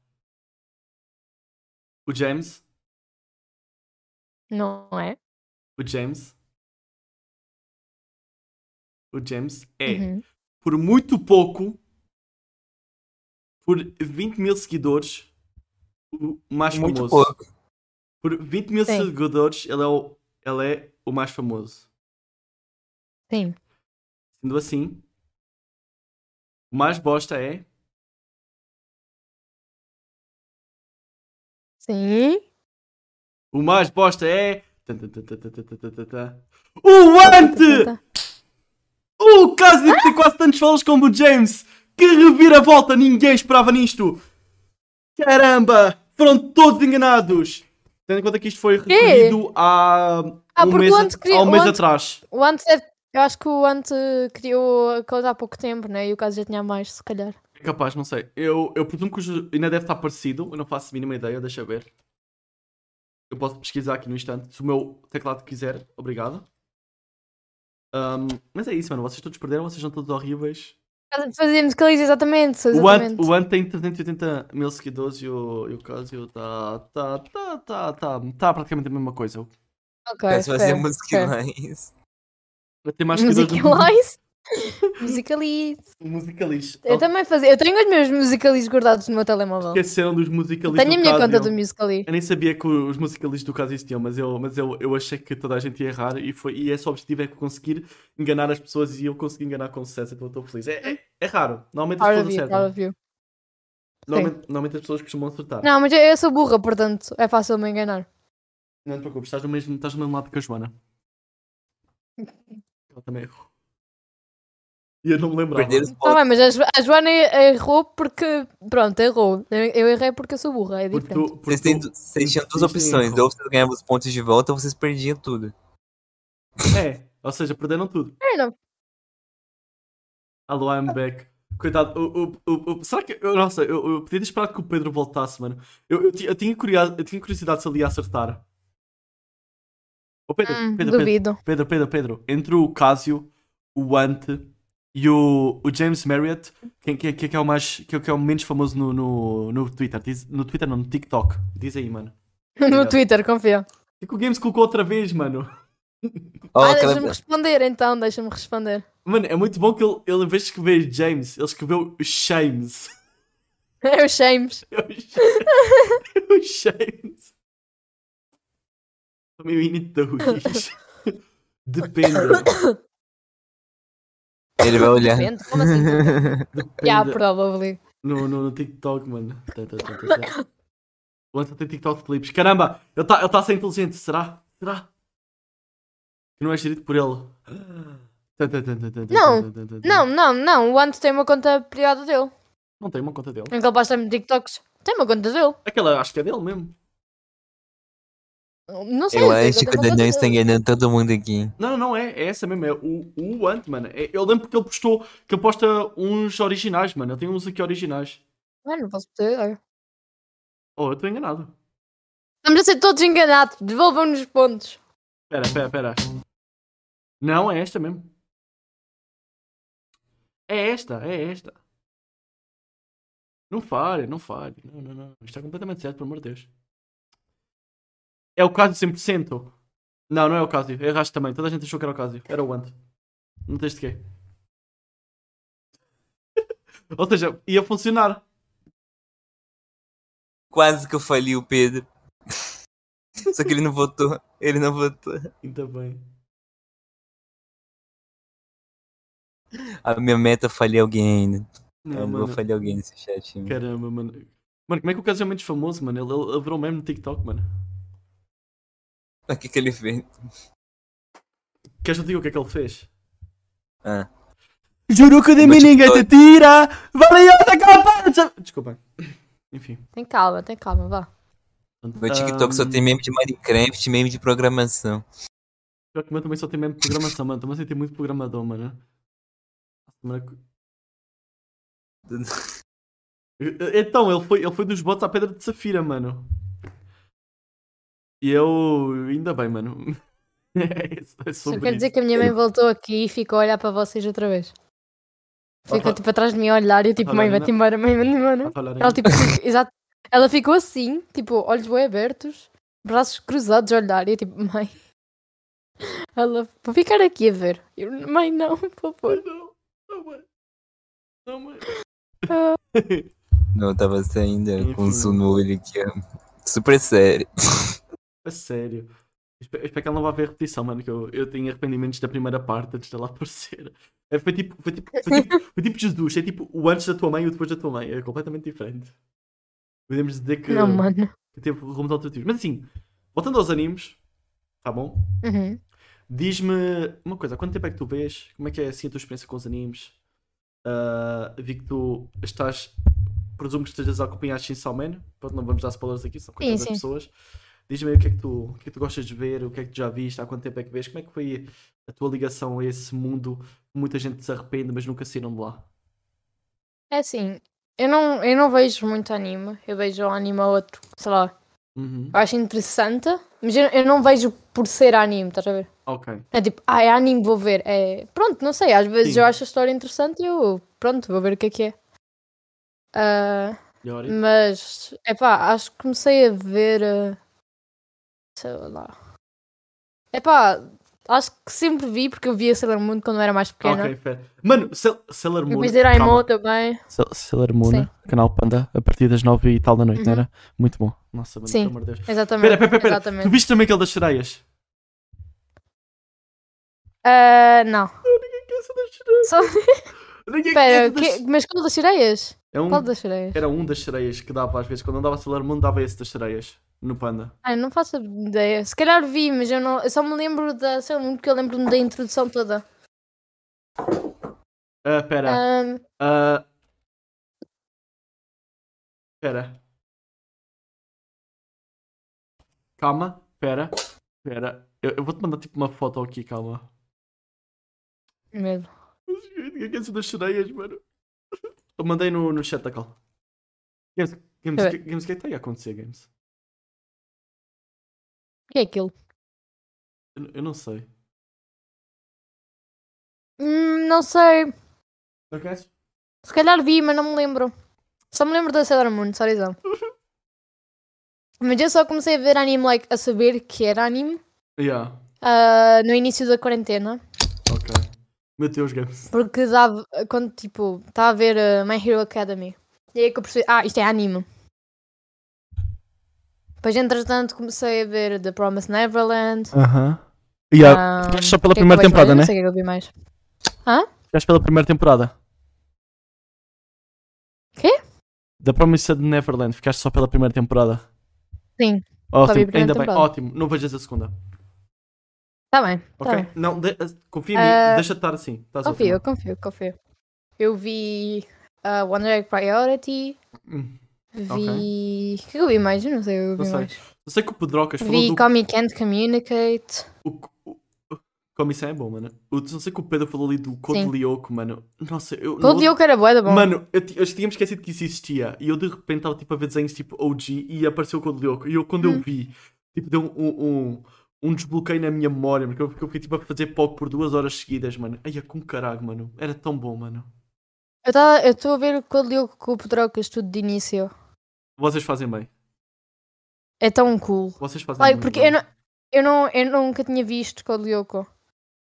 B: o James
C: Não é?
B: o James o James é
C: Uhum.
B: por muito pouco por 20 mil seguidores o mais
A: Muito
B: famoso
A: pouco.
B: por 20 mil
C: Sim.
B: seguidores ele é o ele é o mais famoso
C: Sim.
B: Sendo assim, o mais bosta é
C: Sim.
B: O mais bosta é. Tan, tan, tan, tan, tan, tan, tan, tan, tan. O
C: tá.
B: Ant! O caso de ter quase tantos falas como o James! Que reviravolta! Ninguém esperava nisto! Caramba! Foram todos enganados! Tendo em conta que isto foi recolhido há
C: Ah,
B: um
C: porque
B: mês,
C: o Ant
B: at-
C: queria-
B: há um
C: o
B: mês
C: Ant-
B: atrás.
C: O Ant deve- Eu acho que o Ant criou a coisa há pouco tempo, né? E o caso já tinha mais, se calhar.
B: É capaz, não sei. Eu, eu presumo que o ju- ainda deve estar parecido. Eu não faço a mínima ideia, deixa eu ver. Eu posso pesquisar aqui no instante. Se o meu teclado quiser, obrigado. Ahm, mas é isso, mano. Vocês todos perderam, vocês são todos horríveis.
C: Fazíamos caliza, exatamente.
B: O Ant,
C: exatamente.
B: o Ant tem 380 mil seguidores e o, e o Casio tá, tá, tá, tá, tá, tá praticamente a mesma coisa.
C: Ok,
A: Mas fazer
C: fair, fair.
A: musicais.
B: Ele tem mais seguidores do
C: Musicalize? Musicalize.
B: que Musicalis.
C: Eu também fazia. Eu tenho os meus musicalize guardados no meu telemóvel.
B: Esqueceram dos musicalistas.
C: Tenho a minha conta do Musical.ly.
B: Eu nem sabia que os musicalistas do caso existiam, mas, eu, mas eu, eu achei que toda a gente ia errar e, foi, e esse objetivo é conseguir enganar as pessoas e eu consegui enganar com sucesso, então eu estou feliz. É, é, é raro. Normalmente as
C: Out of
B: pessoas
C: you,
B: acertam.
C: out of you.
B: Normalmente, normalmente as pessoas costumam acertar. Não.
C: Não, mas eu- eu sou burra, portanto é fácil me enganar.
B: te preocupes, estás no, mesmo, estás no mesmo lado que a Joana. Ela também errou. E eu não me lembrava.
A: Perder os
C: Tá
A: pontos.
C: bem, mas a, Jo- a Joana errou porque. Pronto, errou. Eu, eu errei porque eu sou burra, é
B: Porque
C: diferente.
B: tu- porque
A: Vocês, têm,
B: tu-
A: vocês tinham duas
B: vocês têm
A: opções,
B: erro.
A: ou vocês ganhavam os pontos de volta ou vocês perdiam tudo.
B: É, ou seja, perderam tudo.
C: Fair enough.
B: Alô, I'm back. Coitado, o, o, o, o- será que. eu- Nossa, eu, eu podia ter esperado que o Pedro voltasse, mano. Eu, eu, ti- eu tinha, curiosidade, eu tinha curiosidade se ele ia acertar. Ô Pedro,
C: Hum,
B: Pedro, Pedro,
C: duvido.
B: Pedro, Pedro, Pedro, entre o Cásio, o Ante e o, o James Marriott, quem quem- quem é que é o mais. Quem é que é o menos famoso no, no, no Twitter? Diz- no Twitter não, no TikTok. Diz aí, mano.
C: No Twitter, confio.
B: E que o Games colocou outra vez, mano.
A: Oh,
C: ah,
A: aquela-
C: deixa-me responder então, deixa-me responder.
B: Mano, é muito bom que ele, ele em vez de escrever James, ele escreveu Shames.
C: É o Shames.
B: É o Shames. É o Shames. Também o Init da Ruiz. Depende.
A: Ele vai olhar.
E: Depende, como assim?
C: Yeah,
B: Depende.
C: probably.
B: No, no, no TikTok, mano. Tá, tá, tá, tá, tá. O Anton tem TikTok de clipes. Caramba, ele está ele tá a ser inteligente. Será? Será? Que não é gerido por ele. Tá, tá, tá, tá, tá, tá, tá,
C: Não,
B: tá, tá, tá.
C: Não, não, não. O Anto tem uma conta privada dele.
B: Não tem uma conta dele.
C: Em que ele basta-me TikToks. Tem uma conta dele.
B: Aquela acho que é dele mesmo.
C: Não sei.
A: Eu
C: tem
A: acho que o
C: uma conta
A: Daniel está
C: dele.
A: enganando todo mundo aqui.
B: Não, não, não, é, é essa mesmo, é o, o Ant, mano. É- eu lembro que ele postou, que ele posta uns originais, mano. Ele tem uns aqui originais.
C: Mano, Ah, não posso ter. olha.
B: Oh, eu estou enganado.
C: Estamos a ser todos enganados. Devolvam-nos os pontos.
B: Pera, pera, pera. Não, é esta mesmo. É esta, é esta. Não falhe, não falhe. Não, não, não. Isto é completamente certo, pelo amor de Deus. É o Cássio 100%. Não, não é o Cássio. Erraste também. Toda a gente achou que era o Cássio. Era o Ant. Não tens de quê. Ou seja, ia funcionar.
A: Quase que eu fali o Pedro. Só que ele não votou. Ele não votou.
B: Ainda bem.
A: A minha meta é falir alguém ainda.
B: Não,
A: eu não
B: mano.
A: vou falir alguém nesse chat. mano.
B: Caramba, mano. Mano, como é que o Cássio é menos famoso, mano? Ele, ele, ele virou um meme no TikTok, mano.
A: O que, que ele fez?
B: Queres que eu diga o que é que ele fez?
A: Ah.
B: Juro que de
A: Mas
B: mim ninguém
A: tipo,
B: te tira! Valiosa capa! Desculpa. Enfim. Ah,
C: Tem calma, tem calma, vá.
A: Meu TikTok só
B: Ahm,
A: tem meme de Minecraft, meme de programação.
B: Pior que o meu também só tem mesmo programação, mano. Também a sentir muito programador, mano. Semana que- E- é Então, ele foi, ele foi dos bots à pedra de Safira, mano. E eu. Ainda bem, mano. É, isso, é
C: Só
B: sobre
C: quero dizer
B: isso.
C: que a minha mãe voltou aqui e ficou a olhar para vocês outra vez. Ficou
B: Opa.
C: tipo atrás de mim a olhar e eu tipo,
B: Olha,
C: mãe,
B: ainda-
C: vai-te embora, mãe, vai-te embora.
B: Tá a olhar
C: Ela
B: ainda.
C: tipo, fico- exato. Ela ficou assim, tipo, olhos bem abertos, braços cruzados a olhar e eu tipo, mãe. Ela, vou ficar aqui a ver. Eu, mãe, não, por favor.
B: Não, não, mano. Não, mano.
C: Ah.
A: Não, eu tava saindo com
B: Enfim.
A: um zoom no olho aqui, ó. Super sério.
B: A sério. Eu espe- eu espero que ela não vá ver repetição, mano, que eu, eu tenho arrependimentos da primeira parte antes dela aparecer. É, foi, tipo, foi, tipo, foi, tipo, foi tipo Jesus, é tipo o antes da tua mãe e o depois da tua mãe. É completamente diferente. Podemos dizer que,
C: Não, mano.
B: que teve rumos alternativos. Mas assim, voltando aos animes, tá bom?
C: Uhum.
B: Diz-me uma coisa, há quanto tempo é que tu vês? Como é que é assim a tua experiência com os animes? Ah, vi que tu estás, presumo que estejas a acompanhar Chainsaw Man, pronto, não vamos dar spoilers aqui, são coisas das
C: sim.
B: pessoas. Diz-me aí o que, é que tu, o que é que tu gostas de ver, o que é que tu já viste, há quanto tempo é que vês, como é que foi a tua ligação a esse mundo que muita gente se arrepende, mas nunca saíram de lá?
C: É assim, eu não, eu não vejo muito anime. Eu vejo um anime ou outro, sei lá,
B: Uhum.
C: eu acho interessante, mas eu, eu não vejo por ser anime, estás a ver?
B: Ok.
C: É tipo, ah, é anime, vou ver. É... Pronto, não sei, às vezes
B: Sim.
C: eu acho a história interessante e eu, pronto, vou ver o que é que é. Ah,
B: Yori?
C: mas, epá, acho que comecei a ver. ah, Sei lá. Epá, acho que sempre vi, porque eu via Sailor Moon quando eu era mais pequena.
B: Ok, fair. Mano, Sail- Sailor Moon.
C: Depois de Raimon
B: calma.
C: também.
B: Sa- Sailor Moon,
C: Sim. Uhum.
B: canal Panda, a partir das 9 e tal da noite, não era? Muito bom. Nossa, mano,
C: Sim.
B: pelo amor de Deus.
C: Exatamente.
B: Pera, pera, pera, pera.
C: Exatamente.
B: Tu viste também aquele das sereias?
C: Ah, não. Só...
B: Ninguém
C: Pera,
B: conhece
C: que-
B: das-
C: mas qual das sereias?
B: É um-
C: Qual das sereias?
B: Era um das sereias que dava às vezes. Quando andava a Sailor Moon, dava esse das sereias. No Panda.
C: Ai, não faço ideia. Se calhar vi, mas eu, não, eu só me lembro da. Sei lá, porque eu lembro-me da introdução toda.
B: Ah, pera.
C: Ahm,
B: Ah. Pera. Calma. Pera. Pera. Eu, eu vou-te mandar tipo uma foto aqui, calma.
C: medo.
B: Ninguém conhece das sereias, mano. Eu mandei no, no chat da call. Games, games,
E: Tá
B: que- games, o que é que está aí a acontecer, Games?
E: O que é aquilo?
B: Eu, eu não sei.
C: Hum, não sei.
B: Não conheces?
C: Se calhar vi, mas não me lembro. Só me lembro da Sailor Moon, sorryzão. mas eu só comecei a ver anime, like, a saber que era anime,
B: Yeah,
C: ah, no início da quarentena.
B: ok. Meu Deus, Games.
C: Porque dava, quando, tipo, estava a ver ah, My Hero Academy. E aí que eu percebi, ah, isto é anime. Depois, entretanto, comecei a ver The Promised Neverland.
B: Aham.
C: Ah,
B: só pela
C: o
B: primeira
C: que é que eu vejo mais?
B: temporada,
C: Eu
B: né?
C: Não sei o que é que eu vi mais.
B: Ficaste pela primeira temporada.
C: Quê?
B: Da Promised Neverland, ficaste só pela primeira temporada.
C: Sim, a
B: Ótimo,
C: primeira
B: ainda bem,
C: temporada.
B: ótimo. Não vejas a segunda.
C: Tá bem, tá
B: Ok?
C: bem.
B: Não, de- eh, confia em
C: Ah,
B: mim, deixa de estar assim. Estás a
C: Confio,
B: ouvir?
C: eu confio, confio. Eu vi uh, One Direct Priority,
B: Hum,
C: vi.
B: Ok.
C: O que é que eu vi mais? Eu não sei, eu vi
B: Não sei.
C: mais.
B: Eu sei que o Pedrocas falou
C: Vi
B: do.
C: Comic and Communicate.
B: O, o, o- como isso é bom, mano. O, não sei que o Pedro falou ali do Code
C: Sim.
B: Lyoko, mano. Nossa, eu.
C: Todo
B: no-
C: dia eu quero boa, Tá bom.
B: Mano, eu, ti- eu tinha me esquecido que isso existia. E eu de repente estava tipo a ver desenhos tipo OG e apareceu o Code Lyoko. E eu quando
C: Hum.
B: eu vi, tipo, deu um, um, um desbloqueio na minha memória, porque eu, porque eu fiquei tipo a fazer POC por duas horas seguidas, mano. Ai, é com caralho, mano. Era tão bom, mano.
C: Eu tava- eu estou a ver Code Lyoko com o Pedrocas tudo de início.
B: Vocês fazem bem.
C: É tão cool.
B: Vocês fazem
C: Like,
B: muito
C: porque
B: bem.
C: eu, não, eu, não, eu nunca tinha visto Code Lyoko.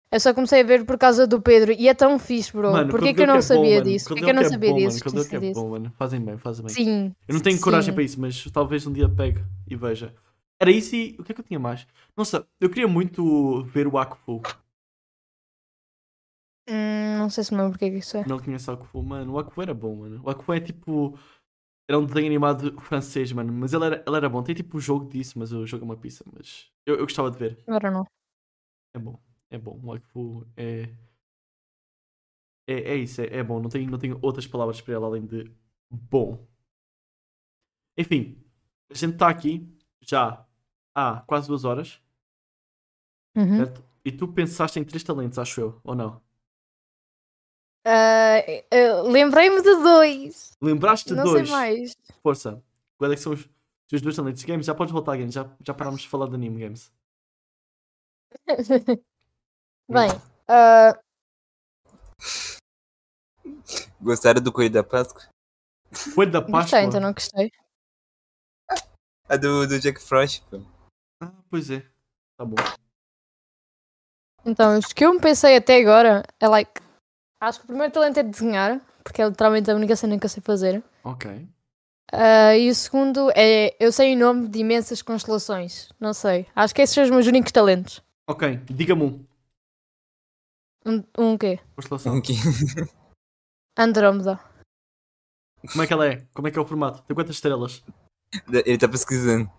C: Eu só comecei a ver por causa do Pedro e é tão fixe, bro.
B: Mano,
C: Porquê
B: Code
C: que eu
B: Lyoko
C: não
B: é bom,
C: sabia
B: mano.
C: disso?
B: Code
C: Porquê que eu não
B: Lyoko é
C: sabia
B: bom,
C: disso?
B: Mano. Code Lyoko
C: Esqueci
B: é
C: disso.
B: bom, mano. Fazem bem, fazem bem.
C: Sim.
B: Eu não tenho coragem
C: sim.
B: para isso, mas talvez um dia pegue e veja. Era isso e. O que é que eu tinha mais? Nossa, eu queria muito ver o Akfu.
C: Hum, não sei se me lembro porque é que isso é.
B: Não conheço o Akfu, mano. O Akfu era bom, mano. O Akfu é tipo. Era um desenho animado francês, mano. Mas ele era, ele era bom. Tem tipo um jogo disso, mas o jogo é uma pizza. Mas eu, eu gostava de ver.
C: Agora não.
B: É bom. É bom. O Akfu é. É, é isso, é, é bom. Não tenho, não tenho outras palavras para ele além de bom. Enfim, a gente está aqui já há quase duas horas.
C: Uhum.
B: Certo? E tu pensaste em três talentos, acho eu, ou não?
C: Ah, eu Lembrei-me de dois.
B: Lembraste
C: não
B: dois?
C: sei mais.
B: Força. Quais é que são os, os teus dois talentos? Games, já podes voltar, Games. Já, já parámos de falar de anime, Games.
C: Bem,
B: Hum.
C: ah,
A: Gostaram do Coelho da Páscoa?
B: Coelho da Páscoa.
C: gostei, então não gostei.
A: A do, do Jack Frost, pô.
B: Ah, pois é. Tá bom.
C: Então, os que eu me pensei até agora é like. Acho que o primeiro talento é desenhar, porque é literalmente a única cena que eu sei fazer.
B: Ok.
C: Ah, e o segundo é. Eu sei o nome de imensas constelações. Não sei. Acho que esses são os meus únicos talentos.
B: Ok, diga-me um.
C: Um, um quê?
B: Constelação.
A: Ok.
C: Andrómeda.
B: Como é que ela é? Como é que é o formato? Tem quantas estrelas?
A: Ele tá pesquisando.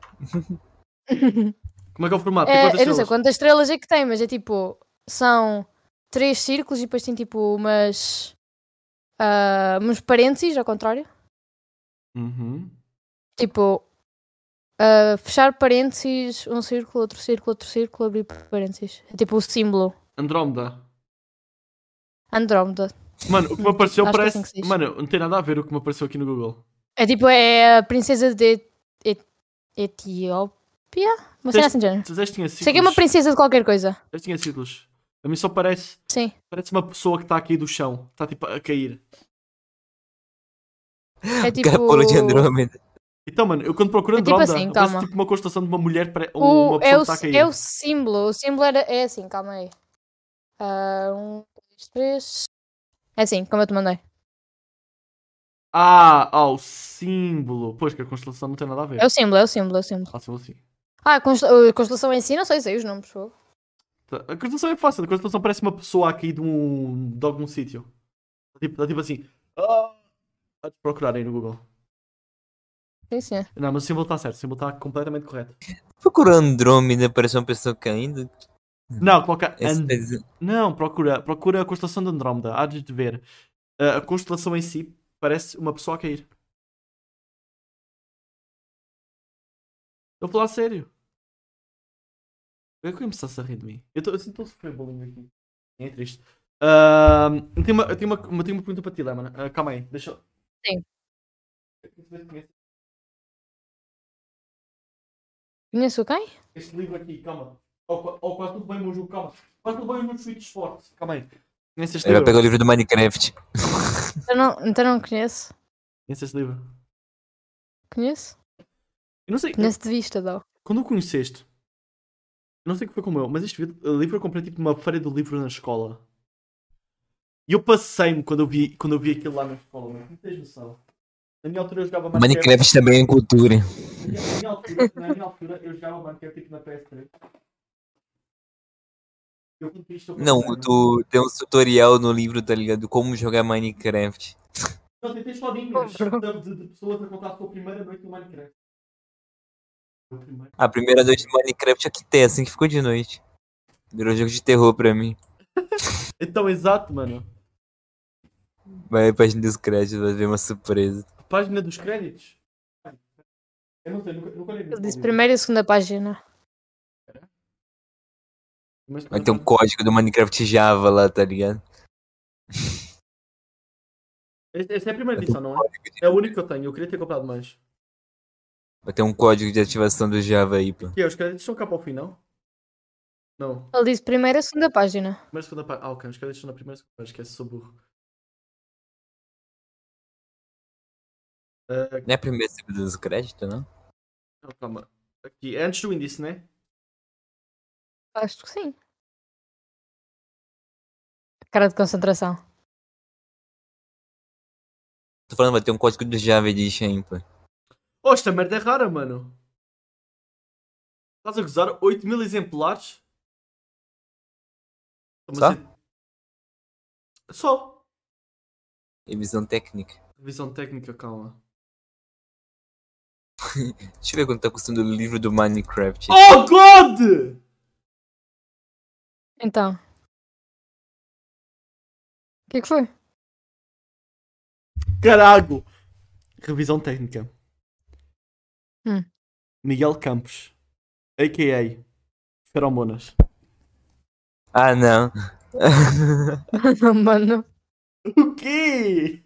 B: Como é que é o formato? Tem
C: É,
B: quantas
C: eu não sei
B: estrelas?
C: quantas estrelas é que tem, mas é tipo. São três círculos e depois tem tipo umas. ah, uns parênteses, ao contrário.
B: Uhum.
C: Tipo. ah, fechar parênteses, um círculo, outro círculo, outro círculo, abrir parênteses. É tipo o símbolo.
B: Andrómeda.
C: Andrómeda.
B: Mano, o que me apareceu
C: Acho que é
B: parece.
C: assim que se diz.
B: Mano, não tem nada a ver o que me apareceu aqui no Google.
C: É tipo, é a princesa de Et- Etiópia? Uma cena assim de género.
B: Vocês tinha círculos.
C: Sei que é uma princesa de qualquer coisa.
B: Vocês tinha círculos. A mim só parece.
C: Sim.
B: Parece uma pessoa que está a cair do chão. Está tipo a cair.
C: É
A: O
C: tipo.
A: cara pulou de Andrômeda.
B: Então, mano, eu quando procuro
C: É tipo
B: Andrómeda,
C: assim,
B: parece
C: calma.
B: tipo uma constelação de uma mulher para
C: O,
B: uma pessoa que
C: é, o,
B: está a cair.
C: é o símbolo. O símbolo era, é assim, calma aí. Ah, um, dois, três. É assim, como eu te mandei.
B: Ah, ah, o símbolo. Pois que a constelação não tem nada a ver.
C: É o símbolo, é o símbolo, é o símbolo.
B: Ah, símbolo sim.
C: Ah, a constela- a constelação em si, não sei, sei os nomes. fogo.
B: Tá, A constelação é fácil. A constelação parece uma pessoa a cair de, um, de algum sítio. Está tipo, tá tipo assim. Ah, Pode procurar aí no Google.
C: Sim, senhor.
B: Não, mas o símbolo está certo. O símbolo está completamente correto.
A: Procurou Andrômeda, pareceu uma pessoa caindo.
B: Não, coloca.
A: Esse
B: And...
A: pes-
B: Não, procura, procura a constelação de Andrómeda. Há de ver. Ah, a constelação em si parece uma pessoa a cair. Eu vou falar sério. Por que eu começasse a rir de mim? Eu, tô, eu sinto um sofrer bullying aqui. É triste. Ah, eu, tenho uma, eu, tenho uma, eu tenho uma pergunta para ti, Lemon. Ah, calma aí, deixa, eu-
C: Sim. Conheço quem?
B: Este livro aqui, calma. Ou oh, quase tudo bem, meu jogo, calma. Quase tudo bem, meu tweet de esporte. Calma aí. Conhece este
A: Ele vai
B: livro?
A: pegar o livro do Minecraft.
C: Eu não, então não conheço.
B: Conhece este livro?
C: Conheço?
B: Eu não sei.
C: Conheço de vista, Dó.
B: Quando o conheceste, não sei o que foi com o meu, mas este vi- livro eu comprei tipo numa feira do livro na escola. E eu passei-me quando, eu vi- quando eu vi aquilo lá na escola, meu. Não tens noção. Na minha altura eu jogava
A: Minecraft também é cultura.
B: Na minha altura, na minha altura eu jogava Minecraft tipo na PS3. Eu quando vi isto, eu
A: Não,
B: passei-me.
A: tu tem um tutorial no livro, tá ligado? Como jogar Minecraft.
B: Não, tem três historinhas
C: Compro.
B: de, de- de pessoas a contar a sua primeira noite no Minecraft. O primeiro.
A: A primeira noite de Minecraft é que tem, assim que ficou de noite. Virou jogo de terror pra mim.
B: Então, exato, mano.
A: Vai a página dos créditos, vai ver uma surpresa.
B: A página dos créditos. Eu não sei, nunca, nunca olhei
C: Ele
B: nesse
C: disse
B: livro.
C: primeira e segunda página.
B: Mas
A: Vai ter um código do Minecraft Java lá, tá ligado?
B: Esta esta é a primeira
A: Vai ter
B: edição,
A: um
B: não é?
A: código de-
B: É o único que eu tenho, eu queria ter comprado mais.
A: Vai ter um código de ativação do Java aí, pô.
B: E é, os créditos são cá para o fim, não? Não,
C: Ele disse primeira e segunda página.
B: primeira segunda parte. Ah, ok, os créditos são na primeira segunda parte, é esquece, sou burro. Ah,
A: Não é a primeira segunda dos créditos, não?
B: não, calma. Aqui, é antes do índice, né?
C: Acho que sim. Cara de concentração.
A: Tô falando, vai ter um código do Java Edition aí, pô.
B: Oh, esta merda é rara, mano. Estás a gozar 8 mil exemplares? Mas
A: Só?
B: é- Só.
A: Revisão técnica.
B: Revisão técnica, calma.
A: Deixa eu ver quanto tá custando o livro do Minecraft.
B: Oh, God!
C: Então. O que é que foi?
B: Carago! Revisão técnica.
C: Hum.
B: Miguel Campos, a.k.a. Feromonas.
A: Ah, não.
C: Mano.
B: O quê?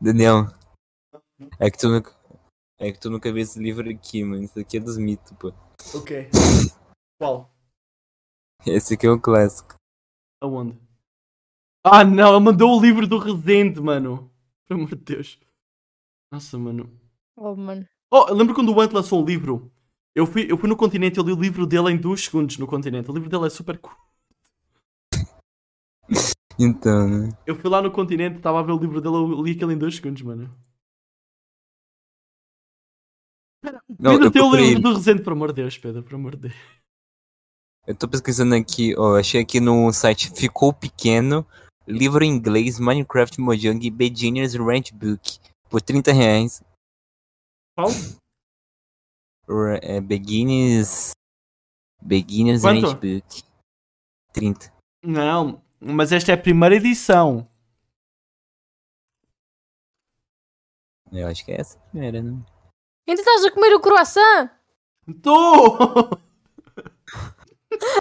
A: Daniel. É que tu nunca. É que tu nunca viu esse livro aqui, mano. Isso aqui é dos mitos, pô.
B: O quê? Qual?
A: Esse aqui é um clássico.
B: Aonde? Ah, não, ela mandou o livro do Resende, mano. Pelo amor de Deus. Nossa, mano.
C: Oh, mano.
B: Oh, eu lembro quando o Ant lançou o livro. Eu fui, eu fui no continente, eu li o livro dele em dois segundos no continente. O livro dele é super curto.
A: Então, né?
B: Eu fui lá no continente, estava a ver o livro dele, eu li aquele em dois segundos, mano.
A: Não,
B: Pedro,
A: eu
B: tem o
A: comprei
B: livro
A: ele.
B: do Resende, por amor de Deus, Pedro, por amor de Deus.
A: Eu tô pesquisando aqui, ó. Achei aqui no site Ficou Pequeno. Livro em inglês, Minecraft Mojang Beginners Rent Book. Por 30 reais.
B: Qual?
A: Re- é, beginners. Beginners
B: Quanto?
A: Rent Book. 30.
B: Não, mas esta é a primeira edição.
A: Eu acho que é essa a primeira, né?
C: Ainda estás a comer o croissant?
B: Tô!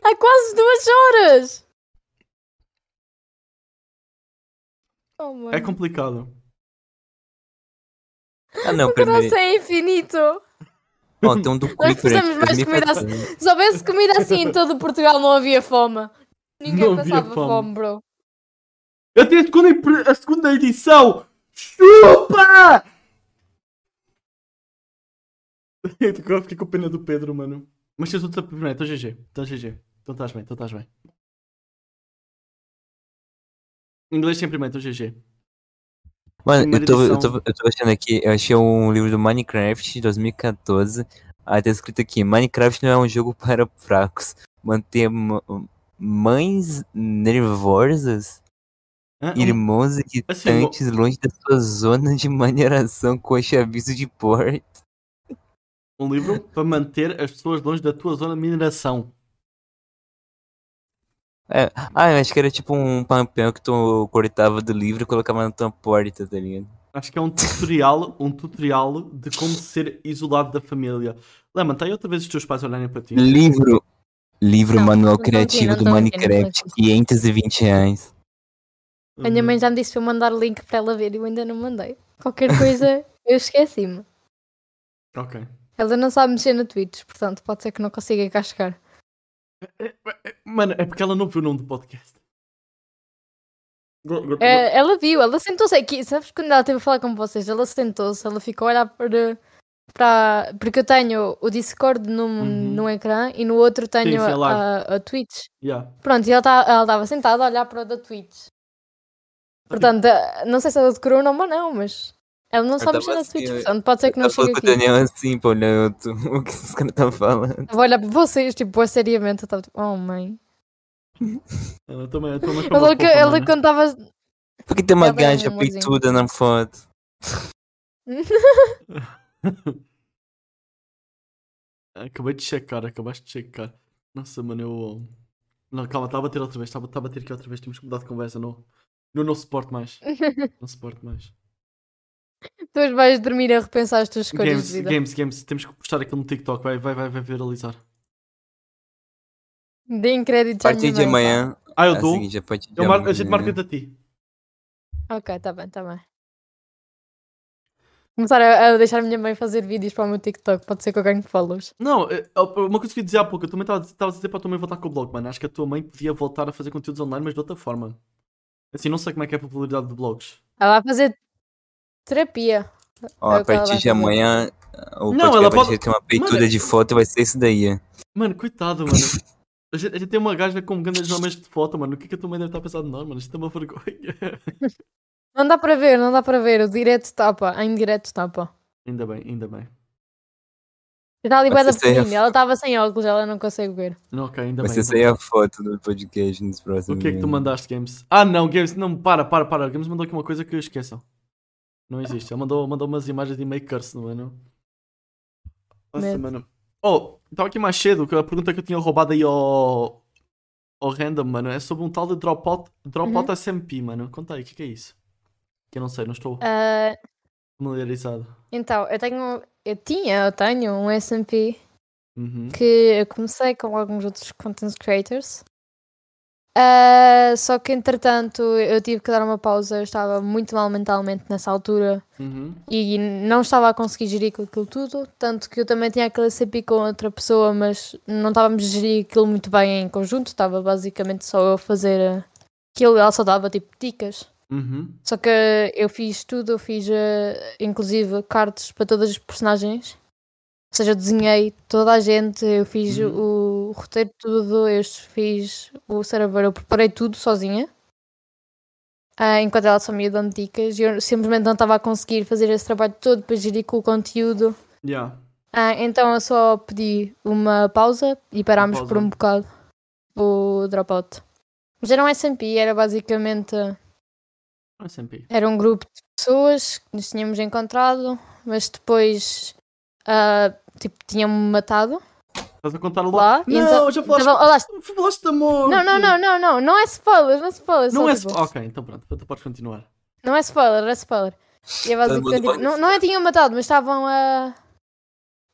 C: Há quase duas horas! Oh, mano.
B: É complicado.
A: Ah, não,
C: O croissant
A: primeiro.
C: é infinito!
A: Ó, tem um do
C: Nós
A: Creeper aqui.
C: precisamos mais de comida
A: 2014.
C: Se houvesse comida assim em todo Portugal, não havia fome. Ninguém
B: Não havia
C: passava
B: fome.
C: fome. bro.
B: Eu tenho a segunda, impre- a segunda edição! Chupa! Agora fiquei com pena do Pedro, mano. Mas tens outra primeira, então GG, então GG. Então estás bem, então estás bem. Inglês sempre bem, então GG.
A: Mano, eu
B: Primeira
A: tô, eu,
B: edição.
A: tô, eu tô achando aqui, eu achei um livro do Minecraft de 2014. Aí tá escrito aqui, Minecraft não é um jogo para fracos. Manter ma- mães nervosas,
B: Hã?
A: irmãos
B: Assim, mo-
A: irritantes longe da sua zona de maneiração com aviso de porte.
B: um livro para manter as pessoas longe da tua zona de mineração.
A: Ah, eu acho que era tipo um papel que tu cortava do livro e colocava na tua porta, tá ligado?
B: Acho que é um tutorial, um tutorial de como ser isolado da família. Lembra, tá aí outra vez os teus pais olharem para
A: Hum.
B: ti.
A: Livro, livro
C: Não,
A: manual
C: não tô aqui,
A: criativo
C: não
A: do
C: tô aqui, não tô
A: Minecraft,
C: aqui.
A: 520 reais.
C: A
B: Uhum.
C: minha mãe já me disse para eu mandar o link para ela ver e eu ainda não mandei. Qualquer coisa, eu esqueci-me.
B: Ok.
C: Ela não sabe mexer no Twitch, portanto, pode ser que não consiga cá chegar.
B: Mano, é porque ela não viu o nome do podcast. Go- go-
C: É, ela viu, ela sentou-se aqui. Sabes quando ela teve a falar com vocês? Ela sentou-se, ela ficou a olhar para. para porque eu tenho o Discord num,
B: Uhum.
C: num ecrã e no outro tenho
B: sim, é
C: a-
B: live.
C: a, a Twitch.
B: Yeah.
C: Pronto, e ela tá- ela estava sentada a olhar para o da Twitch. Portanto, eh, não sei se ela decorou o nome ou não, mas ela não
B: Então,
A: tava
C: sabe mexer na
A: assim,
C: Twitch,
A: eu-
C: portanto, pode ser que não
A: Eu falo
C: chegue
A: com o
C: aqui.
A: Daniel assim, pô, olhando o que esses caras estão falando.
C: Vou olhar para vocês, tipo, boa seriamente. Eu estava tipo, oh mãe.
B: Ela também, ela também foi uma
C: Ela, que-
B: fofa,
C: ela
B: né?
C: quando estava.
A: Por que tem uma
C: Tá bem,
A: gaja
C: amorzinho.
A: peituda na foto?
B: Acabei de checar, acabaste de checar. Nossa, mano, eu. Não, calma, está a bater outra vez, está a tá a bater aqui outra vez. Temos que mudar de conversa, não. Não, não suporto mais. Não suporto mais.
C: Tu vais dormir a repensar as tuas escolhas
B: Games,
C: de vida.
B: games, games, temos que postar aquilo no TikTok, vai, vai, vai, vai viralizar.
C: Deem crédito
A: A
C: já à
A: partir de
C: minha mãe,
A: amanhã.
B: Ah, eu
A: é o
B: dou.
A: seguinte, a partir de
B: Eu mar- A
A: amanhã-
B: gente marca-te a ti.
C: pá. Ok, tá bem, tá bem. Começar a, a deixar a minha mãe fazer vídeos para o meu TikTok, pode ser que eu ganhe follows.
B: Não, é- é uma coisa que eu ia dizer há pouco, eu também estava a dizer para a tua mãe voltar com o blog, mano. Acho que a tua mãe podia voltar a fazer conteúdos online, mas de outra forma. Assim, não sei como é que é a popularidade de blogs.
C: Ela vai fazer terapia.
A: Ó,
C: É o
A: a
C: que ela
A: partir
C: vai
A: de amanhã. O
B: Não,
A: podcast
B: ela
A: vai
B: pode-
A: ter uma peituda
B: Mano,
A: de foto, vai ser isso daí.
B: Mano, coitado, mano. A gente, a gente tem uma gaja com grandes nomes de foto, mano. O que é que a tua mãe deve estar a pensar de nós, mano? Isto é uma vergonha.
C: Não dá para ver, não dá para ver. O direto tapa, a indireto tapa.
B: Ainda bem, ainda bem.
C: Eu estava ali
A: Vai
C: bué da
A: ser safe.
C: pequenina, ela estava sem óculos, ela não consegue ver.
B: Não, Ok, ainda
A: Vai
B: bem. então.
A: ser sair a foto do podcast nos
B: O
A: próximos
B: que é que tu
C: Hum.
A: dias.
B: mandaste, Games? Ah, não, Games, não, para, para, para. Games mandou aqui uma coisa que esqueçam. Não existe. Ele mandou, mandou umas imagens de meio curse, não é? Não? Nossa,
C: Medo.
B: mano. Oh, estava aqui mais cedo, que a pergunta que eu tinha roubado aí ao. ao random, mano, é sobre um tal de Dropout,
C: Uhum.
B: dropout SMP, mano. Conta aí, o que, que é isso? Que eu não sei, não estou
C: Ah,
B: familiarizado.
C: então, eu tenho. Eu tinha, eu tenho um SMP
B: Uhum.
C: que eu comecei com alguns outros content creators. Ah, só que entretanto eu tive que dar uma pausa, eu estava muito mal mentalmente nessa altura
B: Uhum.
C: e não estava a conseguir gerir com aquilo tudo. Tanto que eu também tinha aquele CP com outra pessoa, mas não estávamos a gerir aquilo muito bem em conjunto, estava basicamente só eu a fazer ah, aquilo, ela só dava tipo dicas.
B: Uhum.
C: Só que eu fiz tudo, eu fiz eh, inclusive cartas para todas as personagens. Ou seja, eu desenhei toda a gente, eu fiz o roteiro de tudo, eu fiz o server, eu preparei tudo sozinha. Ah, enquanto ela só me ia dando dicas, e eu simplesmente não estava a conseguir fazer esse trabalho todo para gerir com o conteúdo.
B: Yeah.
C: Ah, então eu só pedi uma pausa e parámos
B: pausa.
C: por um bocado o dropout. Mas era um SMP, era basicamente.
B: Não é SMP.
C: Era um grupo de pessoas que nos tínhamos encontrado, mas depois ah, tipo, tinham-me matado
B: Estás a contar o
C: lá. e
B: Não, já falaste.
C: então, olá,
B: Falaste de amor.
C: não, não, não, não, não, não é spoiler, não é spoiler.
B: um Não
C: só,
B: é
C: tipo,
B: spo- Ok, então pronto, tu podes continuar.
C: não é spoiler, não é spoiler. E é basicamente, tipo, não, não é tinham matado, mas estavam a,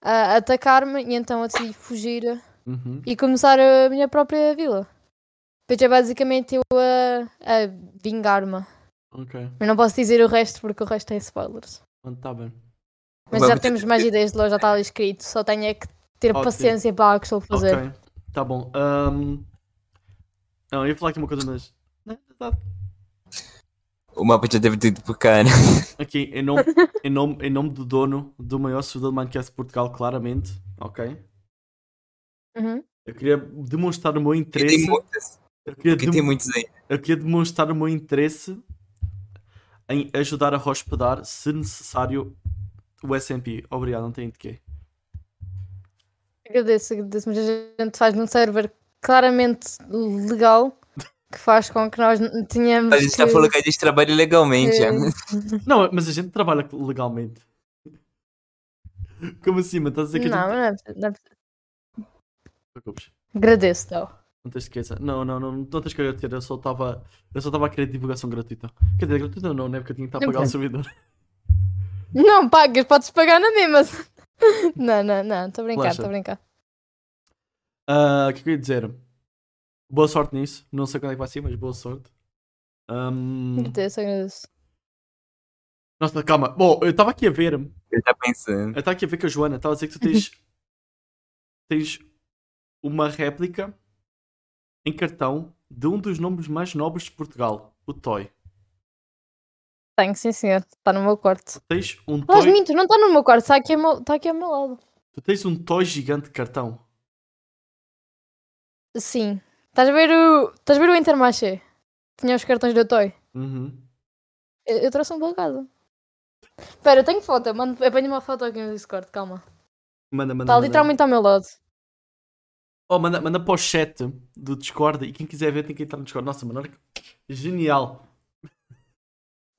C: a atacar-me e então eu decidi fugir
B: Uhum.
C: e começar a minha própria vila. Depois é basicamente eu a, a vingar-me.
B: Ok,
C: Mas não posso dizer o resto porque o resto é spoilers.
B: Mano, tá bem.
C: Mas já temos mais ideias de loja, já está ali escrito. Só tenho é que ter
B: Ok.
C: paciência para o que estou a fazer.
B: Ok, tá bom. Ahm, Não, eu ia falar aqui uma coisa, mas. Não, tá-
A: O mapa já deve ter ido pro cara.
B: Aqui, em nome, em, nome, em nome do dono do maior servidor de Minecraft de Portugal, claramente, ok?
C: Uhum.
B: Eu queria demonstrar o meu
A: Porque tem
B: interesse.
A: muitas.
B: Eu queria,
A: Porque tem
B: dem-
A: muitos aí.
B: eu queria demonstrar o meu interesse em ajudar a hospedar, se necessário, o SMP. Obrigado, não tem de quê.
C: Agradeço, agradeço. Mas a gente faz num server claramente legal que faz com que nós n- tenhamos.
A: A gente tá
C: que-
A: falando que a gente trabalha legalmente.
C: que-
A: é.
B: Não, mas a gente trabalha legalmente. Como assim, mas estás a dizer que a
C: Não,
B: gente.
C: não é preciso- não é preciso.
B: Desculpes.
C: Agradeço, então.
B: Não tens de esquecer. Não, não, não, não tens que agradecer. Eu só estava. Eu só estava a querer divulgação gratuita. Quer dizer, gratuita não, né? Porque eu tinha que estar a
C: Não
B: pagar o
C: tem.
B: servidor.
C: Não pagas, podes pagar na mesma. não, não, não, estou a brincar,
B: Relaxa.
C: estou a brincar.
B: Ah, O que é que eu ia dizer? Boa sorte nisso. Não sei quando é que vai ser, mas boa sorte. Ahm,
C: Agradeço, agradeço.
B: Nossa, calma. Bom, eu estava aqui a ver. Eu
A: Ele tá pensando.
B: estava aqui a ver com a Joana. Estava a dizer que tu tens. tens uma réplica em cartão de um dos nomes mais nobres de Portugal, o Toy.
C: Tenho, sim, senhor. Está no meu quarto.
B: Tens um
C: Mas
B: Toy.
C: minto, não está no meu quarto, está aqui, ao meu- está aqui ao meu lado.
B: Tu tens um Toy gigante de cartão.
C: Sim. Estás a ver o. Estás a ver o Intermarché? Tinha os cartões do Toy.
B: Uhum.
C: Eu, eu trouxe um para casa. Espera, eu tenho foto. eu Mando, eu ponho uma foto aqui no Discord, calma.
B: Manda, manda.
C: Está
B: manda.
C: Tá literalmente ao meu lado.
B: Oh, manda, manda para o chat do Discord e quem quiser ver tem que entrar no Discord. Nossa, mano, olha que genial.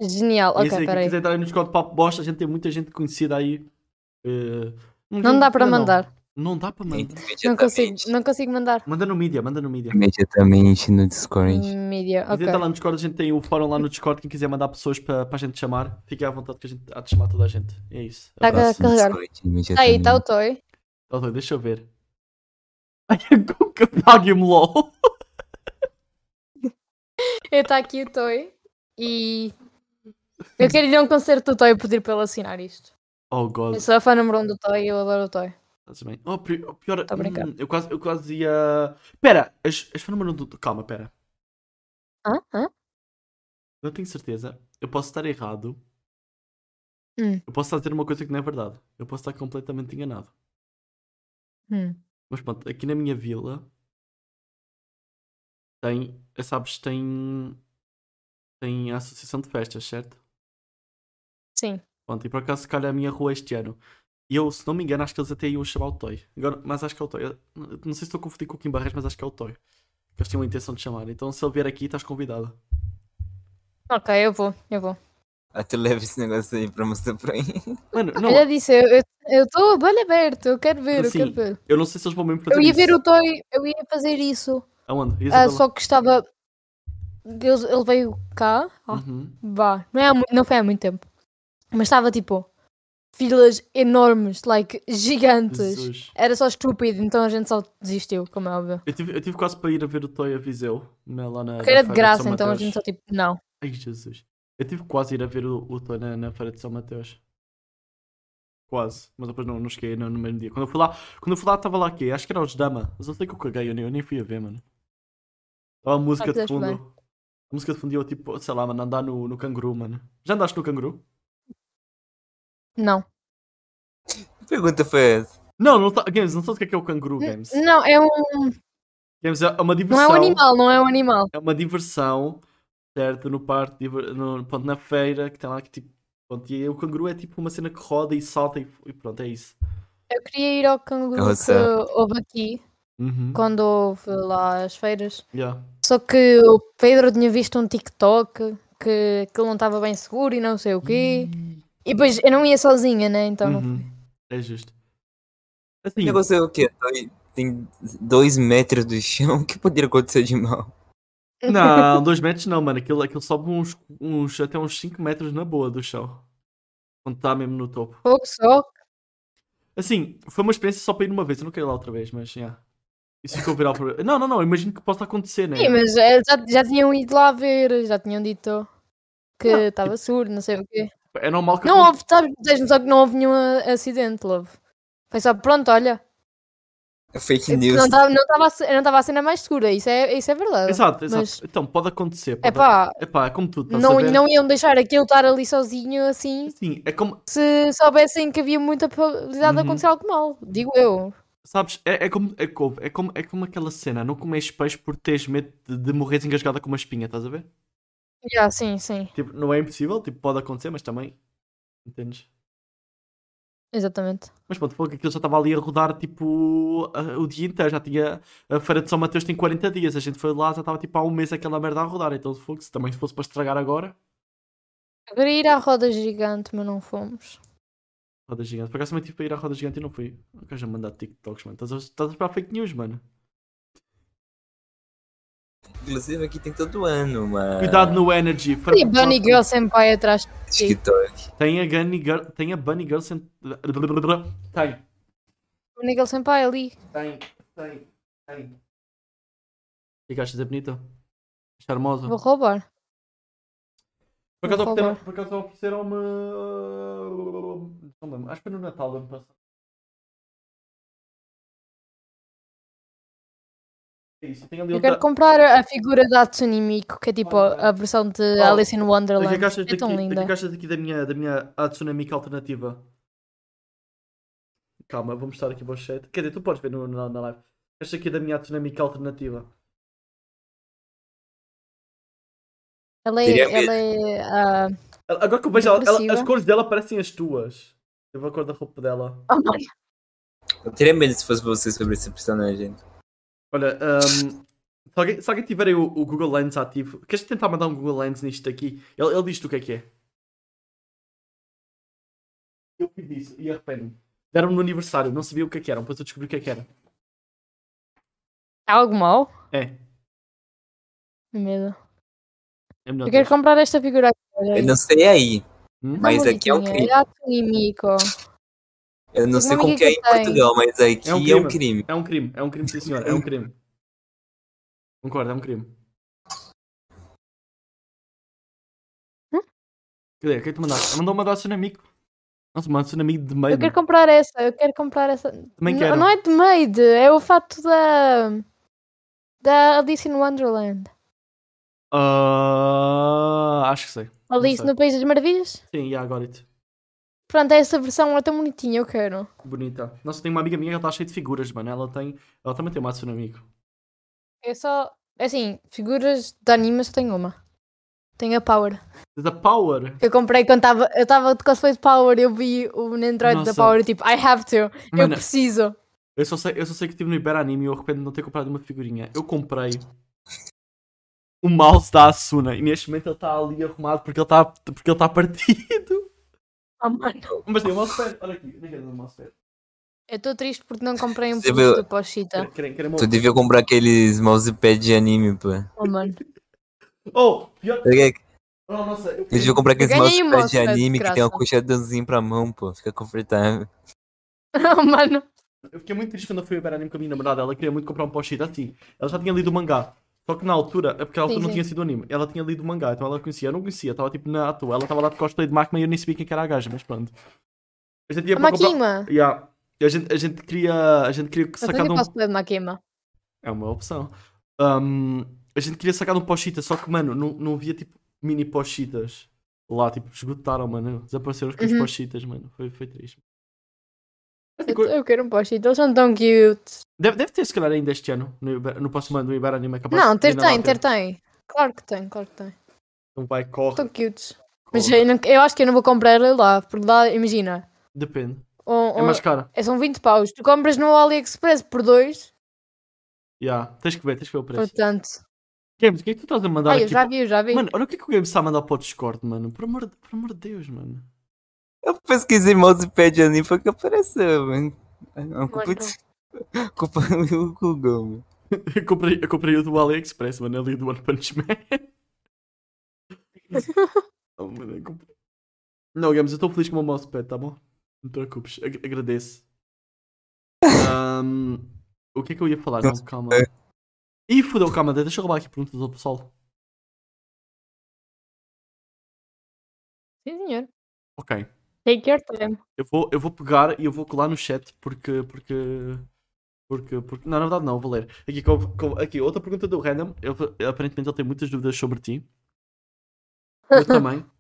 C: Genial.
B: E
C: Ok,
B: assim, quem
C: peraí.
B: quiser entrar no Discord do Papo Bosta, a gente tem muita gente conhecida aí. Eh,
C: Não dá para
B: não. tá
C: mandar.
B: Não dá para mandar.
C: Não consigo,
A: Imediatamente.
C: não consigo mandar.
B: Manda no mídia, manda no mídia.
A: Imediatamente no
C: Hum,
A: Discord.
C: Mídia,
B: Okay.
C: ok.
B: Entra lá no Discord, a gente tem o fórum lá no Discord. Quem quiser mandar pessoas para para a gente chamar, fique à vontade que a gente há de chamar toda a gente. É isso.
C: Tá
B: Abraço.
A: No
C: carregar.
A: Discord,
C: Tá aí,
A: imediatamente.
C: está o Toy.
B: Ó, Rui, Deixa eu ver. Ai, como que eu pago me LOL?
C: Está tá aqui o Toy. E. Eu quero ir a um concerto do Toy e pedir para ele assinar isto.
B: Oh, God.
C: Eu sou a fã número um do Toy e eu adoro o Toy.
B: Estás bem? Oh, pri- oh, pior.
C: Tô brincando.
B: hum, eu, quase, eu quase ia. Pera, as, as fenômeno do. Calma, pera.
C: Hã? Hã?
B: Eu tenho certeza. Eu posso estar errado.
C: Hum.
B: Eu posso estar a dizer uma coisa que não é verdade. Eu posso estar completamente enganado.
C: Hum.
B: Mas pronto, aqui na minha vila tem, eh, sabes, tem tem a associação de festas, certo?
C: Sim.
B: Pronto, e por acaso calha a minha rua este ano. E eu, se não me engano, acho que eles até iam chamar o Toy. Agora, mas acho que é o Toy. Eu não não sei se estou a confundir com o Kim Barreiros, mas acho que é o Toy. Que eles tinham a intenção de chamar. Então, se ele vier aqui, estás convidado.
C: Ok, eu vou, eu vou.
A: Até leva esse negócio aí pra mostrar pra ele.
B: Mano,
C: Eu já
B: não,
C: disse, eu eu estou de olho aberto, eu quero ver, eu
B: Assim,
C: quero ver.
B: eu não sei se eles vão mesmo fazer
C: Eu ia
B: isso.
C: ver o Toy, eu ia fazer isso.
B: Aonde?
C: Ah,
B: Isabela?
C: só que estava. Ele, ele veio cá, ah,
B: Uhum.
C: vá, não, é, há mu- não foi há muito tempo. Mas estava tipo. Filas enormes, like, gigantes.
B: Jesus. Ah,
C: Era só estúpido, então a gente só desistiu, como é óbvio.
B: Eu tive, eu tive quase para ir a ver o Toy a Viseu, na- lá na.
C: Porque
B: na
C: era de
B: Feira
C: graça,
B: São
C: então a
B: Mateus.
C: gente só tipo, não.
B: Ai, Jesus. Eu tive quase a ir a ver o, o Toy na, na Feira de São Mateus. Quase. Mas depois não, não cheguei no, no mesmo dia. Quando eu fui lá, quando eu fui lá, estava lá aqui. Acho que era os Dama. Mas eu sei que eu caguei, eu nem, eu nem fui a ver, mano. Estava a música de
C: Ah, fizeste
B: fundo.
C: bem.
B: A música de fundo e eu, tipo, sei lá, mano, andar no, no canguru, mano. Já andaste no canguru?
C: Não.
A: Que pergunta foi essa?
B: Não, não tá, Games, não sei o que é, que é o canguru, Games.
C: Não, é um,
B: Games é uma
C: não é
B: diversão.
C: um animal, não é um animal.
B: é uma diversão, certo? No parque, diver- no, pronto, na feira, que tem lá que tipo. Pronto, e o canguru é tipo uma cena que roda e salta e, e pronto, é isso.
C: Eu queria ir ao
B: É
C: canguru
A: Carrossel.
C: que houve aqui,
B: Uhum.
C: quando houve lá as feiras.
B: Yeah.
C: Só que o Pedro tinha visto um TikTok que aquilo não estava bem seguro e não sei o
B: Hum.
C: quê. E depois eu não ia sozinha, né? Então não
B: Uhum.
C: fui.
B: É justo.
A: O
B: Assim,
A: negócio é o quê? Doi- Tem dois metros do chão. O que poderia acontecer de mal?
B: não, 2 metros não, mano. Aquilo, aquilo sobe uns, uns até uns 5 metros na boa do chão. Quando está mesmo no topo.
C: Pouco só.
B: Assim, foi uma experiência só para ir uma vez. Eu não quero ir lá outra vez, mas yeah. Isso ficou viral para. Não, não, não. eu Imagino que possa acontecer, né?
C: Sim, mas é, já, já tinham ido lá ver, já tinham dito que
B: Não.
C: estava seguro, não sei o quê.
B: É normal que.
C: Não
B: aconte-
C: houve, sabes, diz-me só que não houve nenhum a- acidente, Love. Foi só, pronto, olha,
A: É Fake
C: eu
A: news.
C: não estava não tava a se- eu não tava a cena mais segura, isso é, isso é verdade.
B: Exato, exato.
C: mas-
B: Então, pode acontecer.
C: É
B: Pode...
C: pá,
B: Epá, é como tudo. estás a
C: não,
B: ver?
C: não iam deixar aquilo estar ali sozinho assim,
B: Sim, é como.
C: se soubessem que havia muita probabilidade de
B: Uhum.
C: acontecer algo mal, digo eu.
B: Sabes, é, é como, é, como, é, como, é como aquela cena, não comes peixe por teres medo de, de morreres engasgada com uma espinha, estás a ver?
C: Já, sim, sim,
B: Tipo, não é impossível, tipo, pode acontecer, mas também. Entendes?
C: exatamente.
B: Mas pronto, foi que aquilo já estava ali a rodar tipo a- o dia inteiro, já tinha. A Feira de São Mateus tem 40 dias, a gente foi lá, já estava tipo há um mês aquela merda a rodar, então fogo, se também fosse para estragar agora.
C: Eu queria ir à roda gigante, mas não fomos.
B: Roda gigante, por acaso também tive para ir à roda gigante e não fui. O gajo a mandar TikToks, mano, estás a, estás a esperar fake news, mano.
A: Inclusive aqui tem todo ano, mano.
B: Cuidado no Energy, Feira
C: E
B: de
C: Bunny
B: São-
C: Girl Senpai atrás de ti.
A: TikTok.
B: Tem a Gunny Girl. Tem a Bunny Girl sent... Tem.
C: Bunny Girl Senpai ali.
B: Tem. Tem. Tem. O que é que achas? É bonita? Charmosa?
C: Vou roubar.
B: Por acaso
C: Não
B: ofereceram- por acaso ofereceram-me. uh, Não lembro. Acho que foi no Natal do ano passado. É isso. Eu tenho ali
C: Eu
B: outra-
C: quero comprar a figura da Hatsune Miku, que é tipo a a versão de
B: Oh,
C: Alice in
B: O que é
C: Wonderland.
B: que achas
C: É
B: daqui,
C: tão
B: o que é
C: linda.
B: que achas aqui da minha, da minha Hatsune Miku alternativa? Calma, vou mostrar aqui para o chat. Quer dizer, tu podes ver no, na, na live. Esta aqui é da minha Hatsune Miku alternativa.
C: Ela é.
D: Teria medo.
C: Ela é ah,
B: Ela- Agora que eu vejo ela, ela- as
C: Depressiva.
B: cores dela parecem as tuas. Eu vou a cor da roupa dela.
C: oh, my
D: Eu teria medo se fosse você sobre esse personagem.
B: Olha, hum, se, alguém, se alguém tiver aí o, o Google Lens ativo, queres tentar mandar um Google Lens nisto aqui? Ele, ele diz-te o que é que é. Eu fiz isso e arrependo-me. Deram-me no aniversário, não sabia o que é que era, depois eu descobri o que é que era.
C: Há algo mal?
B: É,
C: Medo.
B: é melhor.
C: Eu quero comprar esta figura aqui. olha aí.
D: Eu não sei aí.
B: Hum?
C: Tão
D: Mas aqui é um
C: bonitinha.
D: crime.
C: É a Hatsune Miku.
D: Eu não
C: Mas
D: sei
C: como
D: como que
C: que
D: é
C: um que tá
D: em
C: tem?
D: Portugal, mas aqui
B: É
D: é
B: um
D: um
B: crime.
D: crime.
B: É um crime, é um crime, sim senhor, é um crime. Concordo, é um crime. Cadê? O que é que tu mandaste? Mandou uma do Tsunami. Nossa, uma Tsunami de meio.
C: Eu quero comprar essa, eu quero comprar essa.
B: Também
C: N-
B: quero.
C: Não é de Made, é o fato da. da Alice in Wonderland.
B: Ah, acho que sei.
C: Alice
B: sei.
C: no País das Maravilhas?
B: Sim, yeah, got it.
C: Pronto, é essa versão, ela é tão bonitinha, eu quero.
B: Bonita. Nossa, tem uma amiga minha que ela está cheia de figuras, mano. Ela tem. Ela também tem um uma Tsunami.
C: É só. é Assim, figuras de anime só tenho uma. Tenho a Power.
B: Da Power.
C: Que eu comprei quando tava, eu estava de cosplay de Power, eu vi o Nendroid da
B: Nossa.
C: Power e tipo, I have to, eu
B: Mano,
C: preciso.
B: eu só sei, eu só sei que estive no Iberanime e eu arrependo de não ter comprado uma figurinha. Eu comprei o mouse da Asuna e neste momento ele está ali arrumado porque ele está porque ele está partido.
C: Oh, mano.
B: Mas tem um o mousepad, olha aqui, deixa eu ver o mousepad.
C: Eu estou triste porque não comprei um
D: Você
C: produto
D: viu?
C: do Pochita.
B: Querem- Querem, querem uma-
A: Tu devia comprar aqueles mousepad de anime, pô.
C: Oh, mano.
B: Oh, pior.
A: Tá ligado?
B: Oh, nossa, eu
A: Tu devia comprar aqueles
C: Ganha aí,
A: mousepad de
C: mousepad,
A: anime que tem
C: graça.
A: uma colchadãozinha pra mão, pô. Fica confortável.
C: Oh, mano.
B: Eu fiquei muito triste quando eu fui ao Iberanime com a minha namorada. Ela queria muito comprar um post-it assim. Ela já tinha lido o mangá. Só que na altura, é porque ela
C: Sim,
B: altura não
C: sim.
B: tinha sido anime, ela tinha lido o mangá, então ela conhecia. Eu não conhecia, estava tipo na à toa. Ela estava lá de cosplay de Macma e eu nem sabia quem que era a gaja, mas pronto. A gente ia
C: A
B: para comprar...
C: Makima.
B: Yeah. E A, gente, a gente queria. A gente queria
C: Eu
B: sacar de
C: tenho
B: um.
C: cosplay de Makima.
B: É uma opção. Um, a gente queria sacar de um pochita, só que, mano, não, não havia tipo mini pochitas lá, tipo, esgotaram, mano. Desapareceram os
C: Uhum.
B: uhum. pochitas, mano. Foi, foi triste. Assim,
C: Eu,
B: Tipo-
C: eu quero um post-it, eles são tão cute.
B: Deve, deve ter, se calhar, ainda este ano, no, Iber- no próximo ano do Iber Anime. é capaz
C: Não,
B: de
C: ter
B: ainda lá
C: tem, ter tem. Claro que tem, claro que tem.
B: Então vai, corre.
C: Estão cutes. Mas
B: corre.
C: eu, não- eu acho que eu não vou comprar lá, porque lá, imagina,
B: Depende.
C: um-
B: É
C: um-
B: mais caro.
C: é- são 20 paus. Tu compras no AliExpress por dois,
B: Yeah. Tens que ver, tens que ver o preço.
C: portanto.
B: Games, o que é que tu estás a mandar
C: Ah, eu
B: aqui?
C: já vi, eu já vi.
B: Mano, olha o que é que o Games está a mandar para o Discord, mano. Por amor, de- por amor de Deus, mano.
A: Eu pesquisei mousepad de anime, foi o que apareceu, mano. A culpa, de... culpa do Google, mano.
B: Eu comprei, eu comprei o do AliExpress, mano, ali do One Punch Man. Oh, mano, eu comprei. Não, Games, eu estou feliz com o meu mousepad, tá bom? Não te preocupes, ag- agradeço. Ahm, o que é que eu ia falar? Não, calma. Ih, fodeu, calma, deixa eu roubar aqui perguntas do pessoal.
C: Sim, senhor.
B: Ok,
C: Take your time.
B: eu vou, eu vou pegar e eu vou colar no chat porque. porque... Porque, porque, não, na verdade não, vou ler. Aqui, com, com- aqui outra pergunta do Random. Eu, aparentemente ele tem muitas dúvidas sobre ti. Eu também. Ainda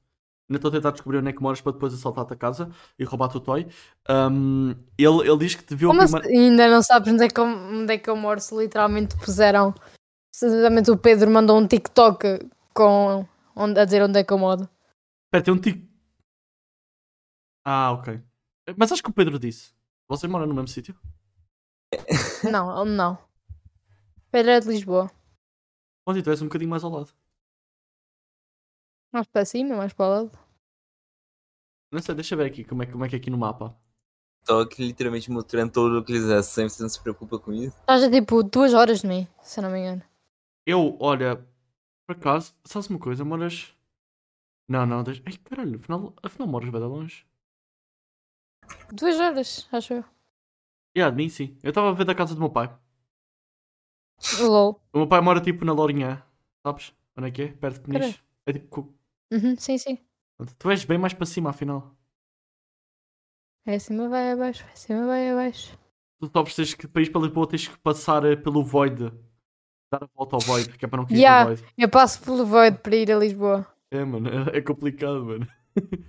B: estou a tentar descobrir onde é que moras para depois assaltar-te a casa e roubar-te o toy. Ahm, ele, ele diz que te viu
C: Como
B: a
C: assim?
B: primeira.
C: Ainda não sabes onde é que eu, onde é que eu moro, se literalmente puseram. Sinceramente, o Pedro mandou um TikTok com, onde, a dizer onde é que eu moro.
B: Espera, tem um tico. Ah, ok. Mas acho que o Pedro disse. Vocês moram no mesmo sítio?
C: Não, ele não. Pedro é de Lisboa.
B: Onde tu és um bocadinho mais ao lado.
C: Mais para cima, mais para o lado.
B: Não sei, deixa eu ver aqui como é, que- como é que é aqui no mapa.
A: TikTok literalmente mostrando toda a localização, você não se preocupa com isso?
C: Estás a tipo duas horas de mim, se eu não me engano.
B: Eu, olha, por acaso, sabes uma coisa, moras. Não, não, deixa. Ai, caralho, afinal, afinal moras bem de longe.
C: Duas horas, acho eu.
B: Yeah, de mim sim. Eu estava a ver da casa do meu pai.
C: LOL.
B: O meu pai mora tipo na Lourinhã, sabes? Onde é que é? Perto de Peniche. É tipo co-
C: Uhum, sim, sim.
B: Tu és bem mais para cima, afinal.
C: Vai É acima, vai abaixo, vai acima, vai abaixo.
B: Tu só precisas que para ir para Lisboa tens que passar eh, pelo Void. Dar a volta ao Void, que é para não cair
C: Yeah.
B: no Void.
C: Eu passo pelo Void para ir a Lisboa.
B: É, mano, é, é complicado, mano.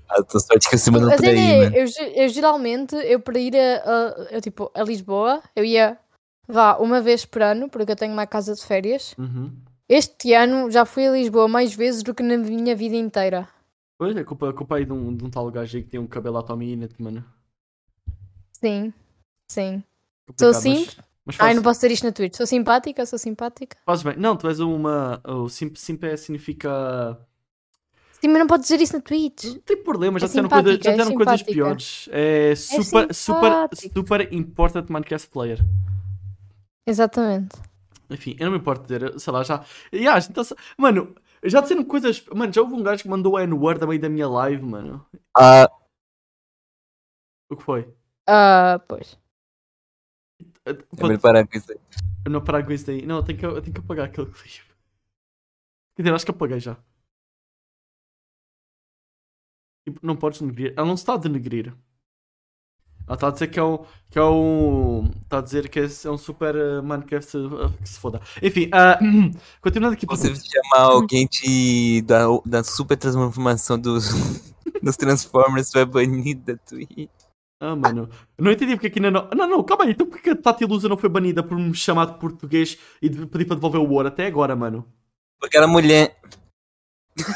A: Ah, tô sorte que a semana não
C: A cena
A: aí, né?
C: é,
A: mano.
C: eu, ge- eu geralmente, eu para ir a, a- eu, tipo, a Lisboa, eu ia, vá, uma vez por ano, porque eu tenho uma casa de férias.
B: Uhum.
C: Este ano já fui a Lisboa mais vezes do que na minha vida inteira.
B: Olha, é culpa, é culpa aí de um, de um tal gajo aí que tem um cabelo à Tommy Innit, mano.
C: Sim, sim.
B: Complicado, mas-
C: simples.
B: Mas faz,
C: Ai, não posso dizer isto na Twitch. Sou simpática, sou simpática.
B: faz bem. Não, tu és uma. O simp, simp é, significa.
C: Sim, mas não podes dizer isso na Twitch.
B: Não tem problema, já
C: É
B: disseram, coisas, já
C: simpática, é
B: disseram coisas
C: simpática.
B: piores. É super, super,
C: simpática.
B: super important Minecraft player.
C: Exatamente.
B: Enfim, eu não me importo de dizer, sei lá, já. Yeah, a gente tá... Mano, já disseram coisas. Mano, já houve um gajo que mandou o N-word a meio da minha live, mano.
A: Ah,
B: O que foi?
C: Ah, pois.
B: Eu,
A: eu vou parar com isso aí.
B: eu não parar com isso daí. Não, eu tenho que, eu tenho que apagar aquele clipe. Quer dizer, acho que apaguei já. Tipo, não podes denegrir. Ela não se está a denegrir. Ela está a dizer que é um. Que é um está a dizer que é, é um super eh, Minecraft eh, que se foda. Enfim, ah, continuando aqui.
A: Você chamar alguém de, da, da super transformação dos, dos Transformers vai banir da Twitch.
B: Ah, mano. Não entendi porque aqui ainda não. Não, não, calma aí. Então porque que a Tati Lusa não foi banida por me chamar de português e de pedir para devolver o ouro até agora, mano?
A: Porque era mulher.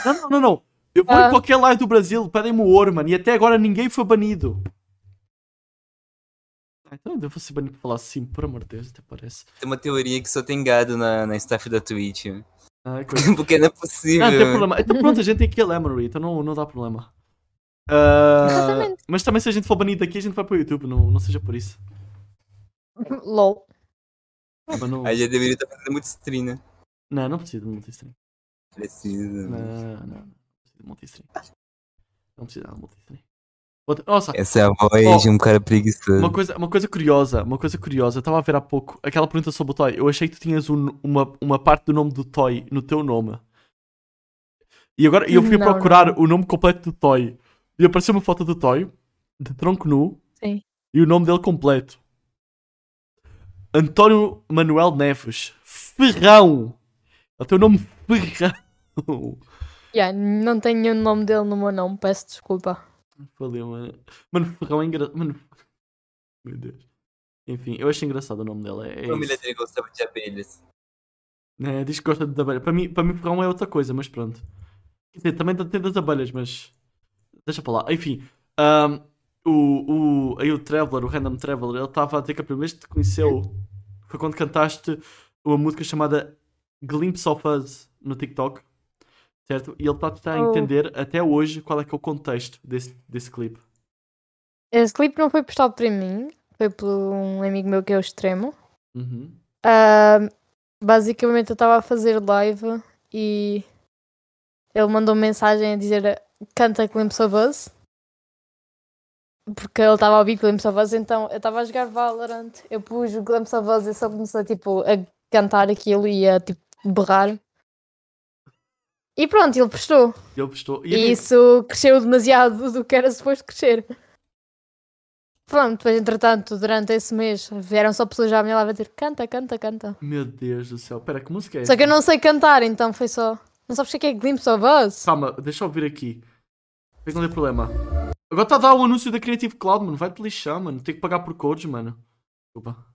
B: Não, não, não, não. Eu vou em
C: Ah.
B: qualquer live do Brasil, pedem-me o ouro, mano. E até agora ninguém foi banido. Ah, então eu vou ser banido por falar assim, por amor de Deus, até parece.
A: Tem uma teoria que só tem gado na, na staff da Twitch. né?
B: Ah, coisa.
A: Porque não é possível.
B: Ah, não tem problema. Então pronto, a gente tem que ir a Lemory, então não, não dá problema. Ah,
C: Exatamente.
B: mas também se a gente for banido aqui, a gente vai pro YouTube, não, não seja por isso. Ah,
C: LOL.
B: Mas não,
A: Aí já deveria estar fazendo muito stream, né?
B: não, não precisa de muito estranho.
A: Precisa.
B: Não, não, não. Não precisa de multistream. Não precisa de multistream. Outra- Nossa,
A: Essa é a voz de um cara preguiçoso.
B: uma coisa, uma coisa curiosa, uma coisa curiosa, eu estava a ver há pouco aquela pergunta sobre o Toy. Eu achei que tu tinhas um- uma, uma parte do nome do Toy no teu nome. E agora e eu fui
C: Não,
B: procurar o nome completo do Toy. E apareceu uma foto do Toy, de tronco nu,
C: Sim.
B: e o nome dele completo. António Manuel Neves. Ferrão! É o teu nome Ferrão!
C: Yeah, não tenho nenhum nome dele no meu nome, peço desculpa.
B: Valeu, mano. Mano, Ferrão é engraçado. Mano. Meu Deus. Enfim, eu acho engraçado o nome dela. É
A: A
B: isso.
A: família dele gostava de abelhas.
B: É, diz que gosta de abelha. Para mim, para mim, Ferrão é outra coisa, mas pronto. Quer dizer, também tem das abelhas, mas. Deixa para lá. Enfim. ahm, o, o, aí o Traveler, o Random Traveler, ele estava a dizer que a primeira vez que te conheceu foi quando cantaste uma música chamada Glimpse of Us no TikTok. Certo? E ele está a
C: Oh.
B: entender até hoje qual é que é o contexto desse, desse clipe.
C: Esse clipe não foi postado para mim, foi por um amigo meu que é o extremo.
B: Uhum.
C: Ah, basicamente eu estava a fazer live e ele mandou mensagem a dizer canta Glimpse of Us. Porque ele estava a ouvir Glimpse of Us, então eu estava a jogar Valorant. Eu pus o Glimpse of Us e só comecei tipo, a cantar aquilo e a tipo, berrar. E pronto, ele postou.
B: E ele postou. E, é
C: E
B: ele-
C: isso cresceu demasiado do que era suposto crescer. Pronto, mas entretanto, durante esse mês vieram só pessoas já à minha live a dizer canta, canta, canta.
B: Meu Deus do céu. Pera, que música é
C: Só que eu
B: essa?
C: não sei cantar, então foi só. Não sabes o que é Glimpse of Us?
B: Calma, deixa eu ouvir aqui. Vê que não tem um problema. Agora está a dar o anúncio da Creative Cloud, mano. Vai-te lixar, mano. Tem que pagar por codes, mano. Desculpa.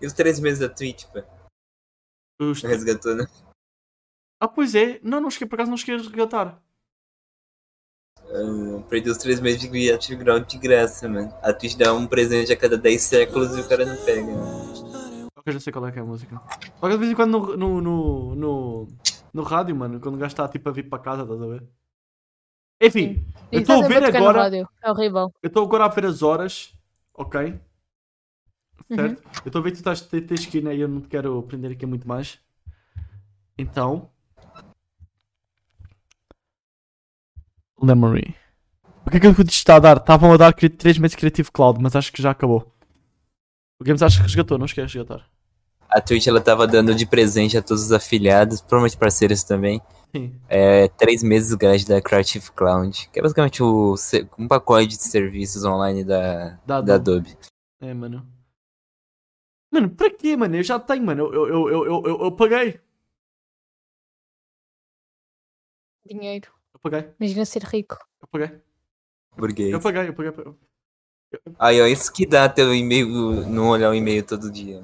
D: E os três meses da Twitch, pô?
B: Os-
A: É.
D: Resgatou, né?
B: Ah, pois é. Não, não cheguei, por acaso não cheguei a resgatar.
D: Ah, perdeu os três meses de Creative Ground um de graça, mano. A Twitch dá um presente a cada 10 séculos e o cara não pega, né?
B: Eu já sei qual é que é a música. Logo de vez em quando no, no, no, no, no rádio, mano. Quando o gajo está tipo a vir para casa, estás a ver? Enfim, eu
C: Isso é
B: estou a
C: sempre
B: ver
C: tocar no
B: agora.
C: rádio. É horrível.
B: Eu estou agora a ver as horas, ok?
C: Uhum.
B: Certo? Eu estou a ver que tu estás te- tens que ir, né? E eu não te quero aprender aqui muito mais. Então. Lemory. O que é que o está a dar? Estavam a dar 3 meses Creative Cloud, mas acho que já acabou. O Games acho que resgatou, não esquece de resgatar.
A: A Twitch ela tava dando de presente a todos os afiliados, provavelmente parceiros também,
B: Sim.
A: É, três meses grátis da Creative Cloud, que é basicamente o se- um pacote de serviços online da,
B: Da
A: da
B: Adobe.
A: Adobe.
B: É, mano. Mano, pra quê, mano? Eu já tenho, mano. Eu, eu, eu, eu, eu, eu paguei.
C: Dinheiro.
B: Eu paguei.
C: Imagina ser rico.
B: Eu paguei.
A: Burguês.
B: Eu paguei, eu paguei. Eu paguei.
A: Aí, ó, isso que dá teu e-mail, não olhar o e-mail todo dia.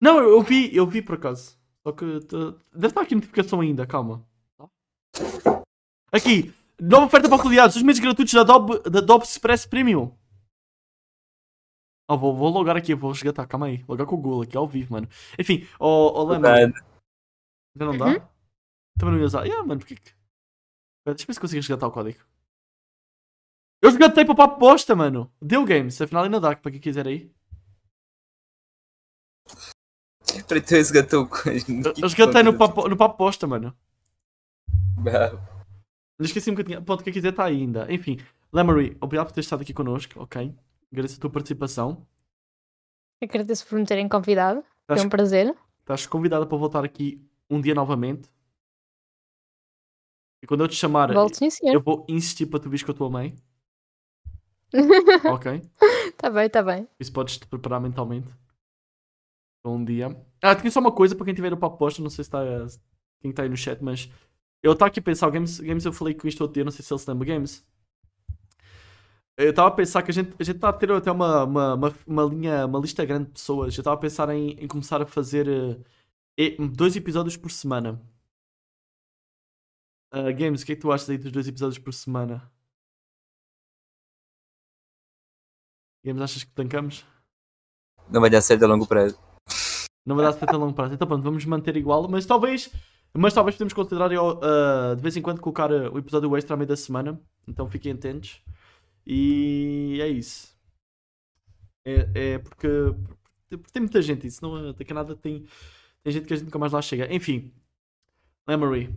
B: Não, eu, eu vi, eu vi por acaso. Só que. tá- Deve estar aqui a notificação ainda, calma. Aqui! Nova oferta para afiliados, os meses gratuitos da Adobe, da Adobe Express Premium. Ah, vou, vou logar aqui, vou resgatar, calma aí. Logar com o Google aqui ao vivo, mano. Enfim, ó, ó, Lema. Já não dá? Também não ia usar. Yeah, mano, porquê que. Pera, Deixa eu ver se consigo resgatar o código. Eu resgatei para papo bosta, mano. Deu games, afinal ainda dá, para quem quiser aí.
A: Pra tu resgatou o né?
B: Eu eu resgatei no papo, no papo bosta, mano. Não esqueci-me que eu tinha. Pronto, quem quiser está aí ainda. Enfim, Lemory, obrigado por ter estado aqui connosco, ok? Agradeço a tua participação.
C: Agradeço por me terem convidado.
B: Acho
C: Foi um prazer.
B: Estás convidada para voltar aqui um dia novamente. E quando eu te chamar,
C: Volto sim, senhor.
B: eu vou insistir para tu vires com a tua mãe. ok?
C: Tá bem, tá bem.
B: Isso podes te preparar mentalmente. Para um dia. Ah, tinha só uma coisa para quem tiver o papo posto, não sei se está. Quem está aí no chat, mas. Eu estava aqui a pensar, o Games, Games eu falei com isto outro dia, não sei se ele se lembra, Games. Eu estava a pensar que a gente a gente está a ter até uma, uma, uma, uma linha, uma lista grande de pessoas. Eu estava a pensar em, em começar a fazer eh, eh, dois episódios por semana. Ah, Games, o que é que tu achas aí dos dois episódios por semana? Games, achas que tancamos?
A: Não vai dar certo a longo prazo.
B: Não vai dar certo a longo prazo. Então pronto, vamos manter igual, mas talvez. Mas talvez podemos considerar eu, ah, de vez em quando colocar ah, o episódio extra à meio da semana. Então fiquem atentos. E é isso. É, é porque, porque tem muita gente isso. Não, daqui a nada tem, tem gente que a gente nunca mais lá chega. Enfim. Lemory.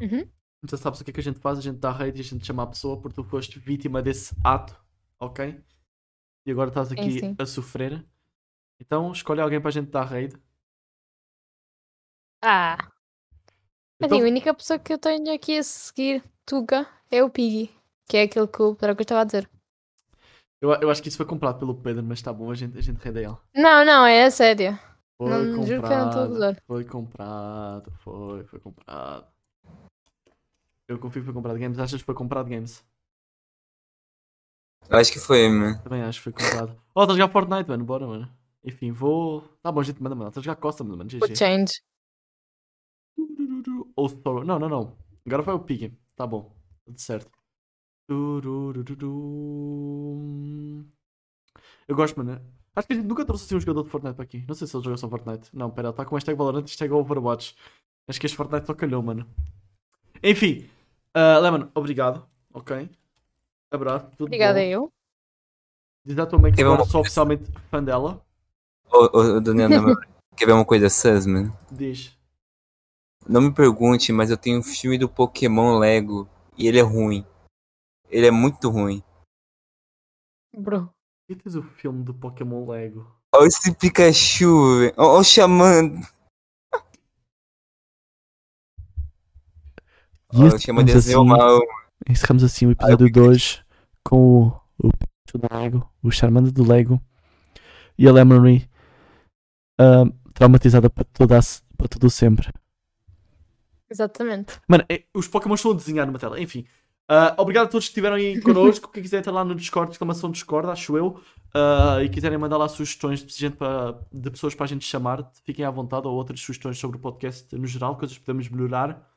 C: Uhum.
B: Já sabes o que é que a gente faz, a gente dá rede e a gente chama a pessoa porque tu foste vítima desse ato, ok? E agora estás aqui
C: sim.
B: a sofrer. Então escolhe alguém para a gente dar raid.
C: Ah,
B: Então,
C: a única pessoa que eu tenho aqui a seguir, Tuga, é o Piggy. Que é aquele que o Pedro estava a dizer.
B: eu, eu acho que isso foi comprado pelo Pedro, mas tá bom, a gente, a gente rende ele.
C: Não, não, é a sério.
B: Foi
C: Não, juro que eu não tô a
B: comprado,
C: gozar.
B: foi comprado, foi, foi comprado. Eu confio que foi comprado games, achas que foi comprado games?
A: Eu acho que foi, mano.
B: Também acho que foi comprado. Oh, tá a jogar Fortnite, mano, bora, mano. Enfim, vou... Tá bom, gente, manda, mano, tá a jogar Costa, mano, GG.
C: O Change.
B: Tururu. Ou Thor. Não, não, não. Agora vai o Pig. Tá bom. Tudo certo. Tururururu. Eu gosto, mano. Acho que a gente nunca trouxe assim um jogador de Fortnite para aqui. Não sei se ele joga só Fortnite. Não, pera, ele tá com hashtag Valorant e hashtag Overwatch. Acho que este Fortnite só calhou, mano. Enfim. ah, Lemon, obrigado. Ok. Abraço. Tudo
C: Obrigada
B: bom.
C: eu.
B: Diz à tua mãe que
A: Teve
B: agora
A: uma
B: sou oficialmente fã dela.
A: Ô, ô, Daniel, na moral, quer ver uma coisa sus, mano?
B: Diz.
A: Não me pergunte, mas eu tenho um filme do Pokémon Lego e ele é ruim. Ele é muito ruim.
C: Bro.
B: E tens o filme do Pokémon Lego?
A: Olha esse Pikachu, velho. Olha o Xamã.
B: E
A: Olha o Xamã desenhou mal.
B: Encerramos assim o
A: episódio
B: episódio 2 com o, o Pikachu do Lego, o Charmander do Lego e a Lemory ah, traumatizada para, toda a se- para tudo sempre.
C: Exatamente.
B: Mano, é- os Pokémon estão a desenhar numa tela. Enfim, Ah, obrigado a todos que estiveram aí connosco. Quem quiser entrar lá no Discord, exclamação Discord, acho eu. Ah, e quiserem mandar lá sugestões de, gente para- de pessoas para a gente chamar, fiquem à vontade. Ou outras sugestões sobre o podcast no geral, coisas que podemos melhorar.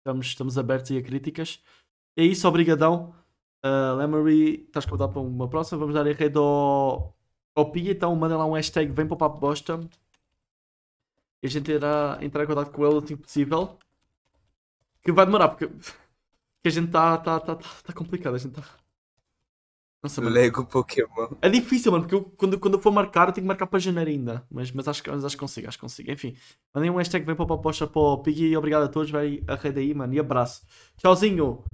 B: Estamos, estamos abertos aí a críticas. É isso, obrigadão. Ah, Lemory, estás convidado para uma próxima. Vamos dar em rede ao, ao Pia. Então, manda lá um hashtag, vem para o Papo Bosta. E a gente irá entrar em contato com ele assim que possível. Que vai demorar, porque. Porque a gente tá. tá, tá, tá, tá complicado, a gente tá. Nossa, mano.
A: Lego Pokémon.
B: É difícil, mano, porque eu, quando, quando eu for marcar, eu tenho que marcar para janeiro ainda. Mas, mas, acho, que- mas acho que consigo, acho que consigo. Enfim, mandei um hashtag vem para a proposta para o Piggy e obrigado a todos. Vai a rede aí, mano. E abraço. Tchauzinho.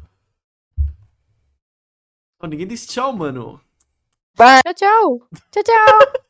B: Oh, ninguém disse tchau, mano.
C: Tchau, tchau. Tchau, tchau.